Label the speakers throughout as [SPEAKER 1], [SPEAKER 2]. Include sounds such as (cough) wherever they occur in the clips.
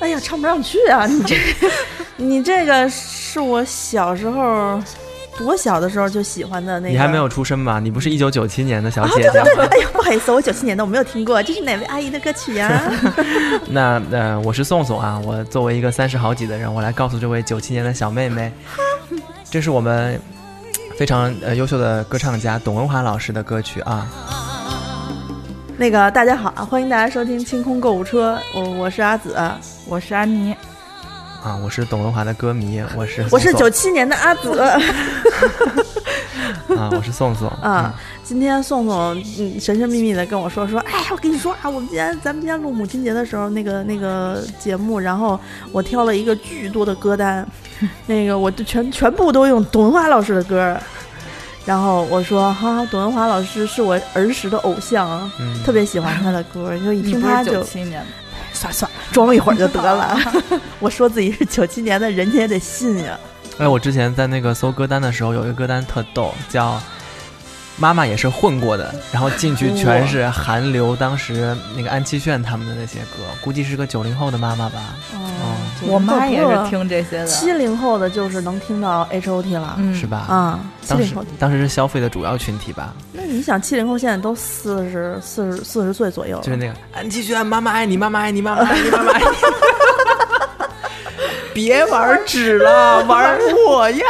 [SPEAKER 1] 哎呀，唱不上去啊！ (laughs) 你这
[SPEAKER 2] 你这个是我小时候多小的时候就喜欢的那个。
[SPEAKER 3] 你还没有出生吧？你不是一九九七年的小姐
[SPEAKER 2] 对
[SPEAKER 3] 姐
[SPEAKER 2] 对对，
[SPEAKER 3] 吗？
[SPEAKER 2] (laughs) 哎呀，不好意思，我九七年的，我没有听过，这是哪位阿姨的歌曲呀、 (laughs)
[SPEAKER 3] 那呃，我是宋宋啊，我作为一个三十好几的人，我来告诉这位九七年的小妹
[SPEAKER 2] (laughs)
[SPEAKER 3] 妹，这是我们非常呃优秀的歌唱家董文华老师的歌曲啊。
[SPEAKER 2] 那个大家好啊，欢迎大家收听清空购物车，我我是阿紫，啊
[SPEAKER 1] 我是安妮，
[SPEAKER 3] 啊，我是董文华的歌迷，我是
[SPEAKER 2] 我是
[SPEAKER 3] 宋
[SPEAKER 2] 九七年的阿紫
[SPEAKER 3] 宋啊，我是宋嗯宋
[SPEAKER 2] (laughs)
[SPEAKER 1] 嗯
[SPEAKER 2] 啊。今天宋宋嗯神神秘秘的跟我说说，哎，我跟你说啊，我们今天咱们今天录母亲节的时候那个那个节目，然后我挑了一个巨多的歌
[SPEAKER 1] (laughs)
[SPEAKER 2] 单，那个我就全全部都用董文华老师的歌。然后我说哈，董文华老师是我儿时的偶像啊，
[SPEAKER 3] 嗯，
[SPEAKER 2] 特别喜欢他的歌，就一
[SPEAKER 1] 你
[SPEAKER 2] 听
[SPEAKER 1] 不
[SPEAKER 2] 他
[SPEAKER 1] 是
[SPEAKER 2] 就
[SPEAKER 1] 九七年的，
[SPEAKER 2] 算算，装一会儿就得了。
[SPEAKER 1] (laughs)
[SPEAKER 2] (laughs) 我说自己是九七年的，人家也得信呀。
[SPEAKER 3] 哎，我之前在那个搜歌单的时候，有一个歌单特逗，叫《妈妈也是混过的》，然后进去全是韩流，当时那个安七炫他们的那些歌，估计是个九零后的妈妈吧。
[SPEAKER 2] 哦
[SPEAKER 1] 我妈也是听这些
[SPEAKER 2] 七
[SPEAKER 1] 的。
[SPEAKER 2] 零后的，就是能听到 H O T 了。
[SPEAKER 1] 嗯，
[SPEAKER 3] 是？吧？
[SPEAKER 2] 啊，七
[SPEAKER 3] 当
[SPEAKER 2] 零
[SPEAKER 3] 时
[SPEAKER 2] 后，
[SPEAKER 3] 当时是消费的主要群体吧，
[SPEAKER 2] 那你想，七零后现在都四十四十四十岁左右了，
[SPEAKER 3] 就是那个安七炫，妈妈爱你，妈妈爱你，妈妈爱你，妈妈爱你。
[SPEAKER 2] (laughs)
[SPEAKER 3] 别玩纸了，玩我呀！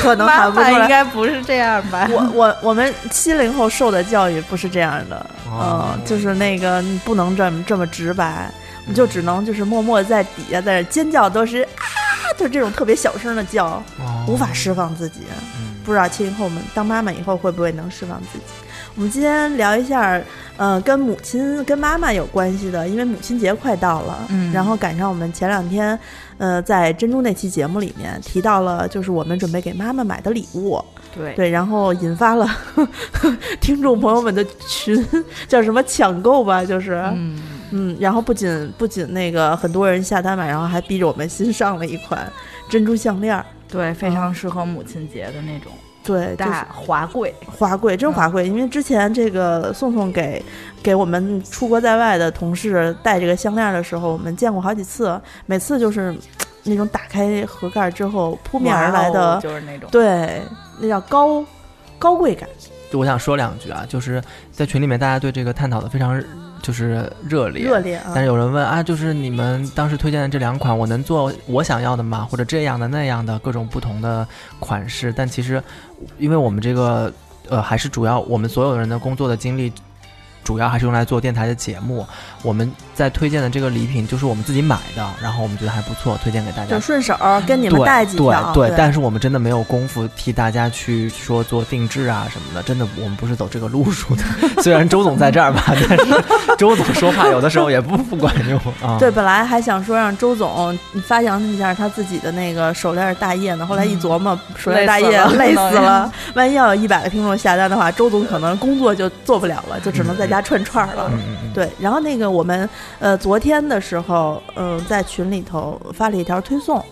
[SPEAKER 2] 可能
[SPEAKER 1] 妈
[SPEAKER 2] 喊不
[SPEAKER 1] 妈
[SPEAKER 2] 出
[SPEAKER 1] 应
[SPEAKER 2] 来。
[SPEAKER 1] 该不是这样吧？
[SPEAKER 2] 我我我们七零后受的教育不是这样的，
[SPEAKER 3] 哦
[SPEAKER 2] 嗯，就是那个你不能这么这么直白，你就只能就是默默在底下在那尖叫，都是啊，就是这种特别小声的叫，
[SPEAKER 3] 哦
[SPEAKER 2] (laughs) 无法释放自己。啊
[SPEAKER 3] 嗯
[SPEAKER 2] 不知道七零后们当妈妈以后会不会能释放自己？我们今天聊一下，呃，跟母亲、跟妈妈有关系的，因为母亲节快到了，
[SPEAKER 1] 嗯
[SPEAKER 2] 然后赶上我们前两天，呃，在珍珠那期节目里面提到了，就是我们准备给妈妈买的礼物，
[SPEAKER 1] 对
[SPEAKER 2] 对，然后引发了 (laughs) 听众朋友们的群，叫什么抢购吧，就是，
[SPEAKER 1] 嗯，
[SPEAKER 2] 嗯，然后不仅不仅那个很多人下单买，然后还逼着我们新上了一款珍珠项链儿，
[SPEAKER 1] 对，非常适合母亲节的那种
[SPEAKER 2] 对，就是
[SPEAKER 1] 大华贵。
[SPEAKER 2] 华贵，真
[SPEAKER 1] 嗯
[SPEAKER 2] 华贵，因为之前这个宋宋给给我们出国在外的同事戴这个项链的时候，我们见过好几次，每次就是嘖那种打开盒盖之后扑面而来
[SPEAKER 1] 哇
[SPEAKER 2] 的，
[SPEAKER 1] 哦就是那种
[SPEAKER 2] 对，那叫高高贵感，
[SPEAKER 3] 就哦我想说两句啊，就是在群里面大家对这个探讨的非常就是热烈，
[SPEAKER 2] 热烈啊
[SPEAKER 3] 但！是有人问啊，就是你们当时推荐的这两款，我能做我想要的吗？或者这样的那样的各种不同的款式？但其实，因为我们这个呃，还是主要我们所有人的工作的精力，主要还是用来做电台的节目。我们在推荐的这个礼品就是我们自己买的，然后我们觉得还不错，推荐给大家
[SPEAKER 2] 就。顺手跟你们
[SPEAKER 3] 对
[SPEAKER 2] 戴几条，
[SPEAKER 3] 对
[SPEAKER 2] 对，
[SPEAKER 3] 但是我们真的没有功夫替大家去说做定制啊什么的，真的我们不是走这个路数
[SPEAKER 2] (laughs)
[SPEAKER 3] 的。虽然周总在这儿吧，但是周总说话有的时候也不不管用啊。
[SPEAKER 2] 对，本来还想说让周总发扬一下他自己的那个手链大业呢，后来一琢磨，手链大 (laughs) 业累
[SPEAKER 1] 累死了
[SPEAKER 2] 死了，万一要有一百个听众下单的话，周总可能工作就做不了了，就只能在家串串了。
[SPEAKER 3] 嗯嗯嗯，
[SPEAKER 2] 对，然后那个我们呃昨天的时候，嗯、在群里头发了一条推送，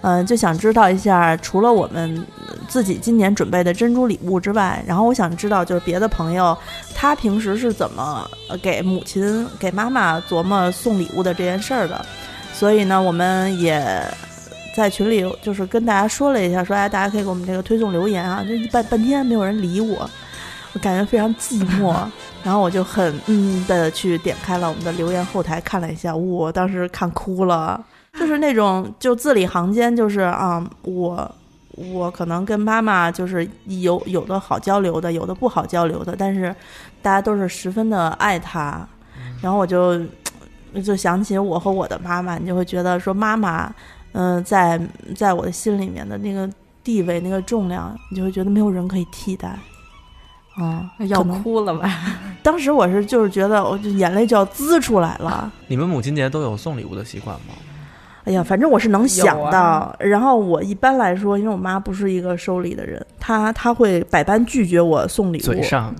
[SPEAKER 2] 嗯、就想知道一下，除了我们呃自己今年准备的珍珠礼物之外，然后我想知道就是别的朋友他平时是怎么呃给母亲给妈妈琢磨送礼物的这件事儿的，所以呢，我们也。在群里就是跟大家说了一下，说哎，大家可以给我们这个推送留言啊，就一半半天没有人理我，我感觉非常寂寞。然后我就很嗯的去点开了我们的留言后台看了一下，我当时看哭了，就是那种就字里行间就是啊、我我可能跟妈妈就是有有的好交流的，有的不好交流的，但是大家都是十分的爱她，然后我就就想起我和我的妈妈，你就会觉得说妈妈，嗯、在在我的心里面的那个地位那个重量，你就会觉得没有人可以替代，啊、
[SPEAKER 1] 要
[SPEAKER 2] 可能
[SPEAKER 1] 哭了吧？
[SPEAKER 2] 当时我是就是觉得我就眼泪就要滋出来了，
[SPEAKER 3] 你们母亲节都有送礼物的习惯吗？
[SPEAKER 2] 哎呀，反正我是能想
[SPEAKER 1] 有
[SPEAKER 2] 到。
[SPEAKER 1] 啊
[SPEAKER 2] 然后我一般来说，因为我妈不是一个收礼的人，她她会百般拒绝我送礼物。
[SPEAKER 3] 嘴上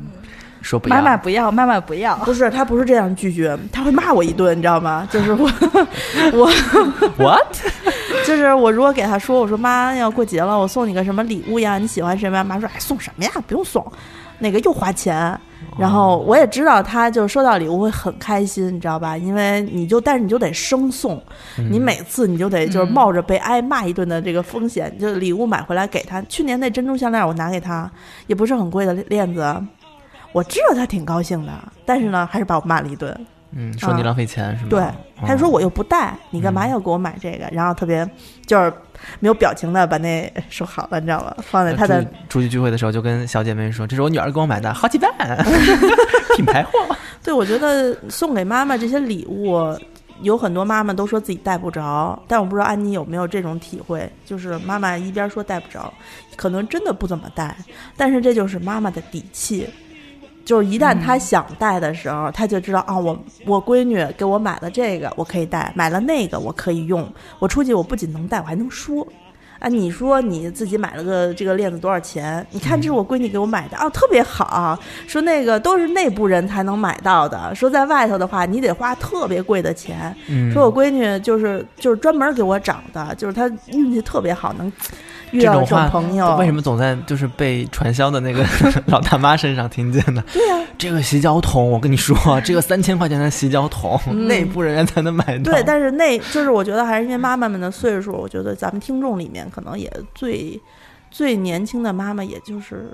[SPEAKER 3] 说不要，
[SPEAKER 1] 妈妈不要，妈妈不要。
[SPEAKER 2] 不是，她不是这样拒绝，她会骂我一顿，你知道吗？就是我 (laughs) 我
[SPEAKER 3] what？
[SPEAKER 2] 就是我如果给她说，我说妈要过节了，我送你个什么礼物呀？你喜欢什么呀？妈说哎送什么呀？不用送，那个又花钱。然后我也知道他就收到礼物会很开心，你知道吧？因为你就但是你就得生送，你每次你就得就是冒着被挨骂一顿的这个风险，就礼物买回来给他。去年那珍珠项链我拿给他，也不是很贵的链子，我知道他挺高兴的，但是呢，还是把我骂了一顿。
[SPEAKER 3] 嗯，说你浪费钱是吗？
[SPEAKER 2] 啊对，他就说
[SPEAKER 3] 哦嗯
[SPEAKER 2] 我又不戴，你干嘛要给我买这个？然后特别就是没有表情的把那收好了，你知道吗？放在
[SPEAKER 3] 呃
[SPEAKER 2] 他的
[SPEAKER 3] 出去出去聚会的时候，就跟小姐妹说：“这是我女儿给我买的，好几万，
[SPEAKER 2] (laughs)
[SPEAKER 3] 品牌货。
[SPEAKER 2] 对，我觉得送给妈妈这些礼物，有很多妈妈都说自己带不着，但我不知道安妮有没有这种体会，就是妈妈一边说带不着，可能真的不怎么带，但是这就是妈妈的底气。就是一旦她想带的时候，她就知道啊，我我闺女给我买了这个，我可以带；买了那个，我可以用。我出去，我不仅能带，我还能说。啊，你说你自己买了个这个链子多少钱？你看这是我闺女给我买的啊，特别好。说那个都是内部人才能买到的，说在外头的话，你得花特别贵的钱。”
[SPEAKER 3] 嗯，
[SPEAKER 2] 说我闺女就是就是专门给我找的，就是她运气特别好，能遇
[SPEAKER 3] 这
[SPEAKER 2] 到
[SPEAKER 3] 种
[SPEAKER 2] 这种
[SPEAKER 3] 话
[SPEAKER 2] 朋友。
[SPEAKER 3] 为什么总在就是被传销的那个 (laughs) 老大妈身上听见呢？
[SPEAKER 2] 对啊呀、
[SPEAKER 3] 这个洗脚桶，我跟你说，啊这个三千块钱的洗脚桶，
[SPEAKER 2] 嗯
[SPEAKER 3] 内部人员才能买到。
[SPEAKER 2] 对，但是那就是我觉得还是因为妈妈们的岁数，我觉得咱们听众里面可能也最最年轻的妈妈，也就是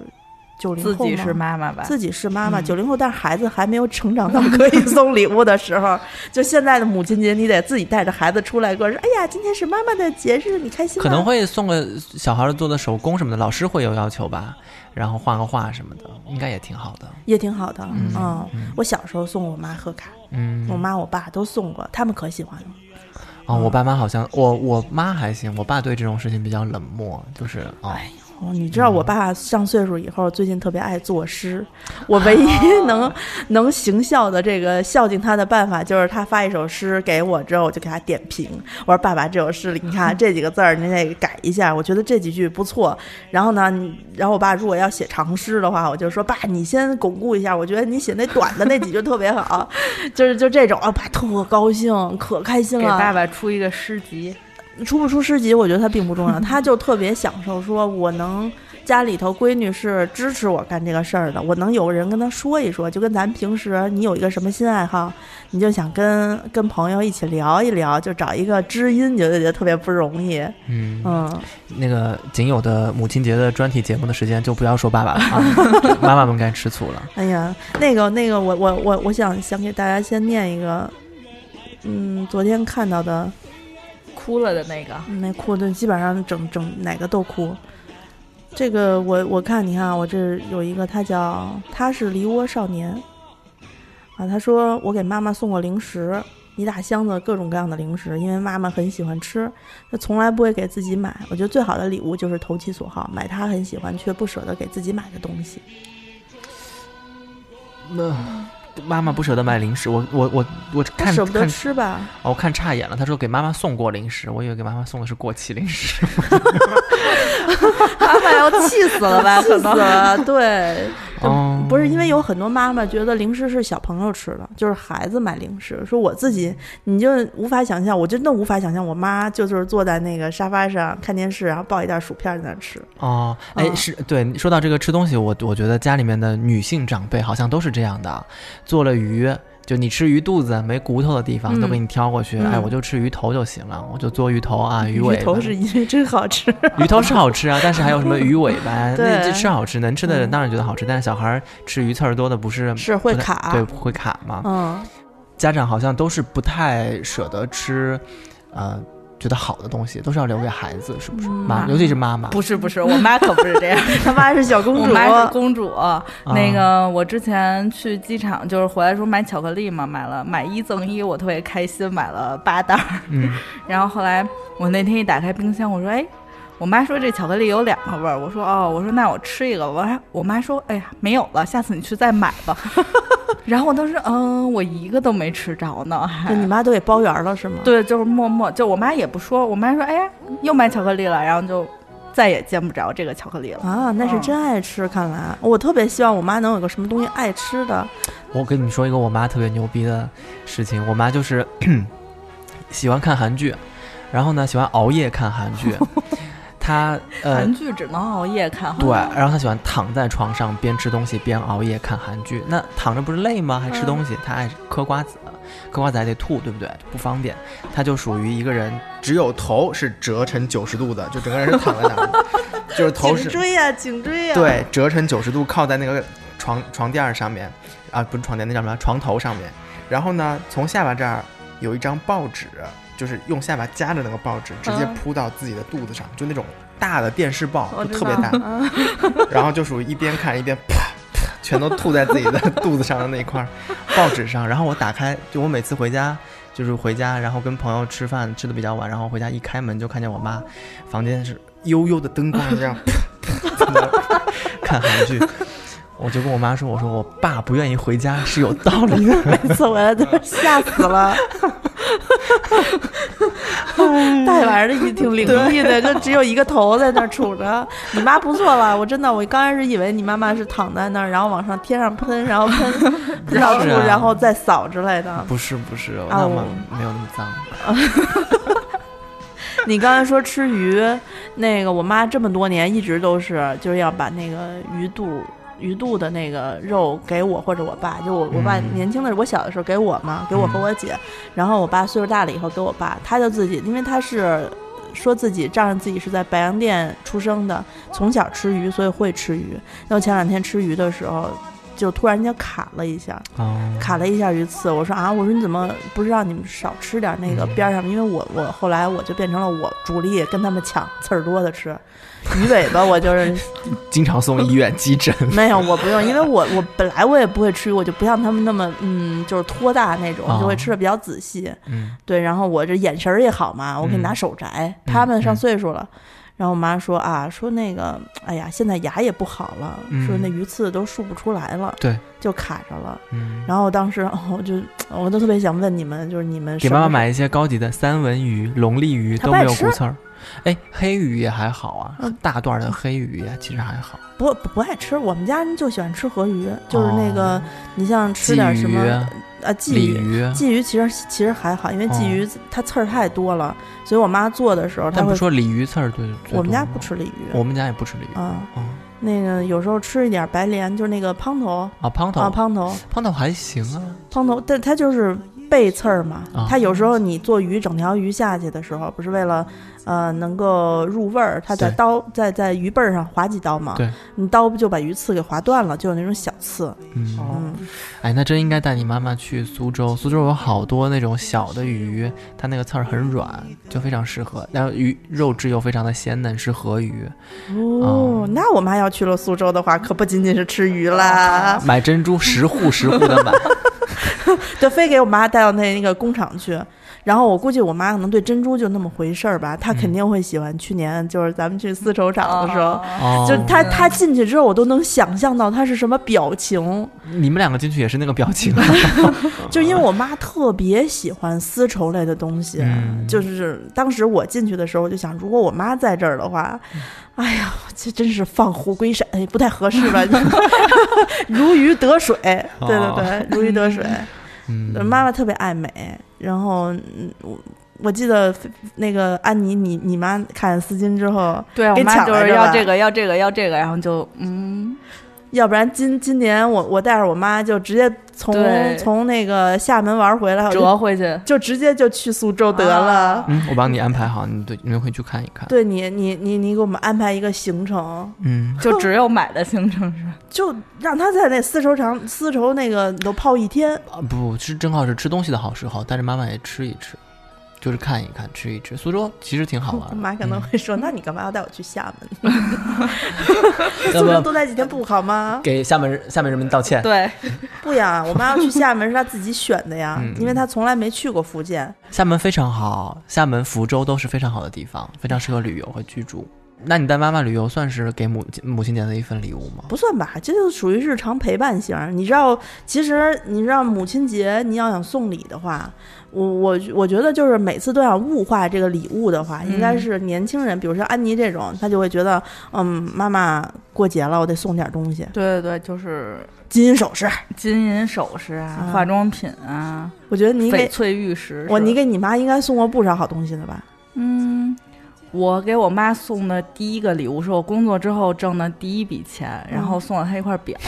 [SPEAKER 2] 九零
[SPEAKER 1] 自
[SPEAKER 2] 后
[SPEAKER 1] 己
[SPEAKER 2] 嘛
[SPEAKER 1] 是妈妈吧？
[SPEAKER 2] 自己是妈妈，
[SPEAKER 1] 嗯
[SPEAKER 2] 九零后，但是孩子还没有成长到可以送礼物的时候。 (laughs) 就现在的母亲节，你得自己带着孩子出来过，说：“哎呀，今天是妈妈的节日，你开心吗？”
[SPEAKER 3] 可能会送个小孩做的手工什么的，老师会有要求吧，然后画个画什么的，应该也挺好的。
[SPEAKER 2] 也挺好的。
[SPEAKER 3] 嗯
[SPEAKER 2] 嗯
[SPEAKER 3] 嗯
[SPEAKER 2] 我小时候送我妈贺卡，
[SPEAKER 3] 嗯，
[SPEAKER 2] 我妈我爸都送过，他们可喜欢了。
[SPEAKER 3] 哦，我爸妈好像我我妈还行，我爸对这种事情比较冷漠，就是哦，
[SPEAKER 2] 哦，你知道我爸上岁数以后，最近特别爱作诗。我唯一能、能行孝的这个孝敬他的办法，就是他发一首诗给我之后，我就给他点评。我说：“爸爸，这首诗里你看这几个字儿，你得改一下。我觉得这几句不错。然后呢，你然后我爸如果要写长诗的话，我就说：爸，你先巩固一下。我觉得你写那短的那几句特别好， (laughs) 就是就这种啊，爸特高兴，可开心
[SPEAKER 1] 给
[SPEAKER 2] 了。
[SPEAKER 1] 爸爸出一个诗集，
[SPEAKER 2] 出不出诗集，我觉得他并不重要，他就特别享受，说我能家里头闺女是支持我干这个事儿的，我能有人跟她说一说，就跟咱平时你有一个什么新爱好，你就想跟跟朋友一起聊一聊，就找一个知音，觉得觉得特别不容易，
[SPEAKER 3] 嗯，
[SPEAKER 2] 嗯，
[SPEAKER 3] 那个仅有的母亲节的专题节目的时间就不要说爸爸
[SPEAKER 2] (laughs)
[SPEAKER 3] 了，啊妈妈们该吃醋了。
[SPEAKER 2] 哎呀，那个那个，我我我我想想给大家先念一个，嗯，昨天看到的
[SPEAKER 1] 哭了的那个，
[SPEAKER 2] 嗯那哭的基本上整整哪个都哭。这个我我看你看啊我这有一个他叫他是梨窝少年，啊，他说我给妈妈送过零食，一大箱子各种各样的零食，因为妈妈很喜欢吃，她从来不会给自己买。我觉得最好的礼物就是投其所好，买她很喜欢却不舍得给自己买的东西。
[SPEAKER 3] 那妈妈不舍得买零食，我我我我
[SPEAKER 2] 她
[SPEAKER 3] 看
[SPEAKER 2] 舍不得
[SPEAKER 3] 看
[SPEAKER 2] 吃吧？
[SPEAKER 3] 哦我看差眼了，他说给妈妈送过零食，我以为给妈妈送的是过期零
[SPEAKER 2] (laughs)
[SPEAKER 3] 食。
[SPEAKER 1] 妈妈要 (laughs) 气死了吧？可
[SPEAKER 2] 气死
[SPEAKER 1] 能
[SPEAKER 2] 了，对，
[SPEAKER 3] 哦，
[SPEAKER 2] 嗯不是因为有很多妈妈觉得零食是小朋友吃的，就是孩子买零食。说我自己，你就无法想象，我真的无法想象，我妈就是坐在那个沙发上看电视，然后抱一袋薯片在那儿吃。
[SPEAKER 3] 哦，哎，
[SPEAKER 2] 嗯
[SPEAKER 3] 是对，说到这个吃东西，我我觉得家里面的女性长辈好像都是这样的，啊做了鱼。就你吃鱼肚子没骨头的地方
[SPEAKER 2] 嗯
[SPEAKER 3] 都给你挑过去，哎，
[SPEAKER 2] 嗯
[SPEAKER 3] 我就吃鱼头就行了，我就做鱼头啊，鱼尾
[SPEAKER 2] 鱼
[SPEAKER 3] 巴。
[SPEAKER 2] 头是因为真好吃，
[SPEAKER 3] 鱼头是好吃啊，但是还有什么鱼尾
[SPEAKER 2] (laughs)
[SPEAKER 3] 巴，
[SPEAKER 2] 对
[SPEAKER 3] 那这吃好吃，能吃的人当然觉得好吃，但是小孩儿吃鱼刺儿多的不是
[SPEAKER 2] 是会
[SPEAKER 3] 不太
[SPEAKER 4] (laughs)
[SPEAKER 2] 卡。
[SPEAKER 3] 对会卡嘛？
[SPEAKER 2] 嗯，
[SPEAKER 3] 家长好像都是不太舍得吃，呃，觉得好的东西都是要留给孩子，是不是？妈，
[SPEAKER 1] 嗯
[SPEAKER 3] 尤其是妈妈，
[SPEAKER 1] 不是不是，我妈可不是这样，
[SPEAKER 2] 他妈是小公主，
[SPEAKER 1] 我妈是公主。
[SPEAKER 3] 哦啊
[SPEAKER 1] 那个我之前去机场，就是回来的时候买巧克力嘛，买了买一赠一，我特别开心，买了八袋儿。
[SPEAKER 3] 嗯，
[SPEAKER 1] (laughs) 然后后来我那天一打开冰箱，我说哎。我妈说这巧克力有两个味儿，我说哦，我说那我吃一个。我还我妈说，哎呀，没有了，下次你去再买
[SPEAKER 3] (laughs)
[SPEAKER 1] 吧。然后我当时嗯，我一个都没吃着呢，还
[SPEAKER 2] 对你妈都给包圆了是吗？，
[SPEAKER 1] 对，就是默默，就我妈也不说，我妈说哎呀，又买巧克力了，然后就再也见不着这个巧克力了。
[SPEAKER 2] 啊，那是
[SPEAKER 1] 嗯
[SPEAKER 2] 真爱吃，看来我特别希望我妈能有个什么东西爱吃的。
[SPEAKER 3] 我跟你们说一个我妈特别牛逼的事情，我妈就是 (coughs) 喜欢看韩剧，然后呢喜欢熬夜看韩剧，他呃
[SPEAKER 1] (laughs) 韩剧只能熬夜看，
[SPEAKER 3] 对，
[SPEAKER 2] 哦
[SPEAKER 3] 然后他喜欢躺在床上边吃东西边熬夜看韩剧，那躺着不是累吗？还吃
[SPEAKER 2] 嗯
[SPEAKER 3] 东西，他爱嗑瓜子，嗑瓜子还得吐，对不对？不方便，他就属于一个人，
[SPEAKER 4] 只有头是折成九十度的，就整个人是躺在那
[SPEAKER 2] (laughs)
[SPEAKER 4] 里，就是头
[SPEAKER 2] 颈
[SPEAKER 4] 是
[SPEAKER 2] 椎啊呀、颈椎呀、
[SPEAKER 4] 对折成九十度靠在那个床床垫儿上面，啊，不是床垫，那叫什么？床头上面。然后呢，从下巴这儿有一张报纸，就是用下巴夹着那个报纸，直接
[SPEAKER 2] 嗯
[SPEAKER 4] 铺到自己的肚子上，就那种大的电视报，
[SPEAKER 1] 我
[SPEAKER 4] 就
[SPEAKER 1] 知
[SPEAKER 4] 特别
[SPEAKER 1] 道嗯
[SPEAKER 4] 大。 (laughs) 然后就属于一边看一边啪，啪全都吐在自己的肚子上的那一块
[SPEAKER 1] (laughs)
[SPEAKER 4] 儿报纸上。然后我打开，就我每次回家，就是回家，然后跟朋友吃饭吃的比较晚，然后回家一开门就看见我妈房间是幽幽的灯光这
[SPEAKER 1] (laughs)
[SPEAKER 4] 样啪啪啪看韩剧。我就跟我妈说：“我说我爸不愿意回家是有道理
[SPEAKER 1] (laughs)
[SPEAKER 4] 的。
[SPEAKER 2] (laughs) 每次回来都吓死 (laughs) 了。大晚上的也挺灵异的，就只有一个头在那儿杵 (laughs) 着。你妈不错了，我真的，我刚开始以为你妈妈是躺在那儿，然后往上天上喷，然后 (laughs) 喷喷到处，
[SPEAKER 3] 不是啊
[SPEAKER 2] 然后再扫之类的”。
[SPEAKER 3] 不是不
[SPEAKER 1] 哦
[SPEAKER 3] 是，我
[SPEAKER 2] 啊
[SPEAKER 3] 那
[SPEAKER 2] 我
[SPEAKER 3] 么没有那么脏。
[SPEAKER 2] 你刚才说吃鱼，那个我妈这么多年一直都是就是要把那个鱼肚。鱼肚的那个肉给我或者我爸，就我我爸
[SPEAKER 3] 嗯
[SPEAKER 2] 年轻的时候，我小的时候给我嘛，给我和
[SPEAKER 3] 嗯
[SPEAKER 2] 我姐，然后我爸岁数大了以后给我爸，他就自己，因为他是说自己仗着自己是在白洋淀出生的，从小吃鱼，所以会吃鱼。然后前两天吃鱼的时候，就突然间卡了一下，
[SPEAKER 3] 哦，
[SPEAKER 2] 卡了一下鱼刺，我说啊，我说你怎么不是让你们少吃点那个
[SPEAKER 3] 嗯
[SPEAKER 2] 边儿上的？因为我我后来我就变成了我主力跟他们抢刺儿多的吃，鱼尾巴我就是
[SPEAKER 4] 经常送医院急诊。
[SPEAKER 2] 没有，我不用，因为我我本来我也不会吃鱼，我就不像他们那么嗯就是托大那种，
[SPEAKER 3] 哦
[SPEAKER 2] 就会吃的比较仔细。
[SPEAKER 3] 嗯，
[SPEAKER 2] 对，然后我这眼神儿也好嘛，我可以拿
[SPEAKER 3] 嗯
[SPEAKER 2] 手摘。
[SPEAKER 3] 嗯
[SPEAKER 2] 他们上
[SPEAKER 3] 嗯
[SPEAKER 2] 岁数了，然后我妈说啊，说那个，哎呀，现在牙也不好了，说那
[SPEAKER 3] 嗯
[SPEAKER 2] 鱼刺都竖不出来了，
[SPEAKER 3] 对，
[SPEAKER 2] 就卡着了。
[SPEAKER 3] 嗯，
[SPEAKER 2] 然后我当时，哦、我就我都特别想问你们，就是你们
[SPEAKER 3] 给
[SPEAKER 2] 什么
[SPEAKER 3] 妈妈
[SPEAKER 2] 时
[SPEAKER 3] 买一些高级的三文鱼、龙利鱼
[SPEAKER 2] 她
[SPEAKER 3] 都
[SPEAKER 2] 不爱
[SPEAKER 3] 没有
[SPEAKER 2] 吃
[SPEAKER 3] 骨刺儿。哎，黑鱼也还好啊
[SPEAKER 2] 嗯，
[SPEAKER 3] 大段儿的黑鱼也其实还好。
[SPEAKER 2] 不不不爱吃，我们家人就喜欢吃河鱼，就是那个、
[SPEAKER 3] 哦
[SPEAKER 2] 你像吃
[SPEAKER 3] 鲫
[SPEAKER 2] 点什
[SPEAKER 3] 鱼
[SPEAKER 2] 么啊鲫
[SPEAKER 3] 鲤
[SPEAKER 2] 鱼。
[SPEAKER 3] 鱼，
[SPEAKER 2] 鲫鱼其实其实还好，因为鲫
[SPEAKER 3] 哦
[SPEAKER 2] 鱼它刺儿太多了，所以我妈做的时候她
[SPEAKER 3] 但不
[SPEAKER 2] 会。
[SPEAKER 3] 说鲤鱼刺儿对，最
[SPEAKER 2] 我们
[SPEAKER 3] 多
[SPEAKER 2] 家
[SPEAKER 3] 吗
[SPEAKER 2] 不，吃鲤鱼，
[SPEAKER 3] 我们家也不吃鲤鱼。
[SPEAKER 2] 啊，
[SPEAKER 3] 哦
[SPEAKER 2] 那个有时候吃一点白莲，就是那个胖头
[SPEAKER 3] 啊，胖头
[SPEAKER 2] 啊，胖头
[SPEAKER 3] 胖头还行啊，
[SPEAKER 2] 胖头，但它就是背刺儿嘛。
[SPEAKER 3] 啊
[SPEAKER 2] 它有时候你做鱼，整条鱼下去的时候，不是为了呃能够入味儿，它在
[SPEAKER 3] 对
[SPEAKER 2] 刀在在鱼背儿上划几刀嘛。
[SPEAKER 3] 对，
[SPEAKER 2] 你刀不就把鱼刺给划断了，就有那种小刺。
[SPEAKER 3] 嗯，
[SPEAKER 2] 嗯，
[SPEAKER 3] 哎，那真应该带你妈妈去苏州。苏州有好多那种小的鱼，它那个刺儿很软，就非常适合。然后鱼肉质又非常的鲜嫩，是河鱼。
[SPEAKER 2] 哦
[SPEAKER 3] 哦，
[SPEAKER 2] 那我妈要去了苏州的话，可不仅仅是吃鱼
[SPEAKER 3] (laughs)
[SPEAKER 2] 啦，
[SPEAKER 3] 买珍珠十户十户
[SPEAKER 2] (laughs)
[SPEAKER 3] 的买，
[SPEAKER 2] 就非给我妈带到那那个工厂去。然后我估计我妈可能对珍珠就那么回事儿吧，她
[SPEAKER 3] 嗯
[SPEAKER 2] 肯定会喜欢。去年就是咱们去丝绸厂的时候，
[SPEAKER 3] 哦、
[SPEAKER 2] 就他他进去之后，我都能想象到他是什么表情，
[SPEAKER 3] 你们两个进去也是那个表情。啊
[SPEAKER 2] 就因为我妈特别喜欢丝绸类的东西，啊
[SPEAKER 3] 嗯
[SPEAKER 2] 就是当时我进去的时候，我就想，如果我妈在这儿的话，
[SPEAKER 1] 嗯
[SPEAKER 2] 哎呀，这真是放虎归山，哎，不太合适吧？ (laughs) 如鱼得水，
[SPEAKER 1] 哦
[SPEAKER 2] 对对对，如鱼得水。
[SPEAKER 3] 嗯，
[SPEAKER 2] 妈妈特别爱美，然后嗯我我记得那个安妮，你你妈看丝巾之后，
[SPEAKER 1] 对我
[SPEAKER 2] 给
[SPEAKER 1] 妈
[SPEAKER 2] 抢
[SPEAKER 1] 就
[SPEAKER 2] 来
[SPEAKER 1] 是
[SPEAKER 2] 着
[SPEAKER 1] 要
[SPEAKER 2] 吧
[SPEAKER 1] 这个要这个要这个，然后就嗯，
[SPEAKER 2] 要不然今今年我我带着我妈就直接从
[SPEAKER 1] 对
[SPEAKER 2] 从那个厦门玩回来，我就
[SPEAKER 1] 折回去。
[SPEAKER 2] 就直接就去苏州 (laughs) 得了。
[SPEAKER 1] 啊
[SPEAKER 3] 嗯，我帮你安排好，你对你们回去看一看。
[SPEAKER 2] 对你，你你你给我们安排一个行程，
[SPEAKER 3] 嗯，
[SPEAKER 1] 就只有买的行程
[SPEAKER 2] (laughs)
[SPEAKER 1] 是吧，
[SPEAKER 2] 就让她在那丝绸厂丝绸那个都泡一天。
[SPEAKER 3] 啊不是正好是吃东西的好时候，带着妈妈也吃一吃，就是看一看吃一吃。苏州其实挺好玩
[SPEAKER 2] 我 (laughs)
[SPEAKER 3] 的。
[SPEAKER 2] 妈可能
[SPEAKER 3] 嗯
[SPEAKER 2] 会说：“那你干嘛要带我去厦门？苏
[SPEAKER 3] 要不
[SPEAKER 2] 州
[SPEAKER 3] 要
[SPEAKER 2] 多待几天不好吗
[SPEAKER 3] 给厦门人厦门人民道歉。
[SPEAKER 1] 对，？”
[SPEAKER 2] 不呀，我妈要去厦门是她自己选的呀，
[SPEAKER 3] 嗯
[SPEAKER 2] 因为她从来没去过福建。
[SPEAKER 3] 厦门非常好，厦门、福州都是非常好的地方，非常适合旅游和居住。那你带妈妈旅游算是给母母亲节的一份礼物吗？
[SPEAKER 2] 不算吧，这就属于日常陪伴型儿。你知道，其实你知道母亲节你要想送礼的话，我我我觉得就是每次都想物化这个礼物的话，应该是年轻人，比如说安妮这种，她就会觉得，嗯，妈妈过节了，我得送点东西，
[SPEAKER 1] 对对对，就是
[SPEAKER 2] 金银首饰。
[SPEAKER 1] 金银首饰啊
[SPEAKER 2] 啊、
[SPEAKER 1] 化妆品啊、
[SPEAKER 2] 我觉得你
[SPEAKER 1] 翡
[SPEAKER 2] 给
[SPEAKER 1] 翠玉石是吧。
[SPEAKER 2] 我你给你妈应该送过不少好东西的吧？
[SPEAKER 1] 嗯，我给我妈送的第一个礼物是我工作之后挣的第一笔钱，然
[SPEAKER 2] 嗯
[SPEAKER 1] 后送了她一块表，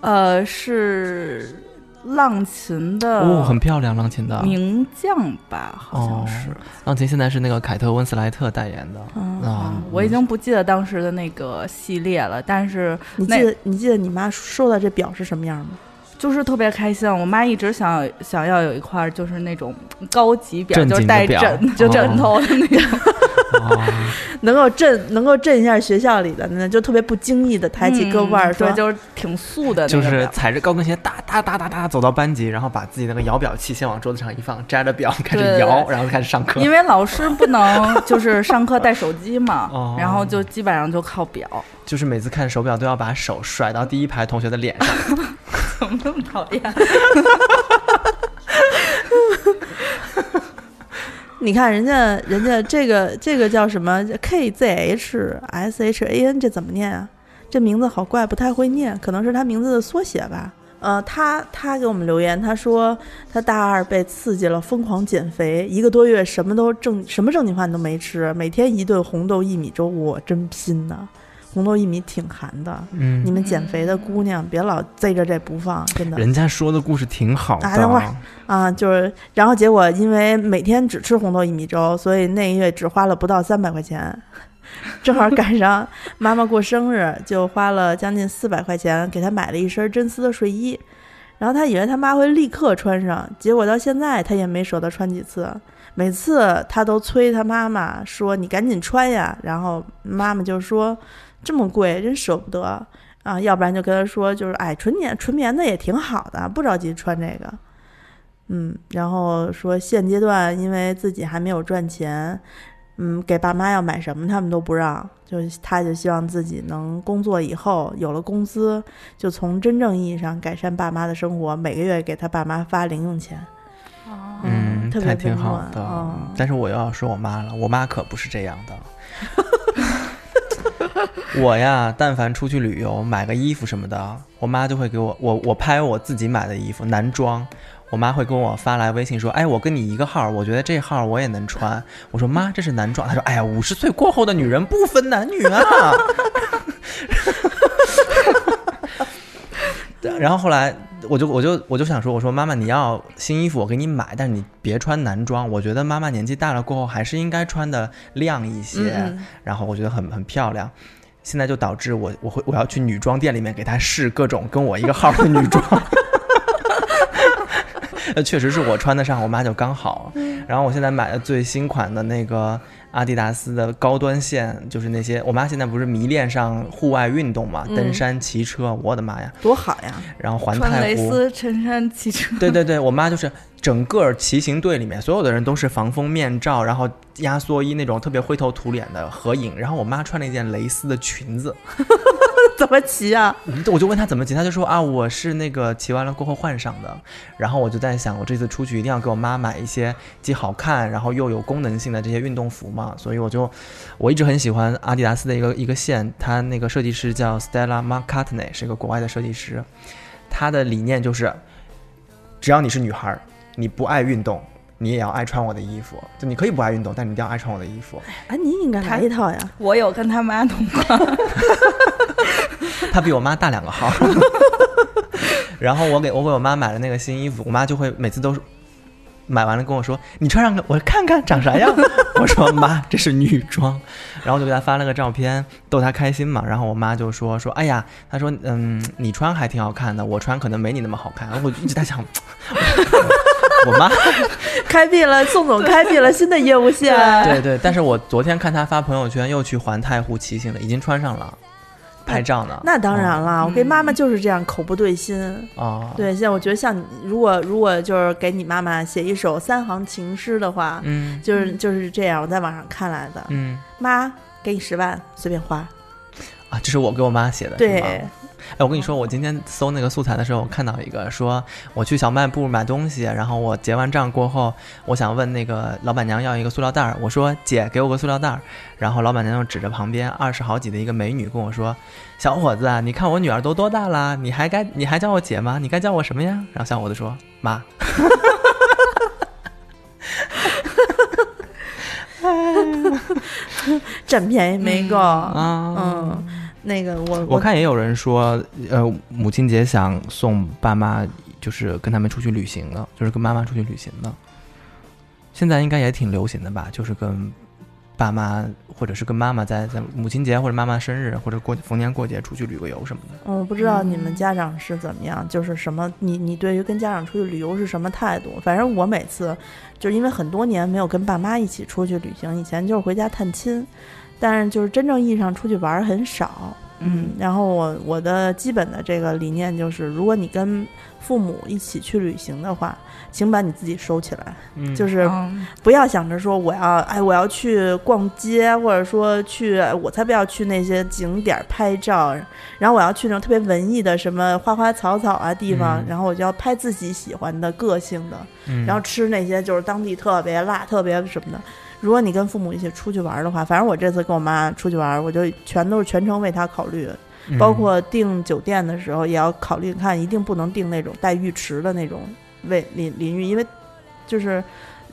[SPEAKER 1] 呃，是浪琴
[SPEAKER 3] 哦，
[SPEAKER 1] 的
[SPEAKER 3] 很漂亮，浪琴的。
[SPEAKER 1] 名将吧，好像
[SPEAKER 3] 哦
[SPEAKER 1] 是。
[SPEAKER 3] 浪琴现在是那个凯特温斯莱特代言的啊
[SPEAKER 1] 嗯，我已经不记得当时的那个系列了，但是
[SPEAKER 2] 你
[SPEAKER 1] 那
[SPEAKER 2] 记得你记得你妈收到这表是什么样吗？
[SPEAKER 1] 就是特别开心。我妈一直想想要有一块，就是那种高级表，
[SPEAKER 3] 正
[SPEAKER 1] 就
[SPEAKER 3] 经
[SPEAKER 1] 是
[SPEAKER 3] 的
[SPEAKER 1] 带
[SPEAKER 3] 表
[SPEAKER 1] 枕就
[SPEAKER 3] 哦
[SPEAKER 1] 枕头的那
[SPEAKER 2] (laughs)
[SPEAKER 1] 种。
[SPEAKER 3] 哦
[SPEAKER 2] 能够震能够震一下学校里的，那就特别不经意的抬起胳膊
[SPEAKER 1] 嗯
[SPEAKER 2] 儿说，
[SPEAKER 1] 对，就是挺素的那
[SPEAKER 3] 就
[SPEAKER 1] 个
[SPEAKER 3] 是
[SPEAKER 1] 表。
[SPEAKER 3] 踩着高跟鞋哒哒哒哒哒走到班级，然后把自己那个摇表器先往桌子上一放，摘了表
[SPEAKER 1] (laughs)
[SPEAKER 3] 开
[SPEAKER 1] 对对
[SPEAKER 3] 始摇，
[SPEAKER 1] 对
[SPEAKER 3] 然后开始上课
[SPEAKER 1] 因。为老师不能就是上课带手机嘛，
[SPEAKER 3] (laughs) 哦
[SPEAKER 1] 然后就基本上就靠表， (laughs)
[SPEAKER 3] 就是每次看手表都要把手甩到第一排同学的脸
[SPEAKER 1] (laughs)
[SPEAKER 3] 上。
[SPEAKER 1] 怎么那么讨厌？
[SPEAKER 2] 你看人家人家这个这个叫什么 K Z H S H A N，这怎么念啊？这名字好怪，不太会念，可能是他名字的缩写吧。呃，他他给我们留言，他说他大二被刺激了，疯狂减肥，一个多月什么都正什么正经饭都没吃，每天一顿红豆薏米粥，我真拼呐！红豆薏米挺寒的，
[SPEAKER 3] 嗯
[SPEAKER 2] 你，们减肥的姑娘别老贼着这不放，真的。
[SPEAKER 3] 人家说的故事挺好的。
[SPEAKER 2] 啊等会儿啊，就是，然后结果因为每天只吃红豆薏米粥，所以那个月只花了不到三百块钱， (laughs) 正好赶上妈妈过生日，就花了将近四百块钱给她买了一身真丝的睡衣，然后她以为她妈会立刻穿上，结果到现在她也没舍得穿几次，每次她都催她妈妈说你赶紧穿呀，然后妈妈就说这么贵，真舍不得。啊，要不然就跟她说，就是哎，纯棉纯棉的也挺好的，不着急穿这个。嗯，然后说现阶段因为自己还没有赚钱，嗯，给爸妈要买什么他们都不让，就是他就希望自己能工作以后有了工资，就从真正意义上改善爸妈的生活，每个月给他爸妈发零用钱。
[SPEAKER 3] 嗯，
[SPEAKER 2] 特别
[SPEAKER 3] 还挺
[SPEAKER 2] 温
[SPEAKER 3] 好
[SPEAKER 2] 暖
[SPEAKER 3] 的。
[SPEAKER 2] 嗯
[SPEAKER 3] 但是我又要说我妈了，我妈可不是这样的。 (laughs) 我呀，但凡出去旅游买个衣服什么的，我妈就会给我我我拍我自己买的衣服男装，我妈会跟我发来微信说：“哎，我跟你一个号，我觉得这号我也能穿。”我说：“妈，这是男装。”她说：“哎呀，五十岁过后的女人不分男女啊。”对然后后来我就我就我就想说，我说妈妈，你要新衣服我给你买，但是你别穿男装。我觉得妈妈年纪大了过后，还是应该穿的亮一些，然后我觉得很很漂亮。现在就导致我我会我要去女装店里面给她试各种跟我一个号的女装。 (laughs) 那确实是我穿得上，我妈就刚好。然后我现在买的最新款的那个阿迪达斯的高端线，就是那些我妈现在不是迷恋上户外运动嘛，登山、骑车，我的妈呀！
[SPEAKER 2] 多好呀！
[SPEAKER 3] 然后环
[SPEAKER 1] 穿
[SPEAKER 3] 太
[SPEAKER 1] 蕾
[SPEAKER 3] 湖，
[SPEAKER 1] 丝衬衫骑
[SPEAKER 3] (laughs)
[SPEAKER 1] 车，(laughs)
[SPEAKER 3] 对对对，我妈就是整个骑行队里面所有的人都是防风面罩，然后压缩衣那种特别灰头土脸的合影，然后我妈穿了一件蕾丝的裙子，
[SPEAKER 2] 怎么骑啊？
[SPEAKER 3] 我就问她怎么骑，她就说啊我是那个骑完了过后换上的，然后我就在想我这次出去一定要给我妈买一些既好看然后又有功能性的这些运动服嘛，所以我就我一直很喜欢阿迪达斯的一个一个线，它那个设计师叫 Stella McCartney，是一个国外的设计师，他的理念就是，只要你是女孩儿，你不爱运动，你也要爱穿我的衣服。就你可以不爱运动，但你一定要爱穿我的衣服。
[SPEAKER 2] 啊，你应该
[SPEAKER 1] 他
[SPEAKER 2] 来一套呀！
[SPEAKER 1] 我有跟他妈同款，
[SPEAKER 3] 她比我妈大两个号。 (laughs) 然后我给我给我妈买了那个新衣服，我妈就会每次都是买完了跟我说：“你穿上我看看长啥样。”我说：“妈，这是女装。”然后就给她发了个照片，逗她开心嘛。然后我妈就说：“说哎呀，她说嗯，你穿还挺好看的，我穿可能没你那么好看。”我就一直在想， (laughs) 我
[SPEAKER 2] (laughs)
[SPEAKER 3] 妈
[SPEAKER 2] 开辟了宋总开辟了新的业务线，
[SPEAKER 3] 对对，但是我昨天看他发朋友圈，又去环太湖骑行了，已经穿上了，拍照呢。
[SPEAKER 2] 那当然了，我跟
[SPEAKER 1] 嗯
[SPEAKER 2] 妈妈就是这样口不对心。
[SPEAKER 3] 啊哦，
[SPEAKER 2] 对，现在我觉得像你，如果如果就是给你妈妈写一首三行情诗的话，
[SPEAKER 3] 嗯
[SPEAKER 2] 就是就是这样，我在网上看来的。
[SPEAKER 3] 嗯
[SPEAKER 2] 妈，给你十万，随便花。
[SPEAKER 3] 啊，这是我给我妈写的，是吗
[SPEAKER 2] 对，
[SPEAKER 3] 哎，我跟你说，我今天搜那个素材的时候，我看到一个说，我去小卖部买东西，然后我结完账过后，我想问那个老板娘要一个塑料袋儿，我说姐给我个塑料袋儿，然后老板娘就指着旁边二十好几的一个美女跟我说，小伙子啊，你看我女儿都多大啦，你还该你还叫我姐吗？你该叫我什么呀？然后小伙子说妈。
[SPEAKER 2] 占便宜没够。
[SPEAKER 4] 啊
[SPEAKER 2] 嗯，那个我
[SPEAKER 4] 我看也有人说，呃，母亲节想送爸妈，就是跟他们出去旅行的，就是跟妈妈出去旅行的。现在应该也挺流行的吧，就是跟爸妈或者是跟妈妈在在母亲节或者妈妈生日或者过逢年过节出去旅个游什么的。
[SPEAKER 2] 嗯我不知道你们家长是怎么样，就是什么，你你对于跟家长出去旅游是什么态度？反正我每次就是因为很多年没有跟爸妈一起出去旅行，以前就是回家探亲，但是就是真正意义上出去玩儿很少。嗯，然后我我的基本的这个理念就是，如果你跟父母一起去旅行的话，请把你自己收起来，
[SPEAKER 3] 嗯
[SPEAKER 2] 就是是
[SPEAKER 1] 嗯
[SPEAKER 2] 不要想着说我要哎，我要去逛街，或者说去，哎我才不要去那些景点儿拍照，然后我要去那种特别文艺的什么花花草草啊地方，
[SPEAKER 3] 嗯
[SPEAKER 2] 然后我就要拍自己喜欢的、个性的，
[SPEAKER 3] 嗯
[SPEAKER 2] 然后吃那些就是当地特别辣、特别什么的。如果你跟父母一起出去玩儿的话，反正我这次跟我妈出去玩儿，我就全都是全程为她考虑，
[SPEAKER 3] 嗯
[SPEAKER 2] 包括订酒店的时候也要考虑看，一定不能订那种带浴池的那种卫淋淋浴，因为就是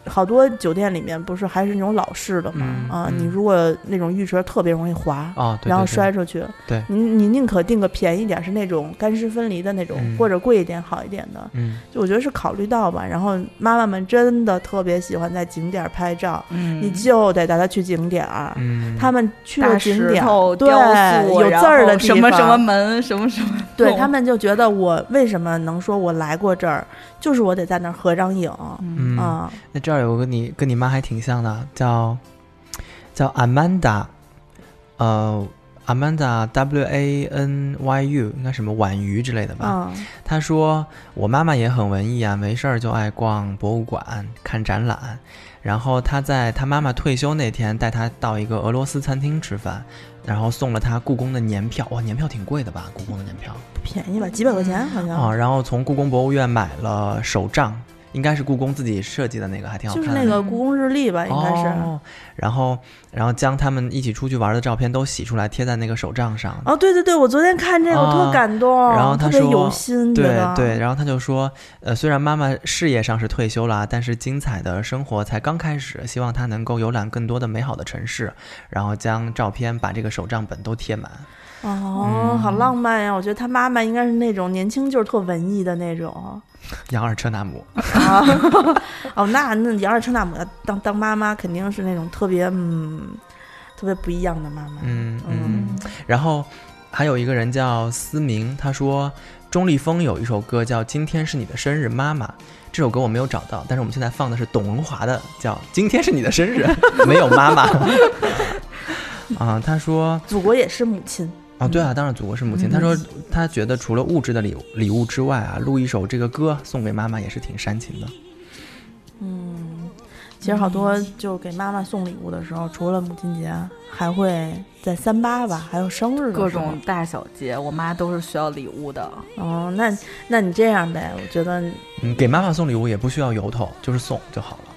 [SPEAKER 2] 好多酒店里面不是还是那种老式的嘛，
[SPEAKER 3] 嗯
[SPEAKER 2] 啊，
[SPEAKER 3] 嗯
[SPEAKER 2] 你如果那种浴池特别容易滑。
[SPEAKER 3] 哦，对
[SPEAKER 2] 然后
[SPEAKER 3] 对对
[SPEAKER 2] 摔出去，
[SPEAKER 3] 对
[SPEAKER 2] 你嗯你宁可订个便宜点，是那种干湿分离的那种，
[SPEAKER 3] 嗯
[SPEAKER 2] 或者贵一点好一点的。
[SPEAKER 3] 嗯
[SPEAKER 2] 就我觉得是考虑到吧。然后妈妈们真的特别喜欢在景点儿拍照，
[SPEAKER 1] 嗯，
[SPEAKER 2] 你就得带她去景点儿。
[SPEAKER 3] 嗯，
[SPEAKER 2] 他们去
[SPEAKER 1] 大
[SPEAKER 2] 了景
[SPEAKER 1] 石
[SPEAKER 2] 点
[SPEAKER 1] 头
[SPEAKER 2] 儿，啊对
[SPEAKER 1] 雕塑，
[SPEAKER 2] 有
[SPEAKER 1] 然
[SPEAKER 2] 字儿的
[SPEAKER 1] 后
[SPEAKER 2] 地
[SPEAKER 1] 什么
[SPEAKER 2] 方
[SPEAKER 1] 什么门，什么什么，
[SPEAKER 2] 对
[SPEAKER 1] 弄
[SPEAKER 2] 他们就觉得我为什么能说我来过这儿，就是我得在那儿合张影啊、
[SPEAKER 1] 嗯
[SPEAKER 3] 嗯那这儿有个你跟你妈还挺像的，叫叫 Amanda，呃，Amanda W A N Y U，应该什么婉瑜之类的吧？
[SPEAKER 2] 啊！
[SPEAKER 3] 她说我妈妈也很文艺啊，没事儿就爱逛博物馆、看展览。然后她在她妈妈退休那天，带她到一个俄罗斯餐厅吃饭，然后送了她故宫的年票，哇，年票挺贵的吧？故宫的年票。
[SPEAKER 2] 不便宜吧，几百块钱好像，
[SPEAKER 3] 啊，然后从故宫博物院买了手杖，应该是故宫自己设计的那个，还挺好
[SPEAKER 2] 就
[SPEAKER 3] 看
[SPEAKER 2] 是
[SPEAKER 3] 的。
[SPEAKER 2] 那个故宫日历吧，应该是。啊
[SPEAKER 3] 哦、然后，然后将他们一起出去玩的照片都洗出来贴在那个手杖上。
[SPEAKER 2] 哦，对对对，我昨天看这个，我特
[SPEAKER 3] 啊
[SPEAKER 2] 感动，
[SPEAKER 3] 然后
[SPEAKER 2] 特
[SPEAKER 3] 他
[SPEAKER 2] 别
[SPEAKER 3] 说
[SPEAKER 2] 有心，
[SPEAKER 3] 对
[SPEAKER 2] 吧？
[SPEAKER 3] 对，然后他就说，呃，虽然妈妈事业上是退休啦，但是精彩的生活才刚开始，希望她能够游览更多的美好的城市，然后将照片把这个手账本都贴满。嗯
[SPEAKER 2] 哦，好浪漫呀！我觉得他妈妈应该是那种年轻就是特文艺的那种
[SPEAKER 3] (laughs) 杨尔车纳姆，
[SPEAKER 2] 啊。哦，那那杨二车纳姆要当当妈妈，肯定是那种特别嗯，特别不一样的妈妈。
[SPEAKER 3] 嗯嗯
[SPEAKER 2] 嗯，
[SPEAKER 3] 然后还有一个人叫思明，他说钟立风有一首歌叫《今天是你的生日，妈妈》。这首歌我没有找到，但是我们现在放的是董文华的，叫《今天是你的生日》，没有妈妈。啊、他说
[SPEAKER 2] 祖国也是母亲。
[SPEAKER 3] 啊，对啊，当然祖国是母亲。他说他觉得除了物质的礼物礼物之外啊，录一首这个歌送给妈妈也是挺煽情的。
[SPEAKER 2] 嗯，其实好多
[SPEAKER 1] 嗯
[SPEAKER 2] 就是给妈妈送礼物的时候，除了母亲节，还会在三八吧，还有生日的
[SPEAKER 1] 各
[SPEAKER 2] 时候
[SPEAKER 1] 种。大小节，我妈都是需要礼物的。
[SPEAKER 2] 哦，那那你这样呗，我觉得
[SPEAKER 3] 嗯，给妈妈送礼物也不需要由头，就是送就好了。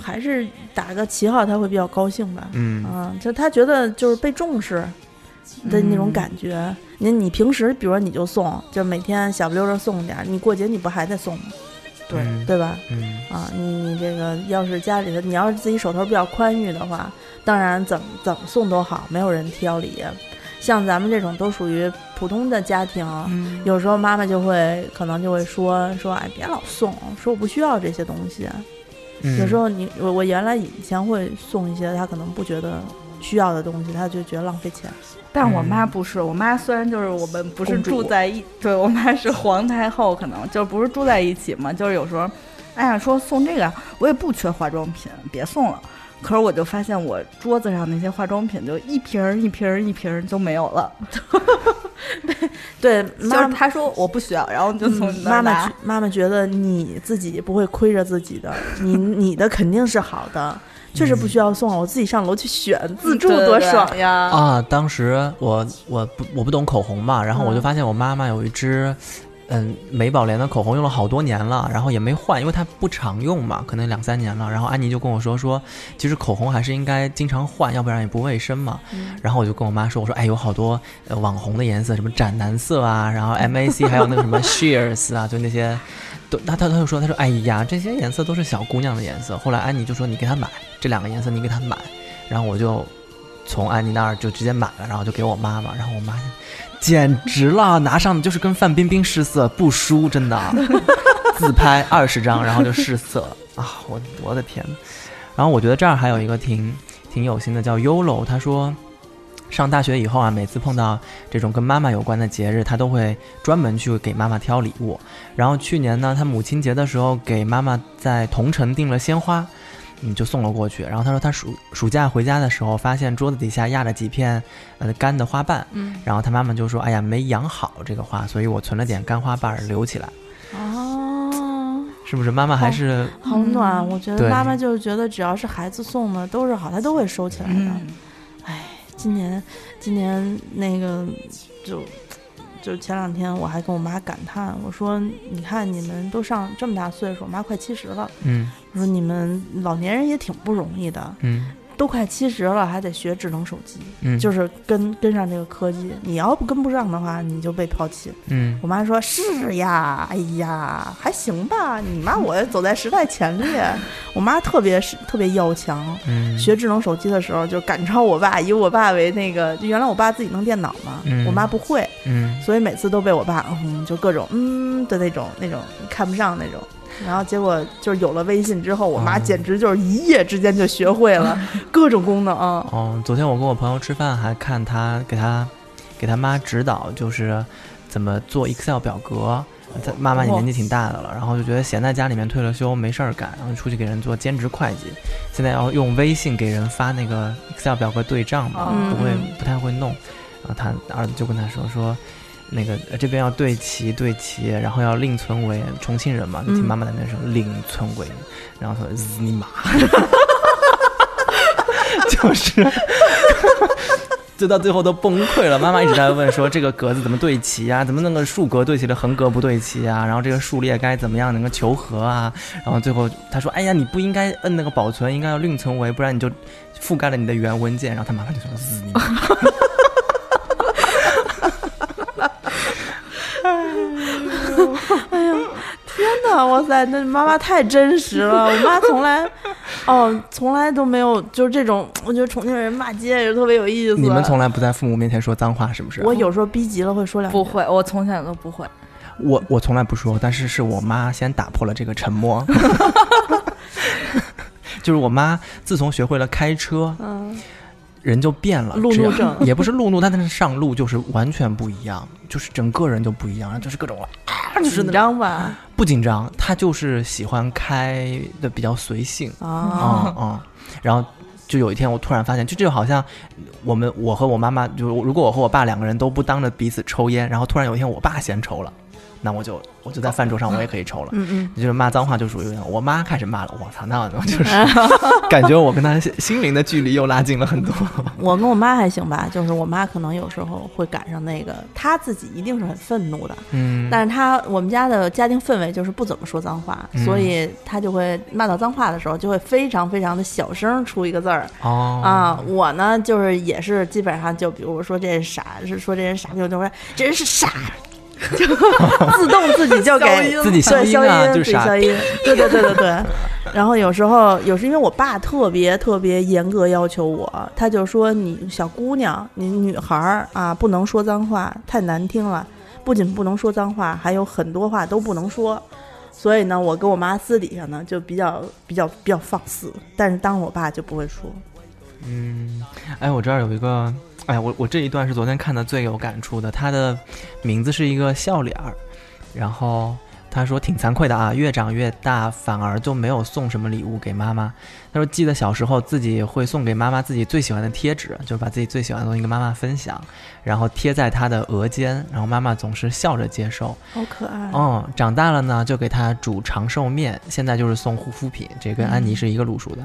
[SPEAKER 2] 还是打个旗号，她会比较高兴吧。
[SPEAKER 3] 嗯
[SPEAKER 2] 啊，就她觉得就是被重视的那种感觉。
[SPEAKER 1] 嗯
[SPEAKER 2] 你你平时比如说你就送，就每天小不溜的送点儿，你过节你不还得送吗？
[SPEAKER 3] 对嗯
[SPEAKER 2] 对吧？
[SPEAKER 3] 嗯
[SPEAKER 2] 啊，你你这个要是家里的，你要是自己手头比较宽裕的话，当然怎么怎么送都好，没有人挑理。像咱们这种都属于普通的家庭，
[SPEAKER 1] 嗯，
[SPEAKER 2] 有时候妈妈就会可能就会说说，哎，别老送，说我不需要这些东西。
[SPEAKER 3] 嗯，
[SPEAKER 2] 有时候你我我原来以前会送一些她可能不觉得需要的东西，她就觉得浪费钱。
[SPEAKER 1] 但我妈不是，我妈虽然就是我们不是
[SPEAKER 2] 嗯公主
[SPEAKER 1] 住在一，对我妈是皇太后，可能就不是住在一起嘛，就是有时候，哎呀，说送这个，我也不缺化妆品，别送了。可是我就发现我桌子上那些化妆品就一瓶儿一瓶儿一瓶儿就没有了，
[SPEAKER 2] 对，
[SPEAKER 1] 就
[SPEAKER 2] 妈妈
[SPEAKER 1] 是她说我不需要，然后就
[SPEAKER 2] (laughs)
[SPEAKER 1] 从你那
[SPEAKER 2] 嗯妈妈
[SPEAKER 1] 儿拿
[SPEAKER 2] 觉妈妈觉得你自己不会亏着自己的，你 (laughs) 你的肯定是好的，确实不需要送啊了，我自己上楼去选，自助
[SPEAKER 1] 对对
[SPEAKER 2] 多
[SPEAKER 1] 对
[SPEAKER 2] 爽哦呀！
[SPEAKER 3] 啊，当时我我不我不懂口红嘛，然后我就
[SPEAKER 2] 嗯
[SPEAKER 3] 发现我妈妈有一支。嗯，美宝莲的口红用了好多年了，然后也没换，因为它不常用嘛，可能两三年了。然后安妮就跟我说说，其实口红还是应该经常换，要不然也不卫生嘛。然后我就跟我妈说，我说哎，有好多呃网红的颜色，什么斩男色啊，然后 MAC 还有那个什么 Shears 啊，就那些，都她她她就说，她说哎呀，这些颜色都是小姑娘的颜色。后来安妮就说你给她买这两个颜色，你给她买。然后我就从安妮那儿就直接买了，然后就给我妈妈，然后我妈就简直了，拿上的就是跟范冰冰试色不输，真的，自拍二十张，然后就试色啊，我我的天！然后我觉得这儿还有一个挺挺有心的，叫 Yolo，他说。上大学以后啊，每次碰到这种跟妈妈有关的节日，他都会专门去给妈妈挑礼物。然后去年呢，他母亲节的时候给妈妈在同城订了鲜花，嗯，就送了过去。然后他说他暑暑假回家的时候，发现桌子底下压了几片呃干的花瓣，
[SPEAKER 2] 嗯，
[SPEAKER 3] 然后他妈妈就说：“哎呀，没养好这个花，所以我存了点干花瓣儿留起来。
[SPEAKER 2] 哦，”
[SPEAKER 3] 是不是？妈妈还是、
[SPEAKER 2] 好暖。我觉得
[SPEAKER 3] 对
[SPEAKER 2] 妈妈就是觉得只要是孩子送的都是好，她都会收起来的。
[SPEAKER 1] 嗯，
[SPEAKER 2] 今年，今年那个就就前两天我还跟我妈感叹，我说你看你们都上这么大岁数，我妈快七十了，
[SPEAKER 3] 嗯
[SPEAKER 2] 我说你们老年人也挺不容易的，
[SPEAKER 3] 嗯
[SPEAKER 2] 都快七十了还得学智能手机，
[SPEAKER 3] 嗯，
[SPEAKER 2] 就是跟跟上这个科技，你要不跟不上的话，你就被抛弃。
[SPEAKER 3] 嗯
[SPEAKER 2] 我妈说是呀，哎呀，还行吧，你妈我走在时代前列，
[SPEAKER 3] (laughs)
[SPEAKER 2] 我妈特别是特别要强。
[SPEAKER 3] 嗯
[SPEAKER 2] 学智能手机的时候，就赶超我爸，以我爸为那个，就原来我爸自己弄电脑嘛，
[SPEAKER 3] 嗯
[SPEAKER 2] 我妈不会，
[SPEAKER 3] 嗯
[SPEAKER 2] 所以每次都被我爸嗯，就各种嗯的那种那种看不上那种。然后结果就是有了微信之后，我妈
[SPEAKER 3] 哦
[SPEAKER 2] 简直就是一夜之间就学会
[SPEAKER 3] (laughs)
[SPEAKER 2] 了各种功能。嗯
[SPEAKER 3] 哦，昨天我跟我朋友吃饭，还看他给他给他妈指导，就是怎么做 Excel 表格。他妈妈也年纪挺大的了，然后就觉得闲在家里面退了休没事儿干，然后出去给人做兼职会计。现在要用微信给人发那个 Excel 表格对账嘛，
[SPEAKER 1] 嗯
[SPEAKER 3] 不会
[SPEAKER 2] 嗯
[SPEAKER 3] 不太会弄。然后他儿子就跟他说说，那个呃这边要对齐对齐，然后要另存为重庆人嘛，就听
[SPEAKER 2] 嗯
[SPEAKER 3] 妈妈在那边说另存为，然后说日你妈，就是。 (laughs) 就到最后都崩溃了，妈妈一直在问说这个格子怎么对齐啊？怎么那个竖格对齐了，横格不对齐啊？然后这个数列该怎么样能够求和啊？然后最后他说：“哎呀，你不应该摁那个保存，应该要另存为，不然你就覆盖了你的原文件。”然后他妈妈就说：“死你妈！”
[SPEAKER 2] 真的，哇塞，那妈妈太真实了。我妈从
[SPEAKER 1] (laughs)
[SPEAKER 2] 来，哦，从来都没有，就是这种，我觉得重庆人骂街也是特别有意思。
[SPEAKER 3] 你们从来不在父母面前说脏话，是不是？
[SPEAKER 2] 我有时候逼急了会说两句
[SPEAKER 1] 啊不，会，我从小都不会。
[SPEAKER 3] 我我从来不说，但是是我妈先打破了这个
[SPEAKER 2] (laughs)
[SPEAKER 3] 沉默。就是我妈自从学会了开车，
[SPEAKER 2] 嗯，
[SPEAKER 3] 人就变了，
[SPEAKER 2] 路
[SPEAKER 3] 这样
[SPEAKER 2] 怒症
[SPEAKER 3] 也不是路怒，但是上路就是完全不一样，就是整个人就不一样，就是各种啊，就是
[SPEAKER 2] 紧
[SPEAKER 3] 那种
[SPEAKER 2] 张吧？
[SPEAKER 3] 不紧张，她就是喜欢开的比较随性。
[SPEAKER 1] 嗯
[SPEAKER 2] 啊，
[SPEAKER 3] 啊啊！然后就有一天，我突然发现，就就好像我们我和我妈妈，就是如果我和我爸两个人都不当着彼此抽烟，然后突然有一天我爸先抽了，那我就我就在饭桌上我也可以抽了。
[SPEAKER 2] 嗯嗯，
[SPEAKER 3] 就是骂脏话，就属于我妈开始骂了，我操，那我就是感觉我跟她心心灵的距离又拉近了很多。
[SPEAKER 2] 我跟我妈还行吧，就是我妈可能有时候会赶上那个，她自己一定是很愤怒的，
[SPEAKER 3] 嗯，
[SPEAKER 2] 但是她我们家的家庭氛围就是不怎么说脏话，
[SPEAKER 3] 嗯
[SPEAKER 2] 所以她就会骂到脏话的时候，就会非常非常的小声出一个字儿，
[SPEAKER 3] 哦
[SPEAKER 2] 啊，我呢就是也是基本上就比如说这人傻，是说这人傻逼，我就说这人是傻，就自动自己就
[SPEAKER 1] 消
[SPEAKER 2] 给
[SPEAKER 3] (laughs)
[SPEAKER 1] 音
[SPEAKER 3] 自己消
[SPEAKER 2] 对
[SPEAKER 3] 音
[SPEAKER 2] 消音，
[SPEAKER 3] 啊，就
[SPEAKER 2] 自
[SPEAKER 3] 是
[SPEAKER 2] 己
[SPEAKER 3] 傻
[SPEAKER 2] 消音，对对对对对。然后有时候，有时因为我爸特别特别严格要求我，他就说你小姑娘，你女孩儿啊，不能说脏话，太难听了。不仅不能说脏话，还有很多话都不能说。所以呢，我跟我妈私底下呢就比较比较比较放肆，但是当着我爸就不会说。
[SPEAKER 3] 嗯，哎，我这儿有一个，哎，我我这一段是昨天看的最有感触的，他的名字是一个笑脸儿，然后他说挺惭愧的啊，越长越大反而就没有送什么礼物给妈妈。他说记得小时候自己会送给妈妈自己最喜欢的贴纸，就是把自己最喜欢的东西跟妈妈分享，然后贴在她的额间，然后妈妈总是笑着接受。
[SPEAKER 2] 好可爱
[SPEAKER 3] 嗯，长大了呢，就给他煮长寿面，现在就是送护肤品，这跟安妮是一个路数的。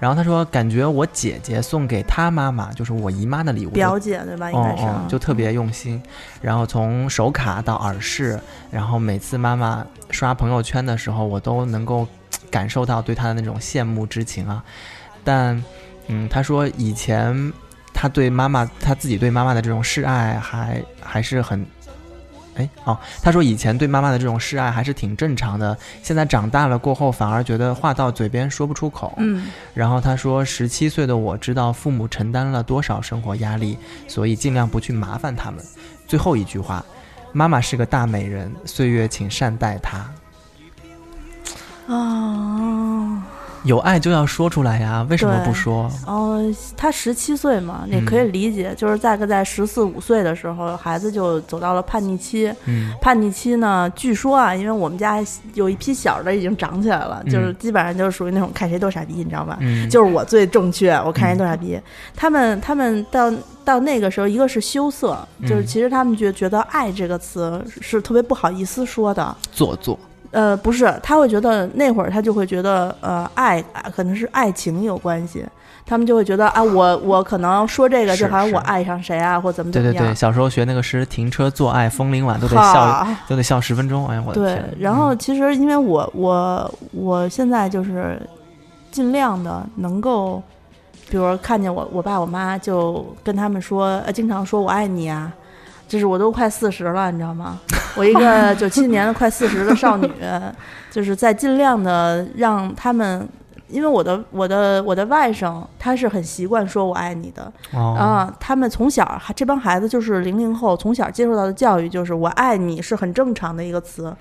[SPEAKER 3] 然后他说，感觉我姐姐送给她妈妈，就是我姨妈的礼物，
[SPEAKER 2] 表姐对吧？应该是、啊
[SPEAKER 3] 嗯嗯，就特别用心。然后从手卡到耳饰，然后每次妈妈刷朋友圈的时候，我都能够感受到对她的那种羡慕之情啊。但，嗯，她说以前她对妈妈，她自己对妈妈的这种示爱还还是很哎，哦，他说以前对妈妈的这种示爱还是挺正常的，现在长大了过后反而觉得话到嘴边说不出口。
[SPEAKER 1] 嗯，
[SPEAKER 3] 然后他说，十七岁的我知道父母承担了多少生活压力，所以尽量不去麻烦他们。最后一句话，妈妈是个大美人，岁月请善待她。
[SPEAKER 2] 啊。
[SPEAKER 3] 有爱就要说出来呀，为什么不说？
[SPEAKER 2] 哦，他十七岁嘛，也
[SPEAKER 3] 嗯
[SPEAKER 2] 可以理解，就是大概在十四五岁的时候，孩子就走到了叛逆期。
[SPEAKER 3] 嗯
[SPEAKER 2] 叛逆期呢，据说啊，因为我们家有一批小的已经长起来了，就是
[SPEAKER 3] 嗯
[SPEAKER 2] 基本上就是属于那种看谁都傻逼，你知道吧？
[SPEAKER 3] 嗯，
[SPEAKER 2] 就是我最正确，我看人多傻逼。他们他们到到那个时候，一个是羞涩，就是
[SPEAKER 3] 嗯
[SPEAKER 2] 其实他们就觉得“爱”这个词是特别不好意思说的。
[SPEAKER 3] 做作，
[SPEAKER 2] 呃，不是，他会觉得那会儿他就会觉得，呃，爱啊可能是爱情有关系，他们就会觉得啊，我我可能说这个
[SPEAKER 3] 是
[SPEAKER 2] 就好像
[SPEAKER 3] 是
[SPEAKER 2] 我爱上谁啊，或怎么
[SPEAKER 3] 对
[SPEAKER 2] 怎
[SPEAKER 3] 对
[SPEAKER 2] 么样。
[SPEAKER 3] 对，小时候学那个诗，停车坐爱枫林晚，都得笑，
[SPEAKER 2] 哈，
[SPEAKER 3] 都得笑十分钟。哎呀，我的
[SPEAKER 2] 对
[SPEAKER 3] 天！，
[SPEAKER 2] 然后其实因为我我我现在就是尽量的能够，比如看见我我爸我妈就跟他们说，呃，经常说我爱你啊，就是我都快四十了，你知道吗？我一个九七年的快四十的少女，就是在尽量的让他们。因为我的我的我的外甥他是很习惯说我爱你的
[SPEAKER 3] 嗯哦，
[SPEAKER 2] 啊、他们从小这帮孩子就是零零后，从小接受到的教育就是“我爱你”是很正常的一个词，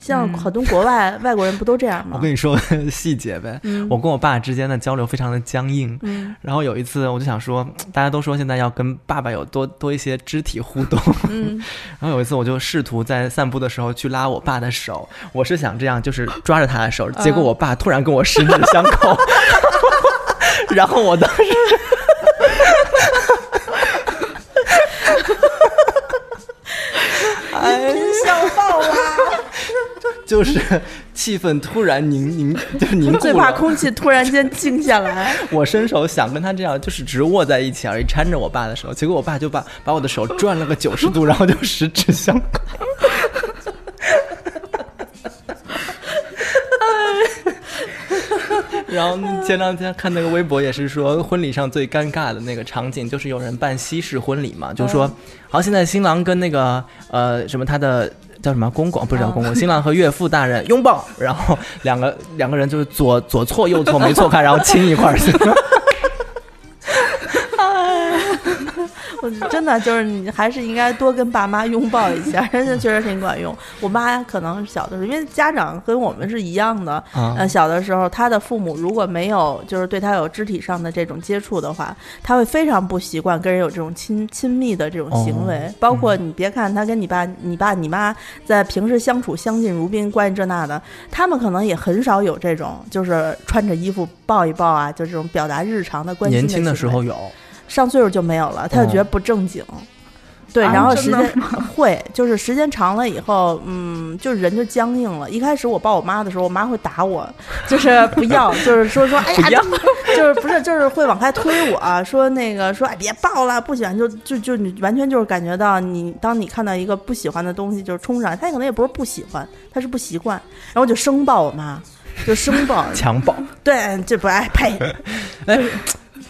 [SPEAKER 2] 像
[SPEAKER 1] 嗯
[SPEAKER 2] 很多国外、外国人不都这样
[SPEAKER 3] (laughs) 我
[SPEAKER 2] 吗？
[SPEAKER 3] 跟你说个细节呗，
[SPEAKER 2] 嗯
[SPEAKER 3] 我跟我爸之间的交流非常的僵硬。
[SPEAKER 2] 嗯
[SPEAKER 3] 然后有一次，我就想说，大家都说现在要跟爸爸有多多一些肢体互动。
[SPEAKER 2] 嗯，
[SPEAKER 3] (laughs) 然后有一次，我就试图在散步的时候去拉我爸的手，我是想这样，就是抓着他的
[SPEAKER 2] 嗯
[SPEAKER 3] 手，结果我爸突然跟我十指相扣， (laughs) 然后我当
[SPEAKER 2] (laughs)
[SPEAKER 3] 时
[SPEAKER 2] 真笑爆啊了！
[SPEAKER 3] (laughs) 就是气氛突然凝凝就凝
[SPEAKER 2] 最
[SPEAKER 3] 固
[SPEAKER 2] 怕
[SPEAKER 3] 了。
[SPEAKER 2] 空气突然间静下来。
[SPEAKER 3] 我伸手想跟他这样，就是只握在一起而已，搀着我爸的手，结果我爸就把把我的手转了个九十度，然后就十指相扣。 (laughs) 然后前两天看那个微博也是说，婚礼上最尴尬的那个场景就是有人办西式婚礼嘛，就
[SPEAKER 2] 嗯
[SPEAKER 3] 是说，好，现在新郎跟那个呃什么他的叫什么公公不
[SPEAKER 2] 嗯
[SPEAKER 3] 是叫公公，新郎和岳父大人拥抱，然后两个两个人就是左左错右错没错开，然后亲一块儿去。 (laughs)
[SPEAKER 2] 我真的就是你还是应该多跟爸妈拥抱一下，人家确实挺管用。我妈可能是小的时候，因为家长跟我们是一样的，
[SPEAKER 3] 啊
[SPEAKER 2] 呃，小的时候她的父母如果没有就是对她有肢体上的这种接触的话，她会非常不习惯跟人有这种亲亲密的这种行为。
[SPEAKER 3] 哦
[SPEAKER 2] 包括你别看她跟你爸、你爸、你妈在平时相处相敬如宾，关系这那的，他们可能也很少有这种就是穿着衣服抱一抱啊，就这种表达日常的关心
[SPEAKER 3] 年轻的
[SPEAKER 2] 的
[SPEAKER 3] 时
[SPEAKER 2] 行为
[SPEAKER 3] 候有，，
[SPEAKER 2] 上岁数就没有了，他就觉得不正经。对，
[SPEAKER 1] 啊
[SPEAKER 2] 然后
[SPEAKER 1] 真
[SPEAKER 2] 时
[SPEAKER 1] 的
[SPEAKER 2] 间、 (laughs) 会就是时间长了以后，嗯，就人就僵硬了。一开始我抱我妈的时候，我妈会打我，就是不要，就是说说哎呀，就是不是就是会往开推我，说那个说哎别抱了，不喜欢就就就你完全就是感觉到你当你看到一个不喜欢的东西就是冲上来，他可能也不是不喜欢，他是不习惯，然后我就生抱我妈，就生抱 (laughs)
[SPEAKER 3] 强暴，
[SPEAKER 2] 对，这不哎呸，
[SPEAKER 3] 哎，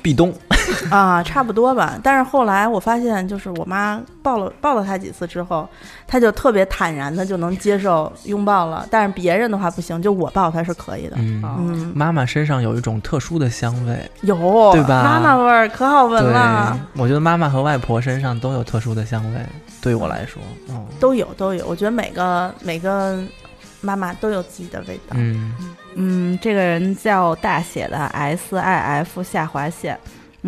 [SPEAKER 3] 壁咚， (laughs)
[SPEAKER 2] 啊，差不多吧。但是后来我发现，就是我妈抱了抱了他几次之后，他就特别坦然的就能接受拥抱了。但是别人的话不行，就我抱他是可以的。
[SPEAKER 3] 嗯
[SPEAKER 1] 哦
[SPEAKER 2] 嗯，
[SPEAKER 3] 妈妈身上有一种特殊的香味，
[SPEAKER 2] 有
[SPEAKER 3] 对吧
[SPEAKER 2] 妈妈味儿可好闻了，
[SPEAKER 3] 我觉得妈妈和外婆身上都有特殊的香味，对我来说，嗯
[SPEAKER 2] 都有都有。我觉得每个每个妈妈都有自己的味道。
[SPEAKER 3] 嗯，
[SPEAKER 1] 嗯，这个人叫大写的 S I F 下划线。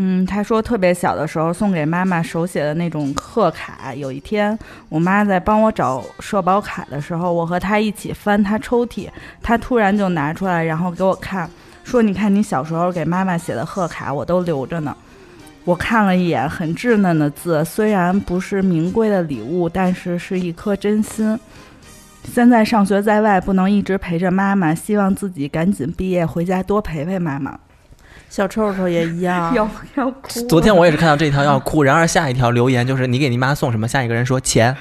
[SPEAKER 1] 嗯，他说特别小的时候送给妈妈手写的那种贺卡，有一天我妈在帮我找社保卡的时候，我和她一起翻她抽屉，她突然就拿出来，然后给我看，说：“你看你小时候给妈妈写的贺卡，我都留着呢。”我看了一眼，很稚嫩的字，虽然不是名贵的礼物，但是是一颗真心。现在上学在外，不能一直陪着妈妈，希望自己赶紧毕业回家多陪陪妈妈。，
[SPEAKER 2] 小臭臭也一样
[SPEAKER 1] (laughs) 要哭啊
[SPEAKER 3] 昨天我也是看到这一条要哭，然而下一条留言就是你给你妈送什么，下一个人说钱。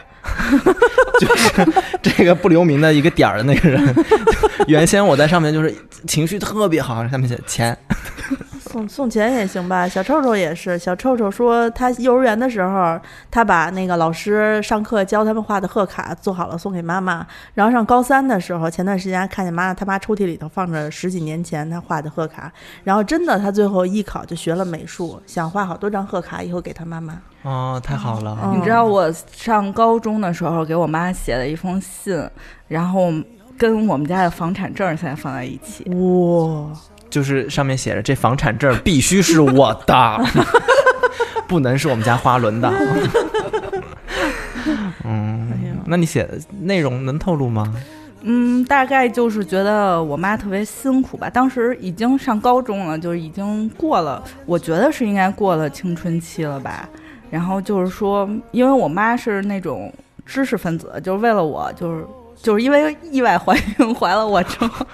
[SPEAKER 3] (laughs) 就是这个不留名的一个点儿的那 (laughs) 个人，原先我在上面就是情绪特别好，上面写钱，
[SPEAKER 2] 送送钱也行吧，小臭臭也是。小臭臭说，他幼儿园的时候，他把那个老师上课教他们画的贺卡做好了送给妈妈。然后上高三的时候，前段时间看见妈他妈抽屉里头放着十几年前他画的贺卡，然后真的他最后艺考就学了美术，想画好多张贺卡以后给他妈妈。
[SPEAKER 3] 哦，太好了，
[SPEAKER 2] 嗯
[SPEAKER 1] 你知道我上高中的时候给我妈写了一封信，然后跟我们家的房产证儿现在放在一起。
[SPEAKER 2] 哇、
[SPEAKER 3] 就是上面写着这房产证必须是我的，不能是我们家花轮的。嗯，那你写的内容能透露吗？
[SPEAKER 1] 嗯，大概就是觉得我妈特别辛苦吧。当时已经上高中了，就是已经过了，我觉得是应该过了青春期了吧。然后就是说，因为我妈是那种知识分子，就是为了我，就是就是因为意外怀孕怀了我之后，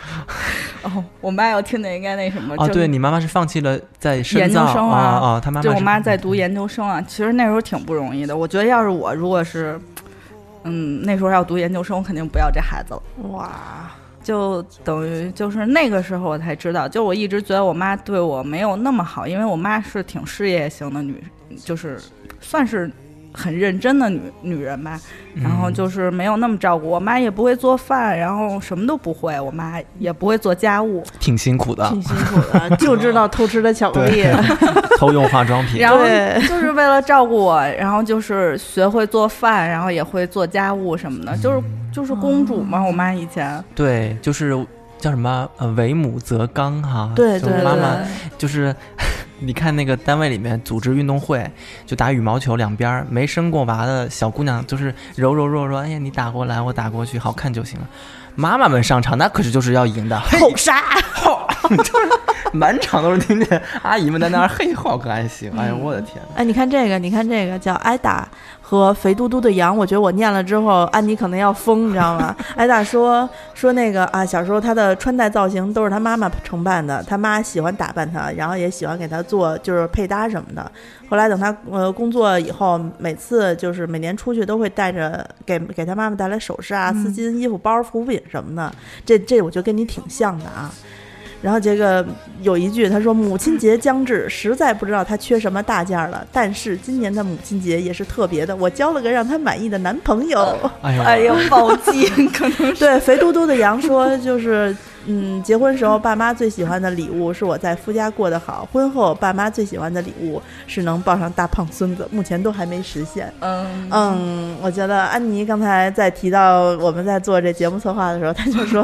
[SPEAKER 1] 哦，我妈要听见应该那什么
[SPEAKER 3] 哦，
[SPEAKER 1] 就
[SPEAKER 3] 对你妈妈是放弃了在深造
[SPEAKER 1] 研究生啊
[SPEAKER 3] 啊，哦她妈妈
[SPEAKER 1] 就我
[SPEAKER 3] 是
[SPEAKER 1] 妈在读研究生啊，其实那时候挺不容易的。我觉得要是我，如果是，嗯，那时候要读研究生，我肯定不要这孩子了。
[SPEAKER 2] 哇，
[SPEAKER 1] 就等于就是那个时候我才知道，就我一直觉得我妈对我没有那么好，因为我妈是挺事业型的女，就是算是很认真的女女人吧。然后
[SPEAKER 3] 嗯
[SPEAKER 1] 就是没有那么照顾我妈，也不会做饭，然后什么都不会，我妈也不会做家务。
[SPEAKER 3] 挺辛苦的
[SPEAKER 2] 挺，辛苦的，就知道偷吃的巧克 (laughs) 力。
[SPEAKER 3] (laughs) 偷用化妆品
[SPEAKER 1] 然。后
[SPEAKER 2] 对
[SPEAKER 1] 就是为了照顾我，然后就是学会做饭，然后也会做家务什么的，就是就是公主嘛，我妈以前。
[SPEAKER 3] 对，就是叫什么呃，为母则刚哈。
[SPEAKER 2] 对
[SPEAKER 3] 就
[SPEAKER 2] 对
[SPEAKER 3] 妈妈
[SPEAKER 2] 对
[SPEAKER 3] 就是 (laughs) 你看那个单位里面组织运动会，就打羽毛球，两边儿没生过娃的小姑娘就是柔柔弱弱，哎呀，你打过来，我打过去，好看就行了。妈妈们上场，那可是就是要赢的，
[SPEAKER 2] 后杀，
[SPEAKER 4] 满场都是听见阿姨们在那儿嘿吼，可还行？哎呀，我的天呐！
[SPEAKER 2] 哎，你看这个，你看这个叫挨打和肥嘟嘟的羊，我觉得我念了之后，安妮可能要疯，你知道吗？挨打说说那个啊，小时候她的穿戴造型都是她妈妈承办的，她妈喜欢打扮她，然后也喜欢给她做就是配搭什么的。后来等她呃工作以后，每次就是每年出去都会带着给给她妈妈带来首饰啊、丝巾、衣服、包、护肤品什么的。这这我觉得跟你挺像的啊。然后这个有一句，他说母亲节将至，实在不知道他缺什么大件儿了。但是今年的母亲节也是特别的，我交了个让他满意的男朋 (laughs) 友。
[SPEAKER 3] 哎呦，
[SPEAKER 1] 哎呀，暴击可能是。
[SPEAKER 2] 对，肥嘟嘟的羊说，就是嗯，结婚时候爸妈最喜欢的礼物是我在夫家过得好，婚后爸妈最喜欢的礼物是能抱上大胖孙子，目前都还没实现。
[SPEAKER 1] 嗯
[SPEAKER 2] 嗯，我觉得安妮刚才在提到我们在做这节目策划的时候，她就说，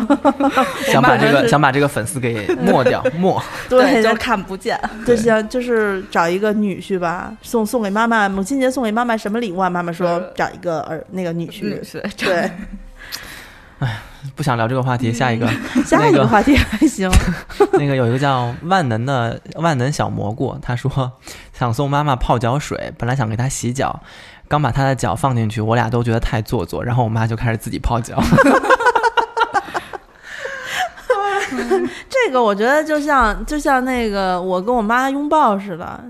[SPEAKER 2] (laughs)
[SPEAKER 3] 想把这
[SPEAKER 2] 我妈妈
[SPEAKER 3] 个
[SPEAKER 2] 是
[SPEAKER 3] 想把这个粉丝给
[SPEAKER 2] (laughs)
[SPEAKER 3] 抹掉，抹。
[SPEAKER 1] 对，
[SPEAKER 2] 对
[SPEAKER 1] 就看不见。
[SPEAKER 2] 就像就是找一个女婿吧，送送给妈妈，母亲节送给妈妈什么礼物啊？妈妈说
[SPEAKER 1] 对
[SPEAKER 2] 找一个儿那个女
[SPEAKER 1] 女
[SPEAKER 2] 婿。
[SPEAKER 1] 士，
[SPEAKER 2] (laughs) 对，
[SPEAKER 3] 不想聊这个话题，下一个
[SPEAKER 2] 下一个话题还行，
[SPEAKER 3] (laughs) 那个有一个叫万能的万能小蘑菇，他说想送妈妈泡脚水，本来想给她洗脚，刚把她的脚放进去，我俩都觉得太做作，然后我妈就开始自己泡
[SPEAKER 2] (laughs)
[SPEAKER 3] 脚。
[SPEAKER 2] 这个我觉得就像就像那个我跟我妈拥抱似的，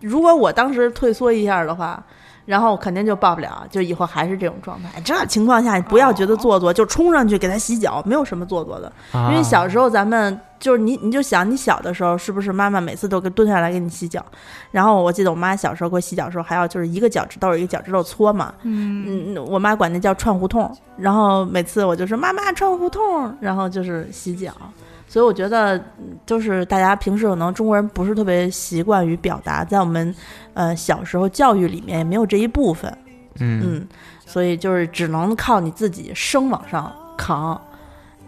[SPEAKER 2] 如果我当时退缩一下的话。然后肯定就抱不了，就以后还是这种状态。这情况下，你不要觉得做作，就冲上去给他洗脚，没有什么做作的。
[SPEAKER 3] 啊
[SPEAKER 2] 因为小时候咱们就是你，你就想你小的时候是不是妈妈每次都给蹲下来给你洗脚？然后我记得我妈小时候给我洗脚的时候，还要就是一个脚趾头一个脚趾头搓嘛。嗯，我妈管那叫串胡同。然后每次我就说妈妈串胡同，然后就是洗脚。所以我觉得，嗯就是大家平时可能中国人不是特别习惯于表达，在我们呃小时候教育里面也没有这一部分。
[SPEAKER 3] 嗯
[SPEAKER 2] 嗯，所以就是只能靠你自己生往上扛。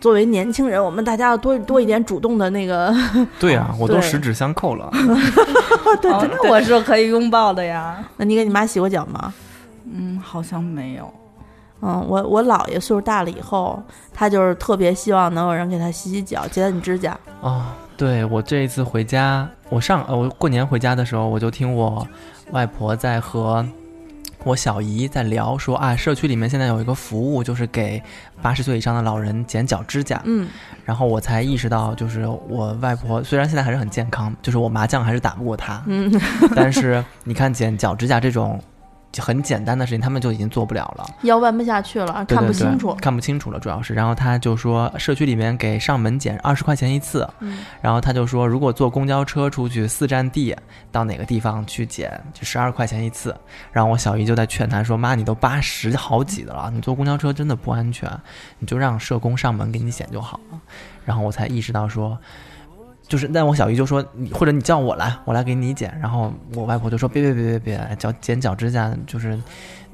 [SPEAKER 2] 作为年轻人，我们大家要多多一点主动的那
[SPEAKER 3] (laughs)
[SPEAKER 2] 个，
[SPEAKER 3] 对啊，我都
[SPEAKER 2] 对
[SPEAKER 3] 十指相扣了。
[SPEAKER 1] 哦对，那我是可以拥抱的呀。
[SPEAKER 2] (laughs) 那你给你妈洗过脚吗？
[SPEAKER 1] 嗯，好像没有。
[SPEAKER 2] 嗯，我我姥爷岁数大了以后，他就是特别希望能有人给他洗洗脚，剪剪指甲。
[SPEAKER 3] 哦，对我这一次回家，我上呃我过年回家的时候，我就听我外婆在和我小姨在聊说啊，社区里面现在有一个服务，就是给八十岁以上的老人剪脚指甲。
[SPEAKER 2] 嗯，
[SPEAKER 3] 然后我才意识到，就是我外婆虽然现在还是很健康，就是我麻将还是打不过她，
[SPEAKER 2] 嗯， (laughs)
[SPEAKER 3] 但是你看剪脚指甲这种。很简单的事情，他们就已经做不了了。
[SPEAKER 2] 腰弯不下去了，
[SPEAKER 3] 对
[SPEAKER 2] 看不
[SPEAKER 3] 对对
[SPEAKER 2] 清楚。
[SPEAKER 3] 看不清楚了，主要是。然后他就说，社区里面给上门检二十块钱一次，
[SPEAKER 2] 嗯，
[SPEAKER 3] 然后他就说，如果坐公交车出去四站地到哪个地方去检，就十二块钱一次。然后我小姨就在劝他说：“妈，你都八十好几的了，你坐公交车真的不安全，你就让社工上门给你检就好了。”然后我才意识到说。就是，但我小姨就说你，或者你叫我来，我来给你剪。然后我外婆就说别别别别别，脚剪脚指甲就是，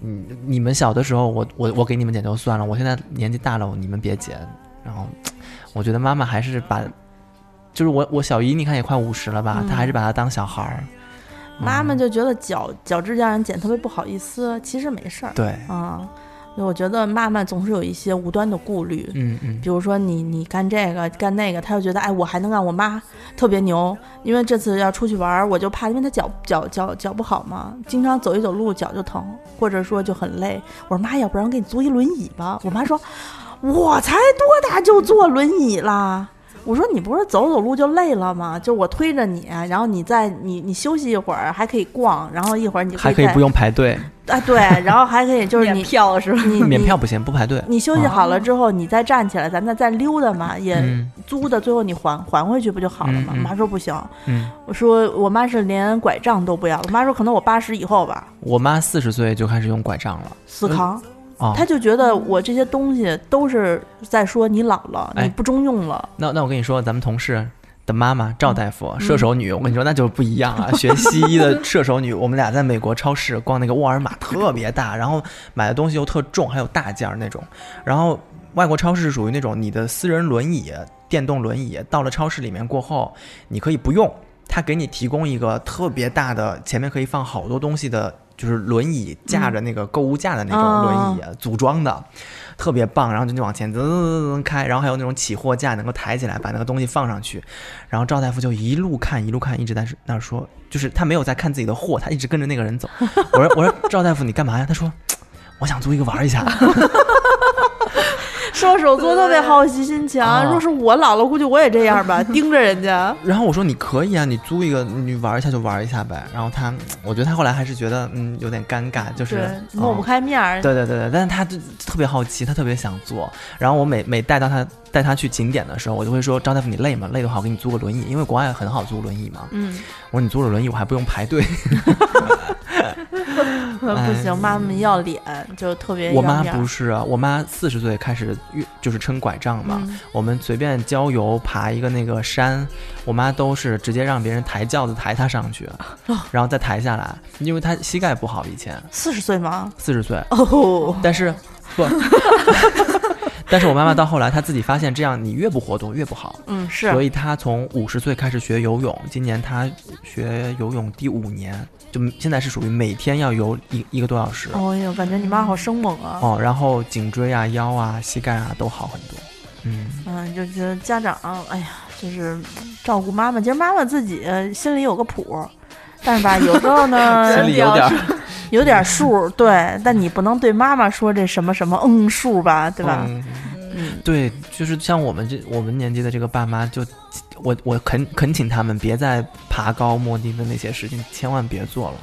[SPEAKER 3] 嗯，你们小的时候我我我给你们剪就算了，我现在年纪大了，你们别剪。然后我觉得妈妈还是把就是我我小姨，你看也快五十了吧，
[SPEAKER 2] 嗯
[SPEAKER 3] 她还是把她当小孩儿。
[SPEAKER 2] 妈妈
[SPEAKER 3] 嗯
[SPEAKER 2] 就觉得脚脚趾甲人剪特别不好意思，其实没事儿
[SPEAKER 3] 对，
[SPEAKER 2] 啊。我觉得妈妈总是有一些无端的顾虑，
[SPEAKER 3] 嗯嗯
[SPEAKER 2] 比如说你你干这个干那个，她就觉得哎，我还能让我妈特别牛，因为这次要出去玩儿，我就怕，因为她脚脚脚脚不好嘛，经常走一走路脚就疼，或者说就很累。我说妈，要不然我给你租一轮椅吧？我妈说，我才多大就坐轮椅啦。我说你不是走走路就累了吗？就我推着你，然后你再你你休息一会儿，还可以逛，然后一会儿你
[SPEAKER 3] 还可以
[SPEAKER 2] 再
[SPEAKER 3] 不用排队，
[SPEAKER 2] 啊对，然后还可以就是
[SPEAKER 1] 免
[SPEAKER 2] 你
[SPEAKER 1] 票是吧？
[SPEAKER 2] 你
[SPEAKER 3] 免
[SPEAKER 2] 你
[SPEAKER 3] 票不行，不排队。
[SPEAKER 2] 你休息好了之后，你再站起来，咱再再溜达嘛，也
[SPEAKER 3] 哦嗯
[SPEAKER 2] 租的，最后你还还回去不就好了吗？
[SPEAKER 3] 嗯嗯
[SPEAKER 2] 我妈说不行，
[SPEAKER 3] 嗯，
[SPEAKER 2] 我说我妈是连拐杖都不要，我妈说可能我八十以后吧，
[SPEAKER 3] 我妈四十岁就开始用拐杖了。
[SPEAKER 2] 死扛，
[SPEAKER 3] 哦，
[SPEAKER 2] 她就觉得我这些东西都是在说你老了，
[SPEAKER 3] 哎
[SPEAKER 2] 你不中用
[SPEAKER 3] (laughs)
[SPEAKER 2] 了，
[SPEAKER 3] 那那我跟你说，咱们同事的妈妈赵大夫，射手女，我跟你说那就不一
[SPEAKER 2] (laughs)
[SPEAKER 3] 样了。学西医的射手女，我们俩在美国超市逛那个沃尔玛，特别大，然后买的东西又特重，还有大件儿那种。然后外国超市是属于那种你的私人轮椅、电动轮椅到了超市里面过后，你可以不用，他给你提供一个特别大的，前面可以放好多东西的。就是轮椅架着那个购物架的那种轮椅，组装的，特别棒。然后就你往前噔噔噔噔开，然后还有那种起货架能够抬起来，把那个东西放上去。然后赵大夫就一路看一路看，一直在那儿说，就是他没有在看自己的货，他一直跟着那个人走。我说我说赵大夫你干嘛呀？他说我想租一个
[SPEAKER 2] (laughs)
[SPEAKER 3] 玩一下。
[SPEAKER 2] 射手座特别好奇心强，
[SPEAKER 3] 啊
[SPEAKER 2] 若是我老了，估计我也这样
[SPEAKER 3] 哦
[SPEAKER 2] 吧，盯着人家。
[SPEAKER 3] 然后我说你可以啊，你租一个你玩一下就玩一下呗。然后他，我觉得他后来还是觉得嗯有点尴尬， (laughs) 就是
[SPEAKER 2] 对，抹不
[SPEAKER 3] 嗯
[SPEAKER 2] 开面儿，
[SPEAKER 3] 对对对对，但是他就特别好奇，他特别想做。然后我每每带到他带他去景点的时候，我就会说张大夫你累吗？累的话我给你租个轮椅，因为国外很好租轮椅嘛。
[SPEAKER 2] 嗯，
[SPEAKER 3] 我说你租了轮椅我还不用排队。
[SPEAKER 2] 不行，妈妈要脸，就特别
[SPEAKER 3] 哎我
[SPEAKER 2] 要
[SPEAKER 3] 妈
[SPEAKER 2] 面儿
[SPEAKER 3] 不是啊，我妈四十岁开始越就是撑拐杖嘛，
[SPEAKER 2] 嗯
[SPEAKER 3] 我们随便郊游爬一个那个山，我妈都是直接让别人抬轿子抬她上去，
[SPEAKER 2] 哦
[SPEAKER 3] 然后再抬下来，因为她膝盖不好，以前
[SPEAKER 2] 四十岁吗？
[SPEAKER 3] 四十岁，
[SPEAKER 2] 哦，
[SPEAKER 3] 但是
[SPEAKER 2] (laughs)
[SPEAKER 3] 不，但是我妈妈到后来她自己发现，这样你越不活动越不好。
[SPEAKER 2] 嗯，是
[SPEAKER 3] 所以她从五十岁开始学游泳，今年她学游泳第五年，就现在是属于每天要游一一个多小时。
[SPEAKER 2] 哦呦，感觉你妈好生猛啊！
[SPEAKER 3] 哦，然后颈椎啊、腰啊、膝盖啊都好很多。嗯，
[SPEAKER 2] 嗯，就觉得家长，哎呀，就是照顾妈妈。其实妈妈自己呃心里有个谱，但是吧，有时候呢，
[SPEAKER 3] (laughs) 心里有点儿，
[SPEAKER 2] 有点数，对。但你不能对妈妈说这什么什么嗯数吧，对吧？
[SPEAKER 3] 嗯
[SPEAKER 2] 嗯，
[SPEAKER 3] 对，就是像我们这我们年纪的这个爸妈就，我我恳恳请他们别再爬高摸低的那些事情，千万别做了。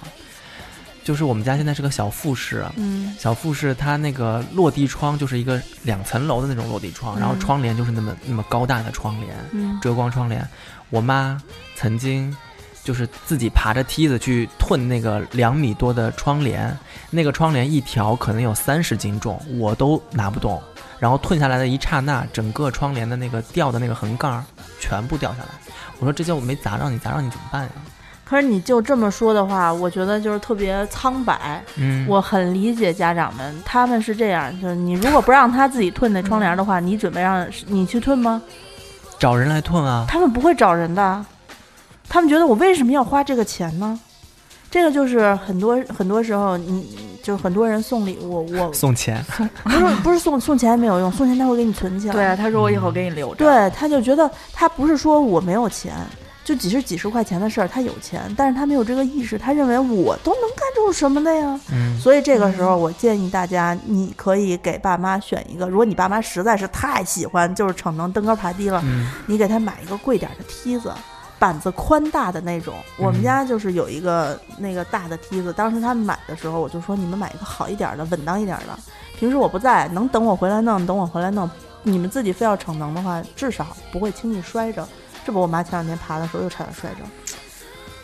[SPEAKER 3] 就是我们家现在是个小复式，啊
[SPEAKER 2] 嗯
[SPEAKER 3] 小复式它那个落地窗就是一个两层楼的那种落地窗，然后
[SPEAKER 2] 嗯
[SPEAKER 3] 窗帘就是那么那么高大的窗帘，
[SPEAKER 2] 嗯，
[SPEAKER 3] 遮光窗帘。我妈曾经就是自己爬着梯子去吞那个两米多的窗帘，那个窗帘一条可能有三十斤重，我都拿不动。然后吞下来的一刹那，整个窗帘的那个掉的那个横杠儿全部掉下来。我说这叫我没砸着你，砸着你怎么办呀？
[SPEAKER 2] 可是你就这么说的话，我觉得就是特别苍白。
[SPEAKER 3] 嗯
[SPEAKER 2] 我很理解家长们，他们是这样，就是你如果不让他自己吞那窗帘的话，你准备让你去吞吗？
[SPEAKER 3] 找人来吞啊。
[SPEAKER 2] 他们不会找人的，他们觉得我为什么要花这个钱呢？这个就是很多很多时候，你就是很多人送礼物，
[SPEAKER 1] (laughs)
[SPEAKER 2] 我
[SPEAKER 3] 送钱，
[SPEAKER 2] 不是不是送送钱没有用，送钱他会给你存起来。
[SPEAKER 1] (laughs) 对啊，他说我以后给你留着。
[SPEAKER 2] 对，他就觉得他不是说我没有钱，就几十几十块钱的事儿，他有钱，但是他没有这个意识，他认为我都能干出什么的呀。
[SPEAKER 3] 嗯，
[SPEAKER 2] 所以这个时候，我建议大家，你可以给爸妈选一个，如果你爸妈实在是太喜欢，就是逞能登高爬低了，
[SPEAKER 3] 嗯
[SPEAKER 2] 你给他买一个贵点儿的梯子，板子宽大的那种。我们家就是有一个那个大的梯子，当时他们买的时候，我就说你们买一个好一点的、稳当一点的。平时我不在，能等我回来弄，等我回来弄。你们自己非要逞能的话，至少不会轻易摔着。这不，我妈前两天爬的时候又差点摔着。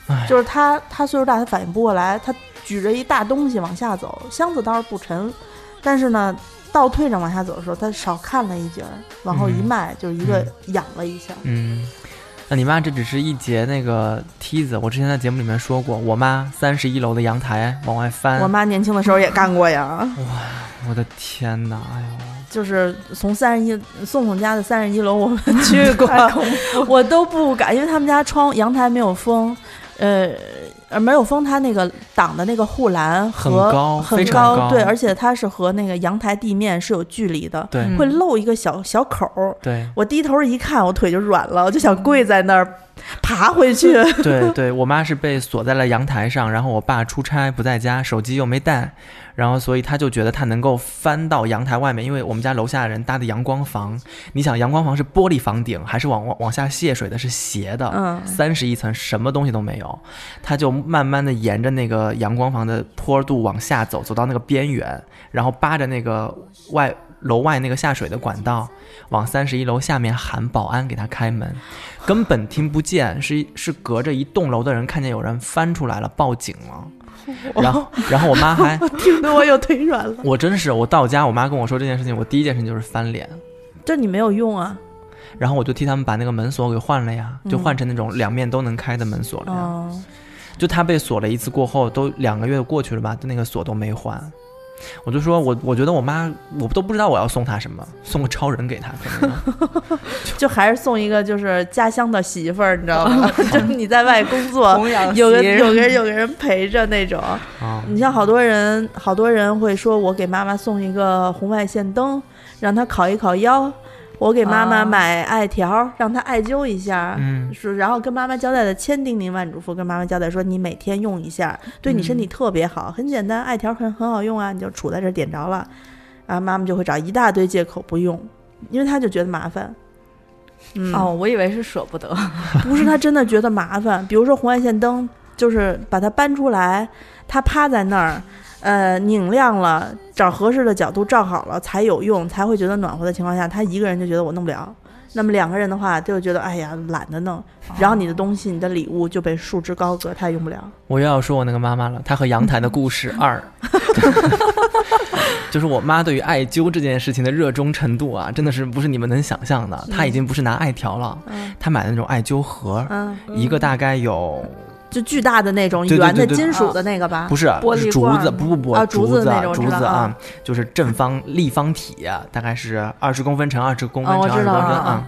[SPEAKER 3] 哎
[SPEAKER 2] 就是她，她岁数大，她反应不过来，她举着一大东西往下走，箱子倒是不沉，但是呢，倒退着往下走的时候，她少看了一截儿，往后一
[SPEAKER 3] 嗯
[SPEAKER 2] 迈，就是一个仰了一下。
[SPEAKER 3] 嗯，那你妈这只是一节那个梯子，我之前在节目里面说过，我妈三十一楼的阳台往外翻，
[SPEAKER 2] 我妈年轻的时候也干过呀，
[SPEAKER 3] 我的天哪，哎呦，
[SPEAKER 2] 就是从三十一宋宋家的三十一楼我们
[SPEAKER 1] 啊
[SPEAKER 2] 去过，我都不敢，因为他们家窗阳台没有风，呃。呃，没有风，它那个挡的那个护栏
[SPEAKER 3] 很
[SPEAKER 2] 和
[SPEAKER 3] 高
[SPEAKER 2] 很
[SPEAKER 3] 非常高
[SPEAKER 2] 对，而且它是和那个阳台地面是有距离的，
[SPEAKER 3] 对、
[SPEAKER 1] 嗯
[SPEAKER 2] 会漏一个小小口儿。
[SPEAKER 3] 对
[SPEAKER 2] 我低头一看，我腿就软了，我就想跪在那儿爬回去。
[SPEAKER 3] 对对，我妈是被锁在了阳台上，然后我爸出差不在家，手机又没带，然后所以他就觉得他能够翻到阳台外面，因为我们家楼下的人搭的阳光房，你想阳光房是玻璃房顶，还是往往往下泄水的，是斜的，
[SPEAKER 2] 嗯，
[SPEAKER 3] 三十一层什么东西都没有，他就慢慢的沿着那个阳光房的坡度往下走，走到那个边缘，然后扒着那个外楼外那个下水的管道，往三十一楼下面喊保安给他开门，根本听不见，是是隔着一栋楼的人看见有人翻出来了，报警了。
[SPEAKER 2] 哦
[SPEAKER 3] 然后，然后我妈还，
[SPEAKER 2] 听得我有腿软了。
[SPEAKER 3] 我真是，我到家，我妈跟我说这件事情，我第一件事情就是翻脸，
[SPEAKER 2] 这你没有用啊。
[SPEAKER 3] 然后我就替他们把那个门锁给换了呀，就
[SPEAKER 2] 嗯
[SPEAKER 3] 换成那种两面都能开的门锁了呀。
[SPEAKER 2] 哦，
[SPEAKER 3] 就他被锁了一次过后，都两个月过去了吧，那个锁都没还。我就说我我觉得我妈我都不知道我要送她什么，送个超人给她可能。
[SPEAKER 2] 就还是送一个就是家乡的媳妇儿，你知道吗？ (laughs) 就是你在外工
[SPEAKER 1] (laughs)
[SPEAKER 2] 作，
[SPEAKER 1] 弘扬
[SPEAKER 2] 有个
[SPEAKER 1] 昔日
[SPEAKER 2] 有个有个人陪着那种。
[SPEAKER 3] 啊、
[SPEAKER 2] (laughs) 你像好多人，好多人会说，我给妈妈送一个红外线灯，让她烤一烤腰；我给妈妈
[SPEAKER 1] 啊
[SPEAKER 2] 买艾条，让她艾灸一下。
[SPEAKER 3] 嗯，
[SPEAKER 2] 是，然后跟妈妈交代的千叮咛万嘱咐，跟妈妈交代说你每天用一下，对你身体特别好，很简单，艾条很很好用啊，你就杵在这儿点着了，啊，妈妈就会找一大堆借口不用，因为她就觉得麻烦。嗯，
[SPEAKER 1] 哦，，我以为是舍不得，
[SPEAKER 2] 不是她真的觉得麻烦，比如说红外线灯，就是把它搬出来，她趴在那儿。呃，拧亮了，找合适的角度照好了才有用，才会觉得暖和的情况下，她一个人就觉得我弄不了。那么两个人的话，就觉得哎呀懒得弄，然后你的东西、你的礼物就被束之高阁，他也用不了。
[SPEAKER 3] 我又要说我那个妈妈了，她和阳台的
[SPEAKER 2] (laughs)
[SPEAKER 3] 故事二， (laughs) 就是我妈对于艾灸这件事情的热衷程度啊，真的是不是你们能想象的。她已经不是拿艾条了，
[SPEAKER 2] 嗯
[SPEAKER 3] 她买的那种艾灸盒，
[SPEAKER 2] 嗯，
[SPEAKER 3] 一个大概有
[SPEAKER 2] 就巨大的那种
[SPEAKER 3] 对对
[SPEAKER 2] 圆的
[SPEAKER 3] 对对啊
[SPEAKER 2] 金属的那个吧
[SPEAKER 3] 不，是
[SPEAKER 1] 玻
[SPEAKER 3] 是
[SPEAKER 1] 璃
[SPEAKER 3] 竹
[SPEAKER 1] 罐
[SPEAKER 3] 子，
[SPEAKER 1] 儿
[SPEAKER 3] 不不不，
[SPEAKER 2] 啊
[SPEAKER 3] 竹
[SPEAKER 2] 竹子
[SPEAKER 3] 子
[SPEAKER 2] 那种我
[SPEAKER 3] 竹
[SPEAKER 2] 知道
[SPEAKER 3] 子
[SPEAKER 2] 啊，
[SPEAKER 3] 就是
[SPEAKER 2] (laughs)
[SPEAKER 3] 正方立方体，啊大概是二十公分乘二十公分
[SPEAKER 2] 啊我
[SPEAKER 3] 乘
[SPEAKER 2] 知
[SPEAKER 3] 二十
[SPEAKER 2] 道
[SPEAKER 3] 公分
[SPEAKER 2] 啊
[SPEAKER 3] 啊。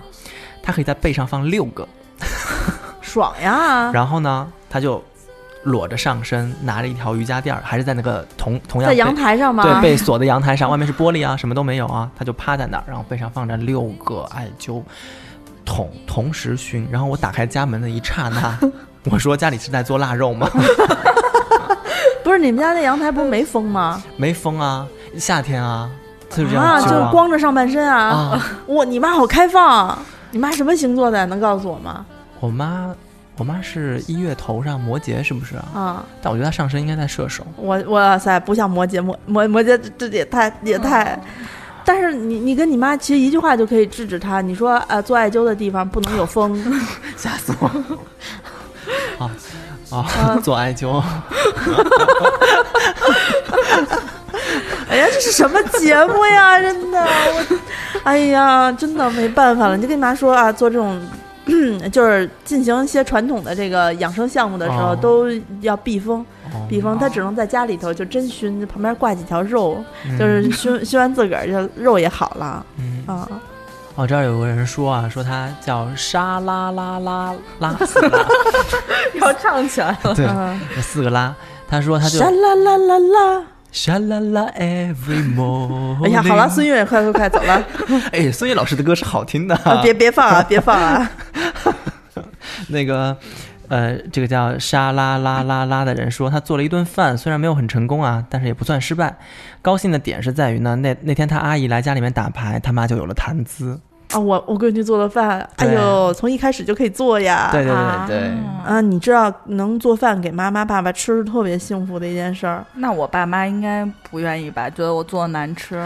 [SPEAKER 3] 它可以在背上放六个，
[SPEAKER 2] 爽呀！
[SPEAKER 3] 然后呢，它就裸着上身，拿着一条瑜伽垫儿，还是在那个同同样
[SPEAKER 2] 在阳
[SPEAKER 3] 被
[SPEAKER 2] 台上嘛，
[SPEAKER 3] 对被锁的阳台上，外面是玻璃啊，什么都没有啊，他就趴在那儿，然后背上放着六个艾灸桶，同时熏。然后我打开家门的一刹
[SPEAKER 2] (laughs)
[SPEAKER 3] 那，我说家里是在做腊肉吗？ (laughs)
[SPEAKER 2] 不是你们家那阳台不是没风吗？
[SPEAKER 3] 没风啊，夏天啊，就是这样
[SPEAKER 2] 啊，
[SPEAKER 3] 灸
[SPEAKER 2] 就是光着上半身啊！
[SPEAKER 3] 啊，
[SPEAKER 2] 哇，你妈好开放！啊你妈什么星座的？能告诉我吗？
[SPEAKER 3] 我妈，我妈是一月头上摩羯是不是啊？
[SPEAKER 2] 啊，
[SPEAKER 3] 但我觉得她上身应该在射手。
[SPEAKER 2] 我哇塞，不像摩羯，摩摩摩羯这这也太也太。但是你你跟你妈其实一句话就可以制止她，你说呃做艾灸的地方不能有风，
[SPEAKER 4] 吓死我！
[SPEAKER 3] 啊，
[SPEAKER 2] 嗯
[SPEAKER 3] (laughs) 做
[SPEAKER 2] (laughs)
[SPEAKER 3] 艾灸，
[SPEAKER 2] 哎呀，这是什么节目呀？ (laughs) 真的，我，哎呀，真的没办法了。你就跟你妈说啊，做这种。 (clears throat) 就是进行一些传统的这个养生项目的时候，
[SPEAKER 3] 哦
[SPEAKER 2] 都要避风。
[SPEAKER 3] 哦
[SPEAKER 2] 避风，她只能在家里头就真熏，旁边挂几条肉，就是熏熏完自个儿，就肉也好了
[SPEAKER 3] 嗯，嗯
[SPEAKER 2] 啊。
[SPEAKER 3] 哦，这儿有个人说啊，说他叫沙拉拉拉拉四
[SPEAKER 2] (laughs)
[SPEAKER 3] 个拉，
[SPEAKER 1] (laughs) 要唱起来了。
[SPEAKER 3] 对，
[SPEAKER 2] 嗯，
[SPEAKER 3] 四个拉。他说他就哦
[SPEAKER 2] 沙啦啦啦啦！
[SPEAKER 3] 沙拉拉 every morning。
[SPEAKER 2] 哎呀，好了，孙悦，快快快，走
[SPEAKER 3] (laughs)
[SPEAKER 2] 了，
[SPEAKER 3] 哎，孙悦老师的歌是好听的，
[SPEAKER 2] 啊别别放啊，别放啊！
[SPEAKER 3] (laughs) 那个。呃，这个叫沙拉拉拉拉的人说，他做了一顿饭，虽然没有很成功啊，但是也不算失败。高兴的点是在于呢，那那天他阿姨来家里面打牌，他妈就有了谈资。
[SPEAKER 2] 啊，我我闺女做的饭，哎
[SPEAKER 3] 对
[SPEAKER 2] 呦，从一开始就可以做呀。
[SPEAKER 3] 对对对
[SPEAKER 1] 啊
[SPEAKER 3] 对，
[SPEAKER 2] 啊，你知道能做饭给妈妈爸爸吃是特别幸福的一件事儿。
[SPEAKER 1] 那我爸妈应该不愿意吧？觉得我做的难 (laughs) 吃，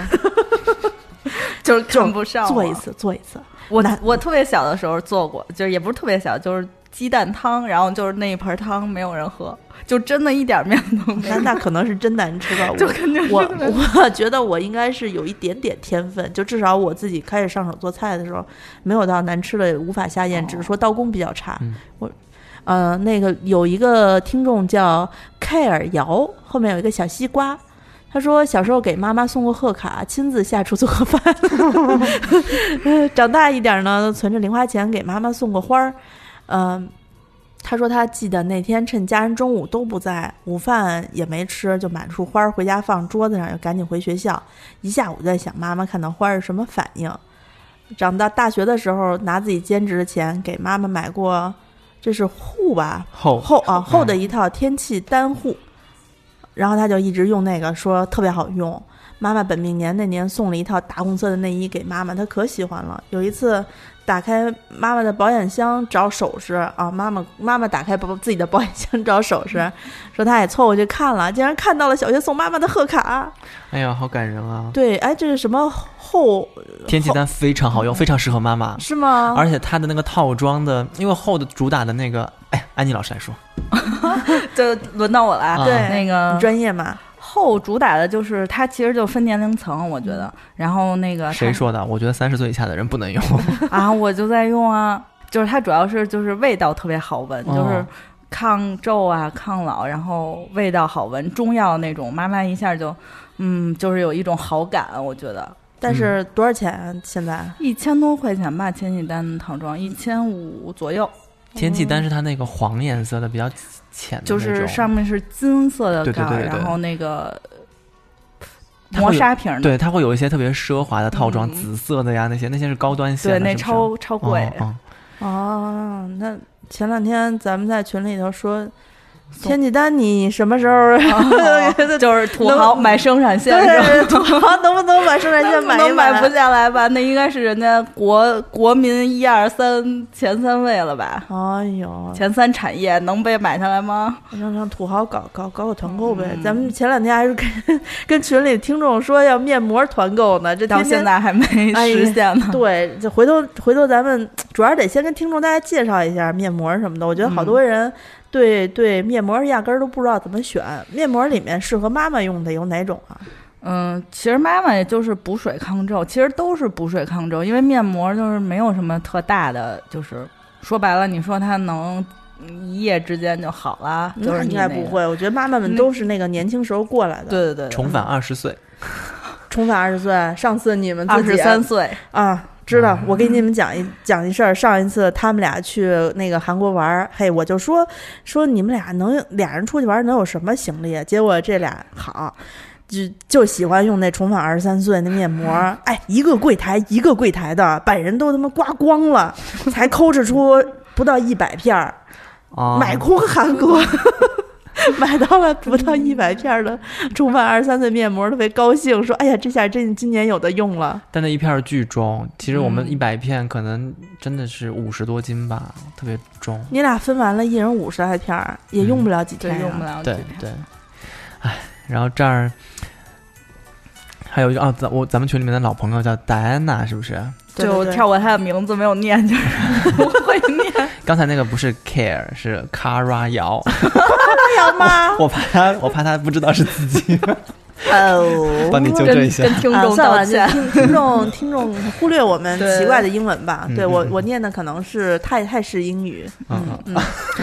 [SPEAKER 1] 就是
[SPEAKER 2] 就
[SPEAKER 1] 看不上我
[SPEAKER 2] 做一。次，做一次。
[SPEAKER 1] 啊我
[SPEAKER 2] 难
[SPEAKER 1] 我特别小的时候做过，就是也不是特别小，就是鸡蛋汤，然后就是那一盆汤没有人喝，就真的一点面都没有。
[SPEAKER 2] 那那可能是真难吃
[SPEAKER 1] (laughs)
[SPEAKER 2] 吧。
[SPEAKER 1] 就肯定是
[SPEAKER 2] 我
[SPEAKER 1] 特别
[SPEAKER 2] 我我觉得我应该是有一点点天分，就至少我自己开始上手做菜的时候，没有到难吃的无法下咽，
[SPEAKER 1] 哦
[SPEAKER 2] 只是说刀工比较差。
[SPEAKER 3] 嗯
[SPEAKER 2] 我。呃，那个有一个听众叫凯尔瑶，后面有一个小西瓜，他说小时候给妈妈送过贺卡，亲自下厨做过饭。 (laughs) 长大一点呢，存着零花钱给妈妈送过花儿。嗯、他说他记得那天趁家人中午都不在，午饭也没吃，就买束花儿回家放桌子上，又赶紧回学校。一下午在想妈妈看到花儿是什么反应。长到大学的时候，拿自己兼职的钱给妈妈买过，这是护吧
[SPEAKER 3] 后
[SPEAKER 2] 厚啊厚的一套天气单护，然后他就一直用那个说特别好用。妈妈本命年那年送了一套大红色的内衣给妈妈，她可喜欢了。有一次打开妈妈的保险箱找首饰啊，妈妈妈妈打开保自己的保险箱找首饰，说她也凑过去看了，竟然看到了小学送妈妈的贺卡。
[SPEAKER 3] 哎呀，好感人啊！
[SPEAKER 2] 对，哎，这是什么厚
[SPEAKER 3] 天气丹非常好用，非常适合妈妈，
[SPEAKER 2] 是吗？
[SPEAKER 3] 而且它的那个套装的，因为厚的主打的那个，哎，安妮老师来说，
[SPEAKER 1] (laughs) 就轮到我了啊。
[SPEAKER 3] 啊
[SPEAKER 2] 对
[SPEAKER 1] 那个
[SPEAKER 2] 你专业嘛，
[SPEAKER 1] 后主打的就是它，其实就分年龄层，我觉得。然后那个它
[SPEAKER 3] 嗯谁说的？我觉得三十岁以下的人不能用。
[SPEAKER 1] (laughs) 啊？我就在用啊，就是它主要是就是味道特别好闻，就是
[SPEAKER 3] 哦
[SPEAKER 1] 抗皱啊、抗老，然后味道好闻，中药那种，妈妈一下就嗯，就是有一种好感，我觉得。
[SPEAKER 2] 但是多少钱啊现在？
[SPEAKER 1] 一千多块钱吧，千禧丹的套装一千五左右，
[SPEAKER 3] 天气丹是它那个黄颜色的，比较浅的那种，
[SPEAKER 1] 就是上面是金色的
[SPEAKER 3] 对
[SPEAKER 1] 盖
[SPEAKER 3] 对
[SPEAKER 1] 儿，
[SPEAKER 3] 对对对
[SPEAKER 1] 然后那个
[SPEAKER 3] 它会有
[SPEAKER 1] 磨砂瓶儿的，
[SPEAKER 3] 对，它会有一些特别奢华的套装，
[SPEAKER 1] 嗯
[SPEAKER 3] 紫色的呀，那些那些是高端线啊
[SPEAKER 1] 对
[SPEAKER 3] 的，
[SPEAKER 1] 那
[SPEAKER 3] 是不是
[SPEAKER 1] 超超贵。
[SPEAKER 3] 哦哦
[SPEAKER 2] 哦，那前两天咱们在群里头说，天气丹你什么时候 (laughs)
[SPEAKER 1] 哦就是土豪
[SPEAKER 2] 能
[SPEAKER 1] 买生产线是吧？
[SPEAKER 2] 对土
[SPEAKER 1] (laughs)
[SPEAKER 2] 豪啊能不能把生产线
[SPEAKER 1] 能
[SPEAKER 2] 买
[SPEAKER 1] 能
[SPEAKER 2] 一
[SPEAKER 1] 买不下来吧？那应该是人家国国民一二三前三位了吧？
[SPEAKER 2] 哎呦，
[SPEAKER 1] 前三产业能被买下来吗？
[SPEAKER 2] 让让土豪搞搞搞搞团购呗！
[SPEAKER 1] 嗯
[SPEAKER 2] 咱们前两天还是跟 (laughs) 跟群里听众说要面膜团购呢，这
[SPEAKER 1] 到
[SPEAKER 2] 天天
[SPEAKER 1] 现在还没
[SPEAKER 2] 哎
[SPEAKER 1] 实现呢。
[SPEAKER 2] 对，就回头回头咱们主要是得先跟听众大家介绍一下面膜什么的。我觉得好
[SPEAKER 1] 嗯
[SPEAKER 2] 多人对、对面膜压根儿都不知道怎么选，面膜里面适合妈妈用的有哪种啊？
[SPEAKER 1] 嗯，其实妈妈也就是补水抗皱，其实都是补水抗皱，因为面膜就是没有什么特大的，就是说白了，你说它能一夜之间就好了，就是
[SPEAKER 2] 那
[SPEAKER 1] 你
[SPEAKER 2] 应该
[SPEAKER 1] 那
[SPEAKER 2] 不
[SPEAKER 1] 个。
[SPEAKER 2] 会，我觉得妈妈们
[SPEAKER 1] 那
[SPEAKER 2] 都是那个年轻时候过来的，
[SPEAKER 1] 对对对，
[SPEAKER 3] 重返二十岁，
[SPEAKER 2] 重返二十岁。上次你们
[SPEAKER 1] 二
[SPEAKER 2] 自己
[SPEAKER 1] 十三岁，
[SPEAKER 2] 啊，知道，我给你们讲一讲一事儿。上一次他们俩去那个韩国玩儿，嘿，我就说说你们俩能俩人出去玩儿能有什么行李啊？结果这俩好。就就喜欢用那重返二十三岁那面膜，
[SPEAKER 1] (laughs)
[SPEAKER 2] 哎，一个柜台一个柜台的，把人都他妈刮光
[SPEAKER 1] (laughs)
[SPEAKER 2] 了，才抠着出不到一百片儿，
[SPEAKER 3] 哦
[SPEAKER 2] 买空韩国， (laughs) 买到了不到一百片儿的重返二十三岁面膜，特别高兴，说：“哎呀，这下真今年有的用了。
[SPEAKER 3] 但那一片儿巨重，其实我们
[SPEAKER 1] 嗯
[SPEAKER 3] 一百片可能真的是五十多斤吧，特别重”。
[SPEAKER 2] 你俩分完了，一人五十来片儿，也用不了几
[SPEAKER 1] 对
[SPEAKER 2] 天、，
[SPEAKER 1] 用不。了几
[SPEAKER 3] 对
[SPEAKER 1] 天。
[SPEAKER 3] 对，哎，然后这儿还有一个啊，咱我咱们群里面的老朋友叫戴安娜，是不是？
[SPEAKER 2] 对
[SPEAKER 1] 就
[SPEAKER 2] 对
[SPEAKER 1] 跳过他的名字没有念，就是 (laughs) 不会念。
[SPEAKER 3] 刚才那个不是 care，是 Kara
[SPEAKER 1] (laughs)
[SPEAKER 3] 瑶，
[SPEAKER 2] 对呀 (laughs) 妈！
[SPEAKER 3] 我怕他，我怕他不知道是自己，
[SPEAKER 2] 哦
[SPEAKER 3] 帮你纠正
[SPEAKER 1] 跟
[SPEAKER 3] 一下。
[SPEAKER 1] 跟听
[SPEAKER 2] 啊，
[SPEAKER 1] 众
[SPEAKER 2] 算
[SPEAKER 1] 道
[SPEAKER 2] 了，就
[SPEAKER 1] 歉。
[SPEAKER 2] 听听众听众忽略我们
[SPEAKER 1] 对
[SPEAKER 2] 奇怪的英文吧。
[SPEAKER 3] 嗯
[SPEAKER 2] 对
[SPEAKER 3] 嗯
[SPEAKER 2] 我
[SPEAKER 3] 嗯
[SPEAKER 2] 我念的可能是太泰式英语，
[SPEAKER 3] 嗯，嗯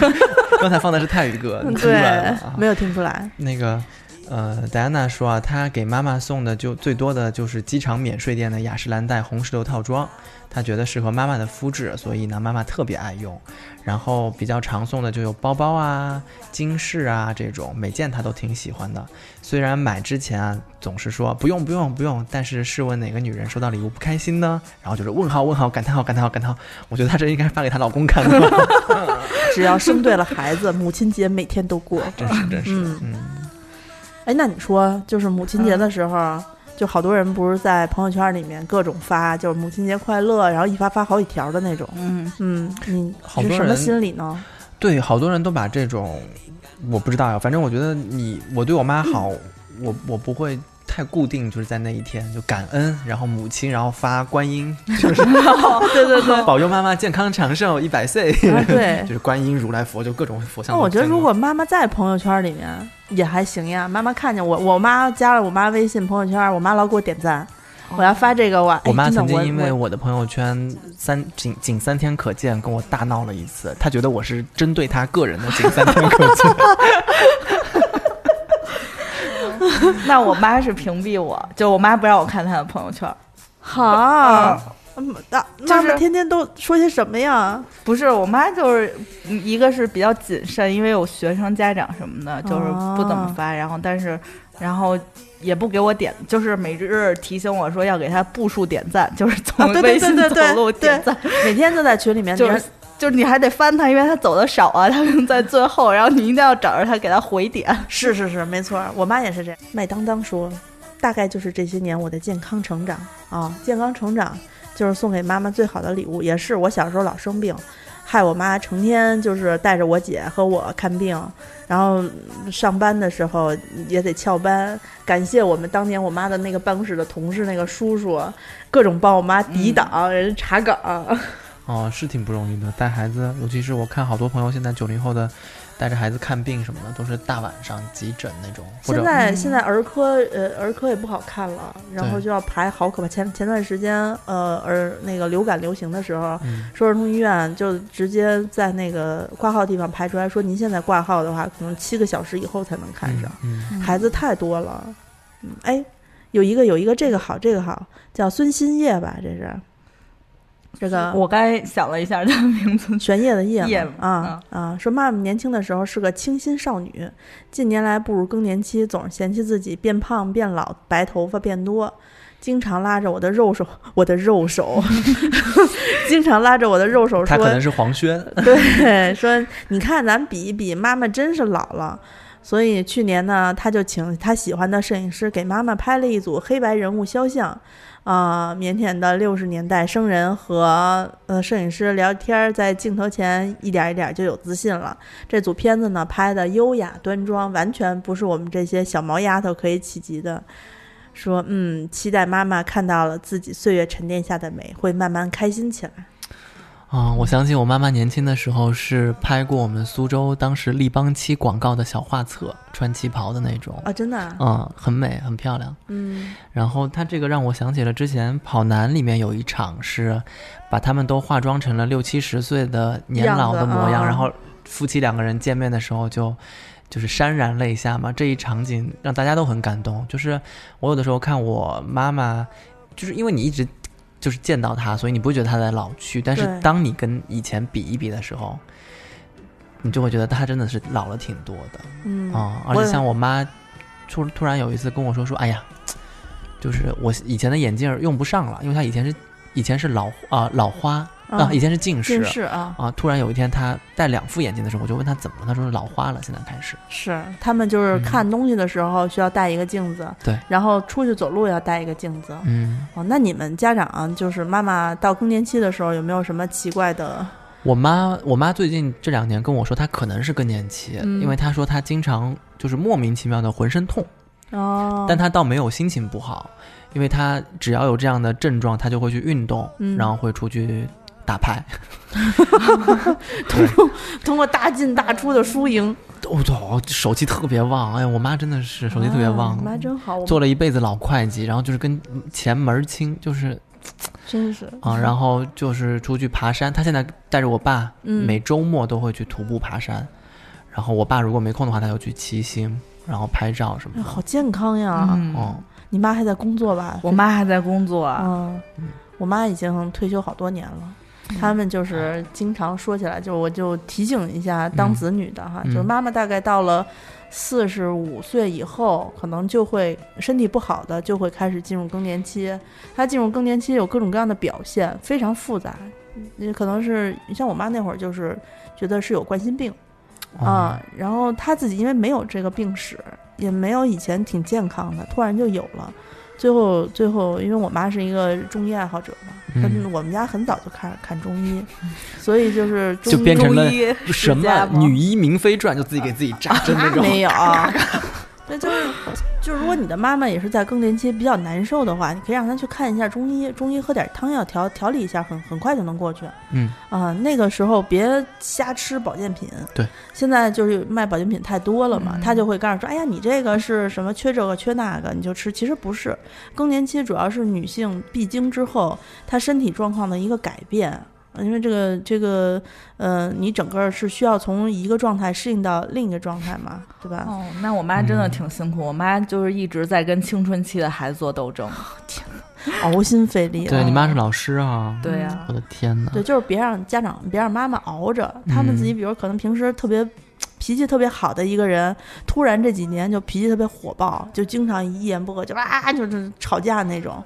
[SPEAKER 3] (laughs) 刚才放的是泰语歌，你听出来了
[SPEAKER 2] 对
[SPEAKER 3] 啊，
[SPEAKER 2] 没有听出来。
[SPEAKER 3] 那个，呃，戴安娜说啊，她给妈妈送的就最多的就是机场免税店的雅诗兰黛红石榴套装，她觉得适合妈妈的肤质，所以呢，妈妈特别爱用。然后比较常送的就有包包啊、金饰啊这种，每件她都挺喜欢的。虽然买之前啊总是说不用不用不用，但是试问哪个女人收到礼物不开心呢？然后就是问号问号感叹号感叹号感叹号，我觉得她这应该发给她老公看的，
[SPEAKER 2] 只要生对了孩子，母亲节每天都过。
[SPEAKER 3] 真是真是，
[SPEAKER 2] 嗯
[SPEAKER 3] 嗯
[SPEAKER 2] 哎，那你说，就是母亲节的时候，就好多人不是在朋友圈里面各种发，就是母亲节快乐，然后一发发好几条的那种。
[SPEAKER 1] 嗯，
[SPEAKER 2] 嗯，你
[SPEAKER 3] 好
[SPEAKER 2] 是
[SPEAKER 3] 多
[SPEAKER 2] 什么
[SPEAKER 3] 人
[SPEAKER 2] 心理
[SPEAKER 3] (laughs)
[SPEAKER 2] 呢？
[SPEAKER 4] 对，好多人都把这种，我不知道呀，反正我觉得你，我对我妈
[SPEAKER 2] 嗯
[SPEAKER 4] 好，我我不会太固定，就是在那一天就感恩，然后母亲，然后发观音，就是
[SPEAKER 2] (laughs) 哦对对
[SPEAKER 4] (laughs)
[SPEAKER 2] 对，
[SPEAKER 4] 保佑妈妈健康长寿一百岁，
[SPEAKER 2] 啊对
[SPEAKER 4] (laughs) 就。是观音、如来佛，就各种佛像
[SPEAKER 2] 那
[SPEAKER 4] 都见过。
[SPEAKER 2] 我觉得，如果妈妈在朋友圈里面也还行呀。妈妈看见我，我妈加了我妈微信朋友圈，我妈老给我点赞。我要发这个，我
[SPEAKER 3] 哦我妈
[SPEAKER 2] 哎真的
[SPEAKER 3] 曾经
[SPEAKER 2] 我
[SPEAKER 3] 因为
[SPEAKER 2] 我
[SPEAKER 3] 我的朋友圈三仅仅三天可见跟我大闹了一次，她觉得我是针对她个人的仅三天可见。
[SPEAKER 1] (laughs) 那我妈是屏蔽我，就我妈不让我看她的朋友圈。
[SPEAKER 2] 好，嗯，那
[SPEAKER 1] 啊是
[SPEAKER 2] 妈妈天天都说些什么呀？
[SPEAKER 1] 不是，我妈就是嗯一个是比较谨慎，因为有学生家长什么
[SPEAKER 2] 哦
[SPEAKER 1] 的，就是不怎么发。然后，但是，然后也不给我点，就是每日提醒我说要给她步数点赞，就是从
[SPEAKER 2] 啊对对
[SPEAKER 1] 微
[SPEAKER 2] (laughs)
[SPEAKER 1] 信
[SPEAKER 2] 对对对
[SPEAKER 1] 走路点赞，
[SPEAKER 2] 每天都在群里面，
[SPEAKER 1] 就是就是你还得翻她，因为她走的少啊，她可能在最后，然后你一定要找着她给她回点。
[SPEAKER 2] 是是是，没错，我妈也是这样。麦当当说，大概就是这些年我的健康成长啊，健康成长就是送给妈妈最好的礼物，也是我小时候老生病，害我妈成天就是带着我姐和我看病，然后嗯上班的时候也得翘班。感谢我们当年我妈的那个办公室的同事那个叔叔，各种帮我妈抵挡、人家查岗。
[SPEAKER 4] 哦，是挺不容易的，带孩子，尤其是我看好多朋友现在九零后的，带着孩子看病什么的，都是大晚上急诊那种，或
[SPEAKER 2] 现
[SPEAKER 4] 者
[SPEAKER 2] 在
[SPEAKER 1] 嗯
[SPEAKER 2] 现在儿科呃儿科也不好看了，然后
[SPEAKER 4] 对
[SPEAKER 2] 就要排好可怕。前前段时间呃儿那个流感流行的时候，
[SPEAKER 4] 嗯，
[SPEAKER 2] 说儿童医院就直接在那个挂号地方排出来说，您现在挂号的话，可能七个小时以后才能看上。
[SPEAKER 4] 嗯，
[SPEAKER 2] 孩子太多了，嗯，哎，有一个有一个这个好这个好，叫孙新叶吧，这是这个
[SPEAKER 1] 我刚才想了一下她的
[SPEAKER 2] (laughs)
[SPEAKER 1] 名字，
[SPEAKER 2] 玄烨的烨
[SPEAKER 1] 烨
[SPEAKER 2] 嘛啊啊，说妈妈年轻的时候是个清新少女，近年来步入更年期，总是嫌弃自己变胖、变老、白头发变多，经常拉着我的肉手，我的肉手， (laughs) 经常拉着我的肉手
[SPEAKER 3] 她可
[SPEAKER 2] 说
[SPEAKER 3] 能是黄轩，
[SPEAKER 2] 对，说你看咱比一比，妈妈真是老了。所以去年呢，他就请他喜欢的摄影师给妈妈拍了一组黑白人物肖像，啊、腼腆的六十年代生人和呃摄影师聊天儿，在镜头前一点儿一点儿就有自信了。这组片子呢，拍的优雅端庄，完全不是我们这些小毛丫头可以企及的。说嗯，期待妈妈看到了自己岁月沉淀下的美，会慢慢开心起来。
[SPEAKER 3] 啊、我想起我妈妈年轻的时候是拍过我们苏州当时立邦漆广告的小画册，穿旗袍的那种
[SPEAKER 2] 啊、，真的、啊，
[SPEAKER 3] 嗯，很美，很漂亮。
[SPEAKER 2] 嗯，
[SPEAKER 3] 然后她这个让我想起了之前《跑男》里面有一场是把他们都化妆成了六七十岁的年老的模样，
[SPEAKER 2] 样子嗯
[SPEAKER 3] 然后夫妻两个人见面的时候就。就是潸然泪下嘛，这一场景让大家都很感动。就是我有的时候看我妈妈，就是因为你一直就是见到她，所以你不会觉得她在老去。但是
[SPEAKER 2] 对
[SPEAKER 3] 当你跟以前比一比的时候，你就会觉得她真的是老了挺多的。
[SPEAKER 2] 嗯
[SPEAKER 3] 啊、而
[SPEAKER 2] 我
[SPEAKER 3] 且像我妈突突然有一次跟我说说，哎呀，就是我以前的眼镜儿用不上了，因为她以前是以前是老啊、老花啊、以前是近视
[SPEAKER 2] 嗯近视啊，
[SPEAKER 3] 啊、突然有一天她戴两副眼镜的时候，我就问她怎么了，她说老花了，现在开始。
[SPEAKER 2] 是他们就是
[SPEAKER 3] 嗯
[SPEAKER 2] 看东西的时候需要带一个镜子，
[SPEAKER 3] 对，
[SPEAKER 2] 然后出去走路也要带一个镜子。
[SPEAKER 3] 嗯，
[SPEAKER 2] 哦，那你们家长啊就是妈妈到更年期的时候有没有什么奇怪
[SPEAKER 3] (laughs)
[SPEAKER 2] 的？
[SPEAKER 3] 我妈我妈最近这两年跟我说，她可能是更年期，
[SPEAKER 2] 嗯
[SPEAKER 3] 因为她说她经常就是莫名其妙的浑身痛，
[SPEAKER 2] 哦，
[SPEAKER 3] 但她倒没有心情不好，因为她只要有这样的症状，她就会去运动，
[SPEAKER 2] 嗯
[SPEAKER 3] 然后会出去打牌。
[SPEAKER 2] 通过通过大进大出的输赢，
[SPEAKER 3] 我操，手气特别旺！哎呀，我妈真的是手气特别旺
[SPEAKER 2] 啊，妈真好，我
[SPEAKER 3] 做了一辈子老会计，然后就是跟钱门儿清，就是
[SPEAKER 2] 真是
[SPEAKER 3] 啊，然后就是出去爬山。她现在带着我爸，
[SPEAKER 2] 嗯
[SPEAKER 3] 每周末都会去徒步爬山。然后我爸如果没空的话，他就去骑行，然后拍照什么
[SPEAKER 2] 哎
[SPEAKER 3] 的。
[SPEAKER 2] 好健康呀！
[SPEAKER 1] 嗯，
[SPEAKER 3] 哦，
[SPEAKER 2] 你妈还在工作吧？
[SPEAKER 1] 我妈还在工作，
[SPEAKER 2] 嗯，我妈已经退休好多年了。他们就是经常说起来，就我就提醒一下当子女的哈，
[SPEAKER 3] 嗯
[SPEAKER 2] 就是妈妈大概到了四十五岁以后，可能就会身体不好的就会开始进入更年期。她进入更年期有各种各样的表现，非常复杂。也可能是像我妈那会儿，就是觉得是有冠心病
[SPEAKER 3] 哦
[SPEAKER 2] 啊、然后她自己因为没有这个病史，也没有以前挺健康的，突然就有了。最后最后，因为我妈是一个中医爱好者嘛，
[SPEAKER 3] 嗯
[SPEAKER 2] 她们我们家很早就开始看中医，所以就是中
[SPEAKER 3] 就变成了
[SPEAKER 1] 中医
[SPEAKER 3] 什
[SPEAKER 1] 世家
[SPEAKER 3] 么
[SPEAKER 1] 吗
[SPEAKER 3] 女医明妃传，就自己给自己扎针那
[SPEAKER 2] 那
[SPEAKER 3] 种。
[SPEAKER 2] 没有啊。 (laughs) 那就是，就是如果你的妈妈也是在更年期比较难受的话，你可以让她去看一下中医，中医喝点汤药调调理一下，很很快就能过去。
[SPEAKER 3] 嗯
[SPEAKER 2] 啊、那个时候别瞎吃保健品。
[SPEAKER 3] 对，
[SPEAKER 2] 现在就是卖保健品太多了嘛，
[SPEAKER 1] 嗯
[SPEAKER 2] 他就会告诉说，哎呀，你这个是什么缺这个缺那个，你就吃。其实不是，更年期主要是女性闭经之后她身体状况的一个改变。因为这个这个，呃，你整个是需要从一个状态适应到另一个状态嘛，对吧？
[SPEAKER 1] 哦，那我妈真的
[SPEAKER 3] 嗯
[SPEAKER 1] 挺辛苦，我妈就是一直在跟青春期的孩子做斗争。
[SPEAKER 2] 熬心费力。
[SPEAKER 3] 对你妈是老师啊，
[SPEAKER 1] 对呀、
[SPEAKER 3] 我的天哪！
[SPEAKER 2] 对，就是别让家长，别让妈妈熬着，他们自
[SPEAKER 3] 嗯
[SPEAKER 2] 己，比如可能平时特别。脾气特别好的一个人，突然这几年就脾气特别火爆，就经常一言不合就啊，就是吵架那种。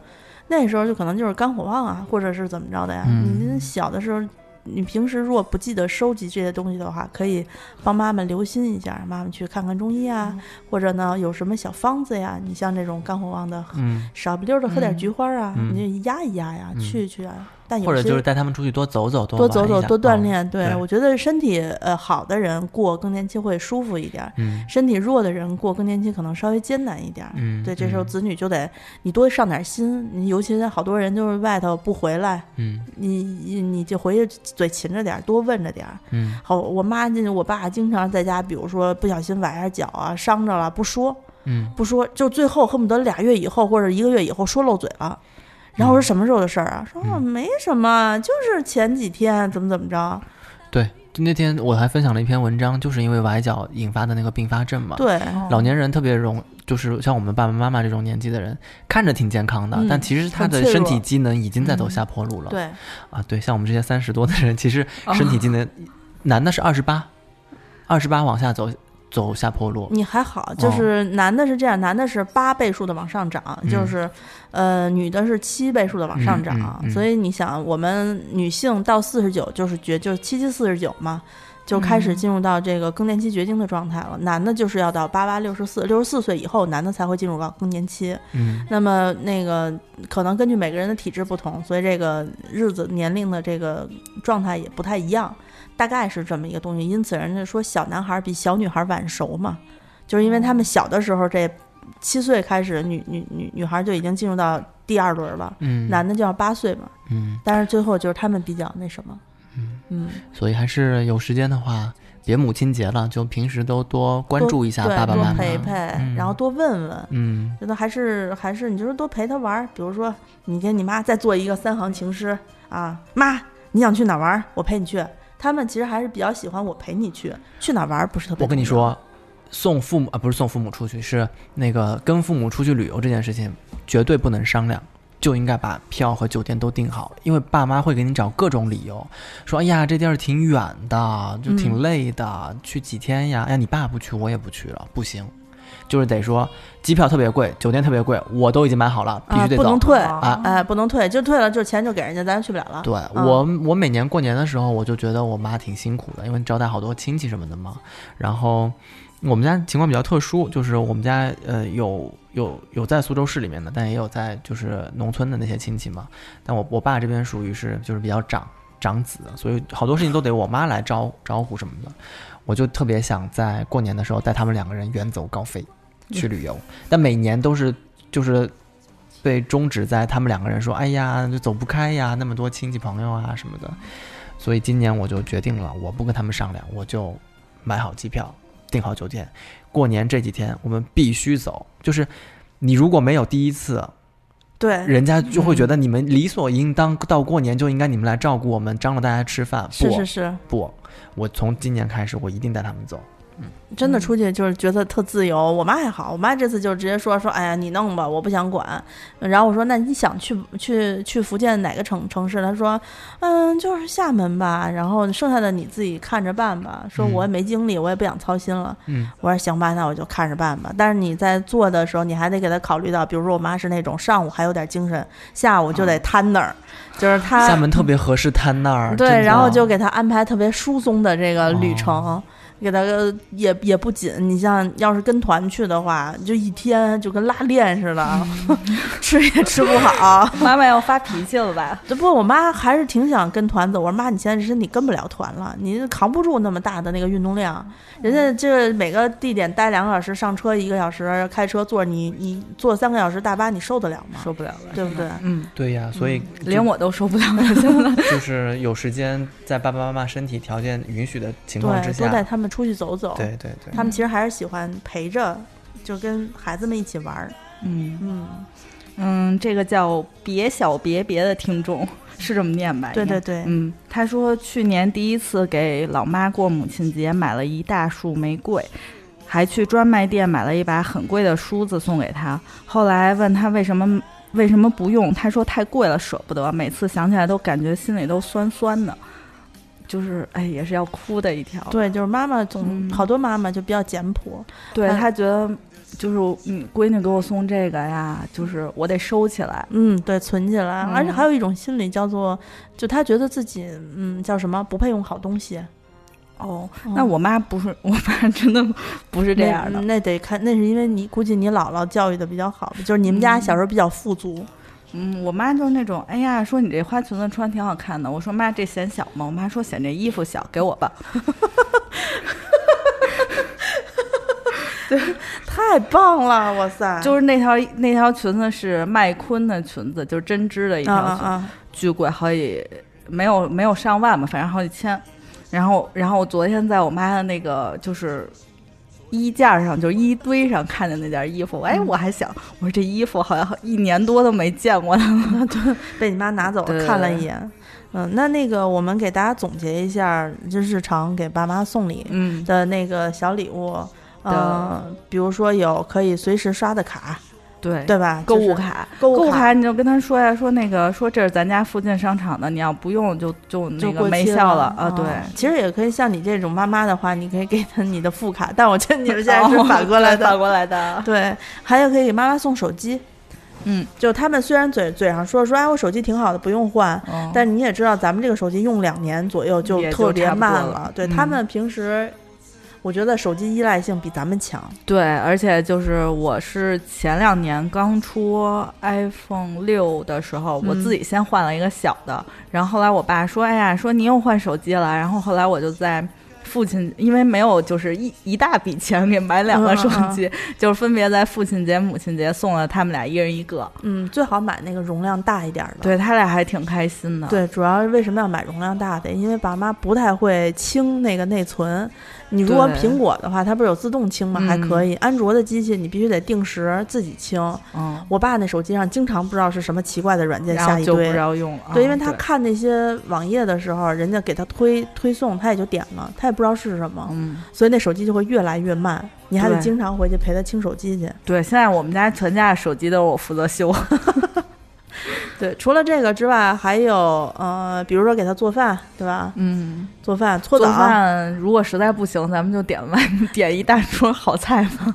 [SPEAKER 2] 那时候就可能就是肝火旺啊，或者是怎么着的呀。
[SPEAKER 3] 嗯
[SPEAKER 2] 你小的时候，你平时如果不记得收集这些东西的话，可以帮妈妈留心一下，妈妈去看看中医啊，
[SPEAKER 3] 嗯
[SPEAKER 2] 或者呢有什么小方子呀。你像这种肝火旺的，
[SPEAKER 3] 嗯，
[SPEAKER 2] 少不溜的喝点
[SPEAKER 1] 嗯
[SPEAKER 2] 菊花啊，
[SPEAKER 3] 嗯
[SPEAKER 2] 你就压一压呀，
[SPEAKER 3] 嗯
[SPEAKER 2] 去一去啊。但有
[SPEAKER 3] 或者
[SPEAKER 2] 些
[SPEAKER 3] 就是带他们出去多走走，多
[SPEAKER 2] 多
[SPEAKER 3] 多
[SPEAKER 2] 走走，多锻。
[SPEAKER 3] 嗯
[SPEAKER 2] 炼。对
[SPEAKER 3] 对
[SPEAKER 2] 我觉得身体呃好的人过更年期会舒服一点儿，
[SPEAKER 3] 嗯
[SPEAKER 2] 身体弱的人过更年期可能稍微艰难一点儿。
[SPEAKER 3] 嗯，
[SPEAKER 2] 对，这时候
[SPEAKER 3] 嗯
[SPEAKER 2] 子女就得你多上点心，你尤其是好多人就是外头不回来，
[SPEAKER 3] 嗯
[SPEAKER 2] 你你你就回去嘴勤着点儿，多问着点儿。
[SPEAKER 3] 嗯
[SPEAKER 2] 好，我妈就我爸经常在家，比如说不小心崴下脚啊，伤着了不说，
[SPEAKER 3] 嗯，
[SPEAKER 2] 不说，就最后恨不得俩月以后或者一个月以后说漏嘴了。然后我说什么时候的事儿啊？说、哦、
[SPEAKER 3] 嗯
[SPEAKER 2] 没什么，就是前几天怎么怎么
[SPEAKER 3] 啊
[SPEAKER 2] 着。
[SPEAKER 3] 对。就那天我还分享了一篇文章，就是因为崴脚引发的那个并发症嘛。
[SPEAKER 2] 对，
[SPEAKER 1] 哦
[SPEAKER 3] 老年人特别容，就是像我们爸爸妈妈这种年纪的人，看着挺健康的，
[SPEAKER 2] 嗯
[SPEAKER 3] 但其实他
[SPEAKER 2] 很
[SPEAKER 3] 的
[SPEAKER 2] 脆
[SPEAKER 3] 身体
[SPEAKER 2] 弱嗯
[SPEAKER 3] 机能已经在走下坡路了。
[SPEAKER 2] 对，哦
[SPEAKER 3] 啊，对，像我们这些三十多的
[SPEAKER 2] (laughs)
[SPEAKER 3] 人，其实身体机能，男的是二十八，二十八往下走，走下坡路。
[SPEAKER 2] 你还
[SPEAKER 3] 哦
[SPEAKER 2] 好，就是男的是这样，男的是八倍数的往上涨，
[SPEAKER 3] 嗯
[SPEAKER 2] 就是，呃，女的是七倍数的往上涨。
[SPEAKER 3] 嗯嗯嗯
[SPEAKER 2] 所以你想，我们女性到四十九就是绝，就是七七四十九嘛，就开始
[SPEAKER 1] 嗯
[SPEAKER 2] 进入到这个更年期绝经的状态了。男的就是要到八八六十四，六十四岁以后，男的才会进入到更年期。
[SPEAKER 3] 嗯
[SPEAKER 2] 那么那个可能根据每个人的体质不同，所以这个日子年龄的这个状态也不太一样，大概是这么一个东西。因此，人家说小男孩比小女孩晚熟嘛，就是因为他们小的时候这七岁开始，女女女女孩就已经进入到第二轮了，
[SPEAKER 3] 嗯，
[SPEAKER 2] 男的就要八岁嘛。
[SPEAKER 3] 嗯，
[SPEAKER 2] 但是最后就是他们比较那什么，嗯，
[SPEAKER 3] 所以还是有时间的话，别母亲节了，就平时都多关
[SPEAKER 2] 多
[SPEAKER 3] 注一下
[SPEAKER 2] 对
[SPEAKER 3] 爸爸妈
[SPEAKER 2] 多
[SPEAKER 3] 妈。
[SPEAKER 2] 陪陪，
[SPEAKER 3] 嗯
[SPEAKER 2] 然后多问问。
[SPEAKER 3] 嗯
[SPEAKER 2] 觉得还是还是，你就是多陪他玩儿。比如说，你跟你妈再做一个三行情诗啊，妈，你想去哪儿玩儿？我陪你去。他们其实还是比较喜欢我陪你去，去哪儿玩儿不是特别。
[SPEAKER 3] 我跟你，说，送父母啊，不是送父母出去，是那个跟父母出去旅游这件事情，绝对不能商量。就应该把票和酒店都订好，因为爸妈会给你找各种理由，说哎呀这地儿挺远的，就
[SPEAKER 2] 嗯
[SPEAKER 3] 挺累的，去几天呀？哎呀你爸不去，我也不去了，不行，就是得说机票特别贵，酒店特别贵，我都已经买好了，必
[SPEAKER 2] 啊
[SPEAKER 3] 须得
[SPEAKER 2] 不
[SPEAKER 3] 走。
[SPEAKER 2] 能退
[SPEAKER 1] 啊
[SPEAKER 2] 哎，不能退，就退了，就是钱就给人家，咱就去不了了。
[SPEAKER 3] 对、
[SPEAKER 2] 嗯
[SPEAKER 3] 我，我每年过年的时候，我就觉得我妈挺辛苦的，因为招待好多亲戚什么的嘛。然后我们家情况比较特殊，就是我们家呃有有有在苏州市里面的，但也有在就是农村的那些亲戚嘛。但我我爸这边属于是就是比较长长子，所以好多事情都得我妈来招招呼什么的。我就特别想在过年的时候带他们两个人远走高飞去旅游，但每年都是就是被终止在他们两个人说：“哎呀，就走不开呀，那么多亲戚朋友啊什么的。”所以今年我就决定了，我不跟他们商量，我就买好机票，订好酒店，过年这几天我们必须走。就是你如果没有第一次，
[SPEAKER 2] 对，
[SPEAKER 3] 人家就会觉得你们理所应当到过年就应该你们来照顾我们，张罗大家吃饭。不
[SPEAKER 2] 是是是，
[SPEAKER 3] 不，我从今年开始，我一定带他们走。
[SPEAKER 2] 真的出去就是觉得特自由。我妈还好，我妈这次就直接说说，哎呀，你弄吧，我不想管。然后我说，那你想去去去福建哪个城城市？她说，嗯，就是厦门吧。然后剩下的你自己看着办吧。说
[SPEAKER 3] 嗯
[SPEAKER 2] 我也没精力，我也不想操心了。
[SPEAKER 3] 嗯，
[SPEAKER 2] 我说行吧，那我就看着办吧。但是你在做的时候，你还得给她考虑到，比如说我妈是那种上午还有点精神，下午就得瘫那儿，就是她
[SPEAKER 3] 厦门特别合适摊那儿。
[SPEAKER 2] 对，
[SPEAKER 3] 真的啊
[SPEAKER 2] 然后就给他安排特别疏松的这个旅
[SPEAKER 3] 哦
[SPEAKER 2] 程。给它呃也也不紧。你像要是跟团去的话，就一天就跟拉练似的，
[SPEAKER 3] 嗯
[SPEAKER 2] (laughs) 吃也吃不好。
[SPEAKER 1] 妈妈要发脾气了吧？
[SPEAKER 2] 这不过我妈还是挺想跟团走。我说妈，你现在身体跟不了团了，你扛不住那么大的那个运动量。
[SPEAKER 3] 嗯
[SPEAKER 2] 人家这每个地点待两个小时，上车一个小时，开车坐你你坐三个小时大巴，你受得了吗？
[SPEAKER 1] 受不了了，
[SPEAKER 2] 对不对？
[SPEAKER 1] 嗯，
[SPEAKER 4] 对呀、所以
[SPEAKER 1] 连我都受不了了，真的。
[SPEAKER 4] 就是有时间在爸爸妈妈身体条件允许的情
[SPEAKER 3] 啊
[SPEAKER 4] 况之
[SPEAKER 2] 对，多
[SPEAKER 4] 下，
[SPEAKER 2] 带他们出去走走。
[SPEAKER 4] 对对对，
[SPEAKER 2] 他们其实还是喜欢陪着，就跟孩子们一起玩儿。
[SPEAKER 1] 嗯
[SPEAKER 2] 嗯，
[SPEAKER 1] 嗯，这个叫别小别别的听众是这么念吧？
[SPEAKER 2] 对
[SPEAKER 1] 应该
[SPEAKER 2] 对对，
[SPEAKER 1] 嗯，他说去年第一次给老妈过母亲节，买了一大束玫瑰，还去专卖店买了一把很贵的梳子送给她。后来问她为什么为什么不用，她说太贵了，舍不得。每次想起来都感觉心里都酸酸的，就是哎，也是要哭的一条。
[SPEAKER 2] 对，就是妈妈总、
[SPEAKER 1] 嗯
[SPEAKER 2] 好多妈妈就比较简朴，
[SPEAKER 1] 对，
[SPEAKER 2] 嗯
[SPEAKER 1] 她觉得就是嗯，闺女给我送这个呀，就是我得收起来。
[SPEAKER 2] 嗯，对，存起来。
[SPEAKER 1] 嗯
[SPEAKER 2] 而且还有一种心理叫做，就她觉得自己嗯叫什么不配用好东西。
[SPEAKER 1] 哦，
[SPEAKER 2] 嗯
[SPEAKER 1] 那我妈不是，我妈真的不是这样的
[SPEAKER 2] 那，那得看，那是因为你估计你姥姥教育的比较好，就是你们家小时候比较富足。
[SPEAKER 1] 嗯，我妈就是那种，哎呀，说你这花裙子穿挺好看的。我说妈，这显小吗？我妈说显这衣服小，给我吧。
[SPEAKER 2] 太棒了，哇塞！
[SPEAKER 1] (laughs) 就是那条那条裙子是麦昆的裙子，就是针织的
[SPEAKER 2] 啊
[SPEAKER 1] 一条
[SPEAKER 2] 啊
[SPEAKER 1] 裙，
[SPEAKER 2] 啊！
[SPEAKER 1] 巨贵，好几没有没有上万吧，反正好几千。然后然后我昨天在我妈的那个就是衣架上，就是衣堆上看见那件衣服，
[SPEAKER 2] 嗯
[SPEAKER 1] 哎，我还想，我说这衣服好像一年多都没见过了。
[SPEAKER 2] 被你妈拿走
[SPEAKER 1] 对
[SPEAKER 2] 了，看了一眼。嗯，那那个我们给大家总结一下，就日常给爸妈送礼
[SPEAKER 1] 嗯，
[SPEAKER 2] 的那个小礼物，嗯、
[SPEAKER 1] 的
[SPEAKER 2] 比如说有可以随时刷的卡，
[SPEAKER 1] (laughs) 对
[SPEAKER 2] 对吧？
[SPEAKER 1] 哎购
[SPEAKER 2] 就
[SPEAKER 1] 物
[SPEAKER 2] 是，
[SPEAKER 1] 卡，
[SPEAKER 2] 购
[SPEAKER 1] 购
[SPEAKER 2] 物
[SPEAKER 1] 物
[SPEAKER 2] 卡。
[SPEAKER 1] 卡你就跟他说呀，说那个说这是咱家附近商场的，你要不用就就那
[SPEAKER 2] 就
[SPEAKER 1] 个
[SPEAKER 2] 过
[SPEAKER 1] 没
[SPEAKER 2] 期
[SPEAKER 1] 效
[SPEAKER 2] 了哦嗯
[SPEAKER 1] 啊。对，
[SPEAKER 2] 其实也可以像你这种妈妈的话，你可以给她你的副卡，但 (laughs) 我觉得 (laughs) 你们现在
[SPEAKER 1] 哦
[SPEAKER 2] 是
[SPEAKER 1] (laughs)
[SPEAKER 2] 反过来
[SPEAKER 1] 对
[SPEAKER 2] 的，
[SPEAKER 1] 反过来
[SPEAKER 2] (laughs)
[SPEAKER 1] 的。哦
[SPEAKER 2] 对，还有可以给妈妈送手机，
[SPEAKER 1] 嗯，
[SPEAKER 2] 就他们虽然嘴嘴上说说哎我手机挺好的，不用换，
[SPEAKER 1] 哦
[SPEAKER 2] 但你也知道咱们这个手机用两年左右就
[SPEAKER 1] 也就
[SPEAKER 2] 特别
[SPEAKER 1] 差不多
[SPEAKER 2] 慢
[SPEAKER 1] 了
[SPEAKER 2] 对、
[SPEAKER 1] 嗯
[SPEAKER 2] 他们平时，我觉得手机依赖性比咱们强，
[SPEAKER 1] 对，而且就是我是前两年刚出 iPhone 六的时候，我
[SPEAKER 2] 嗯
[SPEAKER 1] 自己先换了一个小的，然后后来我爸说：“哎呀，说你又换手机了。”然后后来我就在。父亲因为没有就是一一大笔钱给买两
[SPEAKER 2] 嗯
[SPEAKER 1] 个
[SPEAKER 2] 嗯
[SPEAKER 1] 手
[SPEAKER 2] 嗯
[SPEAKER 1] 机，就是分别在父亲节、母亲节送了他们俩一人一个，
[SPEAKER 2] 嗯，最好买那个容量大一点的。
[SPEAKER 1] 对他俩还挺开心的。
[SPEAKER 2] 对，主要是为什么要买容量大的？因为爸妈不太会清那个内存。你如果
[SPEAKER 1] 对
[SPEAKER 2] 苹果的话，它不是有自动清吗？还可以。安卓的机器你必须得定时自己清。
[SPEAKER 1] 嗯，
[SPEAKER 2] 我爸那手机上经常不知道是什么奇怪的软件
[SPEAKER 1] 然
[SPEAKER 2] 下
[SPEAKER 1] 后
[SPEAKER 2] 一
[SPEAKER 1] 就不
[SPEAKER 2] 堆
[SPEAKER 1] 知，道用了。
[SPEAKER 2] 对，
[SPEAKER 1] 啊
[SPEAKER 2] 因为他看那些网页的时候，人家给他推推送，他也就点了，他也不知道是什么，
[SPEAKER 1] 嗯，
[SPEAKER 2] 所以那手机就会越来越慢。你还得
[SPEAKER 1] 对
[SPEAKER 2] 经常回去陪他清手机去。
[SPEAKER 1] 对，现在我们家全家的手机都是我负责修。
[SPEAKER 2] 对，除了这个之外，还有呃，比如说给他做饭，对吧？
[SPEAKER 1] (laughs) 嗯，
[SPEAKER 2] 做饭、搓
[SPEAKER 1] 做
[SPEAKER 2] 澡，
[SPEAKER 1] 饭如果实在不行，咱们就点外点一大桌好菜
[SPEAKER 2] (laughs)
[SPEAKER 1] 吧。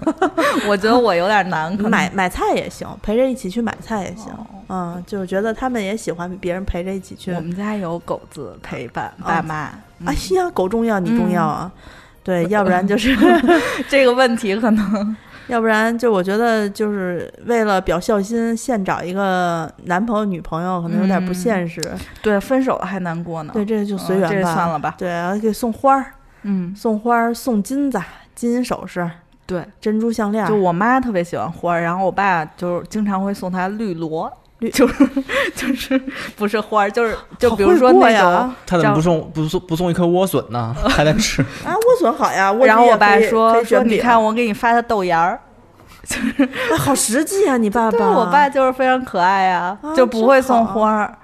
[SPEAKER 1] 我觉得我有点难，可能
[SPEAKER 2] 买买菜也行，陪着一起去买菜也行。
[SPEAKER 1] 嗯哦
[SPEAKER 2] 嗯，就是觉得他们也喜欢别人陪着一起去。啊
[SPEAKER 1] 我们家有狗子陪伴爸妈。嗯
[SPEAKER 2] 哎呀，狗重要，你重要啊！
[SPEAKER 1] (laughs)
[SPEAKER 2] 对，要不然就是， (laughs)
[SPEAKER 1] 这个问题可能
[SPEAKER 2] 要不然就我觉得就是为了表孝心，现找一个男朋友、女朋友，可能有点不
[SPEAKER 1] 嗯
[SPEAKER 2] 现实。
[SPEAKER 1] 对分手了还难过呢。
[SPEAKER 2] 对，
[SPEAKER 1] 嗯，
[SPEAKER 2] 这个就随缘吧。
[SPEAKER 1] 这算了吧。
[SPEAKER 2] 对，然后给送花儿，
[SPEAKER 1] 嗯，
[SPEAKER 2] 送花儿，送金子、金银首饰、
[SPEAKER 1] 对，
[SPEAKER 2] 珍珠项链
[SPEAKER 1] 就。我妈特别喜欢花儿，然后我爸就是经常会送她绿萝。
[SPEAKER 2] 绿
[SPEAKER 1] 就是就是 (laughs) 不是花儿，就是就
[SPEAKER 2] 好
[SPEAKER 1] 比如
[SPEAKER 2] 会
[SPEAKER 1] 说
[SPEAKER 2] 过
[SPEAKER 1] 那
[SPEAKER 2] 呀
[SPEAKER 1] 种
[SPEAKER 4] 他怎么不送不送不送一颗莴笋呢？还能
[SPEAKER 2] (laughs)
[SPEAKER 4] 吃？
[SPEAKER 2] 啊，莴笋好呀，莴笋
[SPEAKER 1] 然后
[SPEAKER 2] 也
[SPEAKER 1] 我爸
[SPEAKER 2] 可以可以
[SPEAKER 1] 说
[SPEAKER 2] 啊
[SPEAKER 1] 说
[SPEAKER 2] 卷
[SPEAKER 1] 你
[SPEAKER 2] 饼，
[SPEAKER 1] 看我给你发的豆芽儿，
[SPEAKER 2] 哎好实际啊，你爸
[SPEAKER 1] 对
[SPEAKER 2] 爸。
[SPEAKER 1] 我爸，就是非常可爱啊，
[SPEAKER 2] 啊
[SPEAKER 1] 就不会
[SPEAKER 2] 真好
[SPEAKER 1] 送花儿。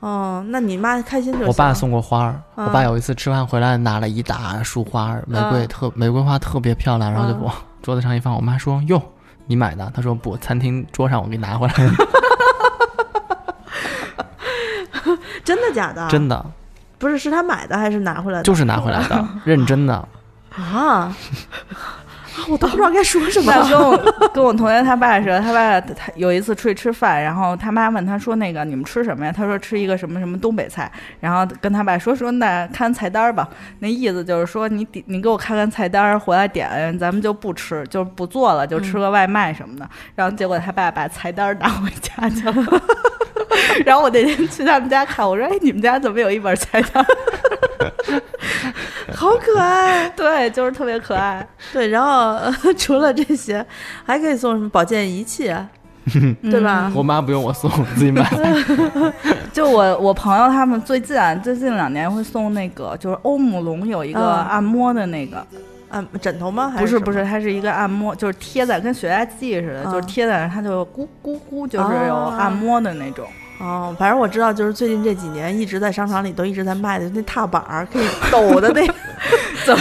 [SPEAKER 2] 哦，那你妈开心就行。
[SPEAKER 3] 我爸，送过花儿，
[SPEAKER 2] 嗯
[SPEAKER 3] 我爸有一次吃饭回来拿了一大束花儿，玫瑰
[SPEAKER 2] 嗯
[SPEAKER 3] 特玫瑰花特别漂亮，然后就
[SPEAKER 2] 嗯
[SPEAKER 3] 往桌子上一放，我妈说哟。你买的？他说不，餐厅桌上我给拿回来的，
[SPEAKER 2] 真的假的？
[SPEAKER 3] 真的
[SPEAKER 2] 不是，是他买的还是拿回来的？
[SPEAKER 3] 就是拿回来的，认真的。
[SPEAKER 2] 啊，我都不知道该说
[SPEAKER 1] (laughs)
[SPEAKER 2] 什么
[SPEAKER 1] 那
[SPEAKER 2] 了。
[SPEAKER 1] 跟我跟我同学他爸似的，他爸他有一次出去吃饭，然后他妈问他说：“那个你们吃什么呀？”他说：“吃一个什么什么东北菜。”然后跟他爸说：“说那看菜单儿吧。”那意思就是说你点你给我看看菜单儿，回来点咱们就不吃，就不做了，就吃个外卖什么的。然后结果他爸把菜单儿拿回家去了。 (laughs) 然后我那天去他们家看，我说：“哎，你们家怎么有一本菜单儿 (laughs)
[SPEAKER 2] 好可爱。？”
[SPEAKER 1] 对，就是特别可爱。
[SPEAKER 2] 对，然后、 (laughs) 呃除了这些，还可以送什么保健仪器
[SPEAKER 3] (laughs)
[SPEAKER 2] 啊，对吧？
[SPEAKER 4] 我妈不用我送，我自己
[SPEAKER 2] (laughs)
[SPEAKER 4] 买。
[SPEAKER 1] 就我我朋友他们最近啊，最近两年会送那个，就是欧姆龙有一个
[SPEAKER 2] 嗯
[SPEAKER 1] 按摩的那个，
[SPEAKER 3] 嗯
[SPEAKER 2] 啊，枕头吗？还
[SPEAKER 1] 不
[SPEAKER 2] 是
[SPEAKER 1] 是不
[SPEAKER 2] 什么
[SPEAKER 1] 是，它是一个按摩，就是贴在跟血压计似的，
[SPEAKER 2] 嗯
[SPEAKER 1] 就是贴在那儿，它就咕咕咕，就是有
[SPEAKER 2] 哦
[SPEAKER 1] 按摩的那种。
[SPEAKER 2] 哦，反正我知道，就是最近这几年一直在商场里都一直在卖的那踏板儿，可以抖的
[SPEAKER 1] (laughs)
[SPEAKER 2] 那个。
[SPEAKER 1] (laughs) 怎么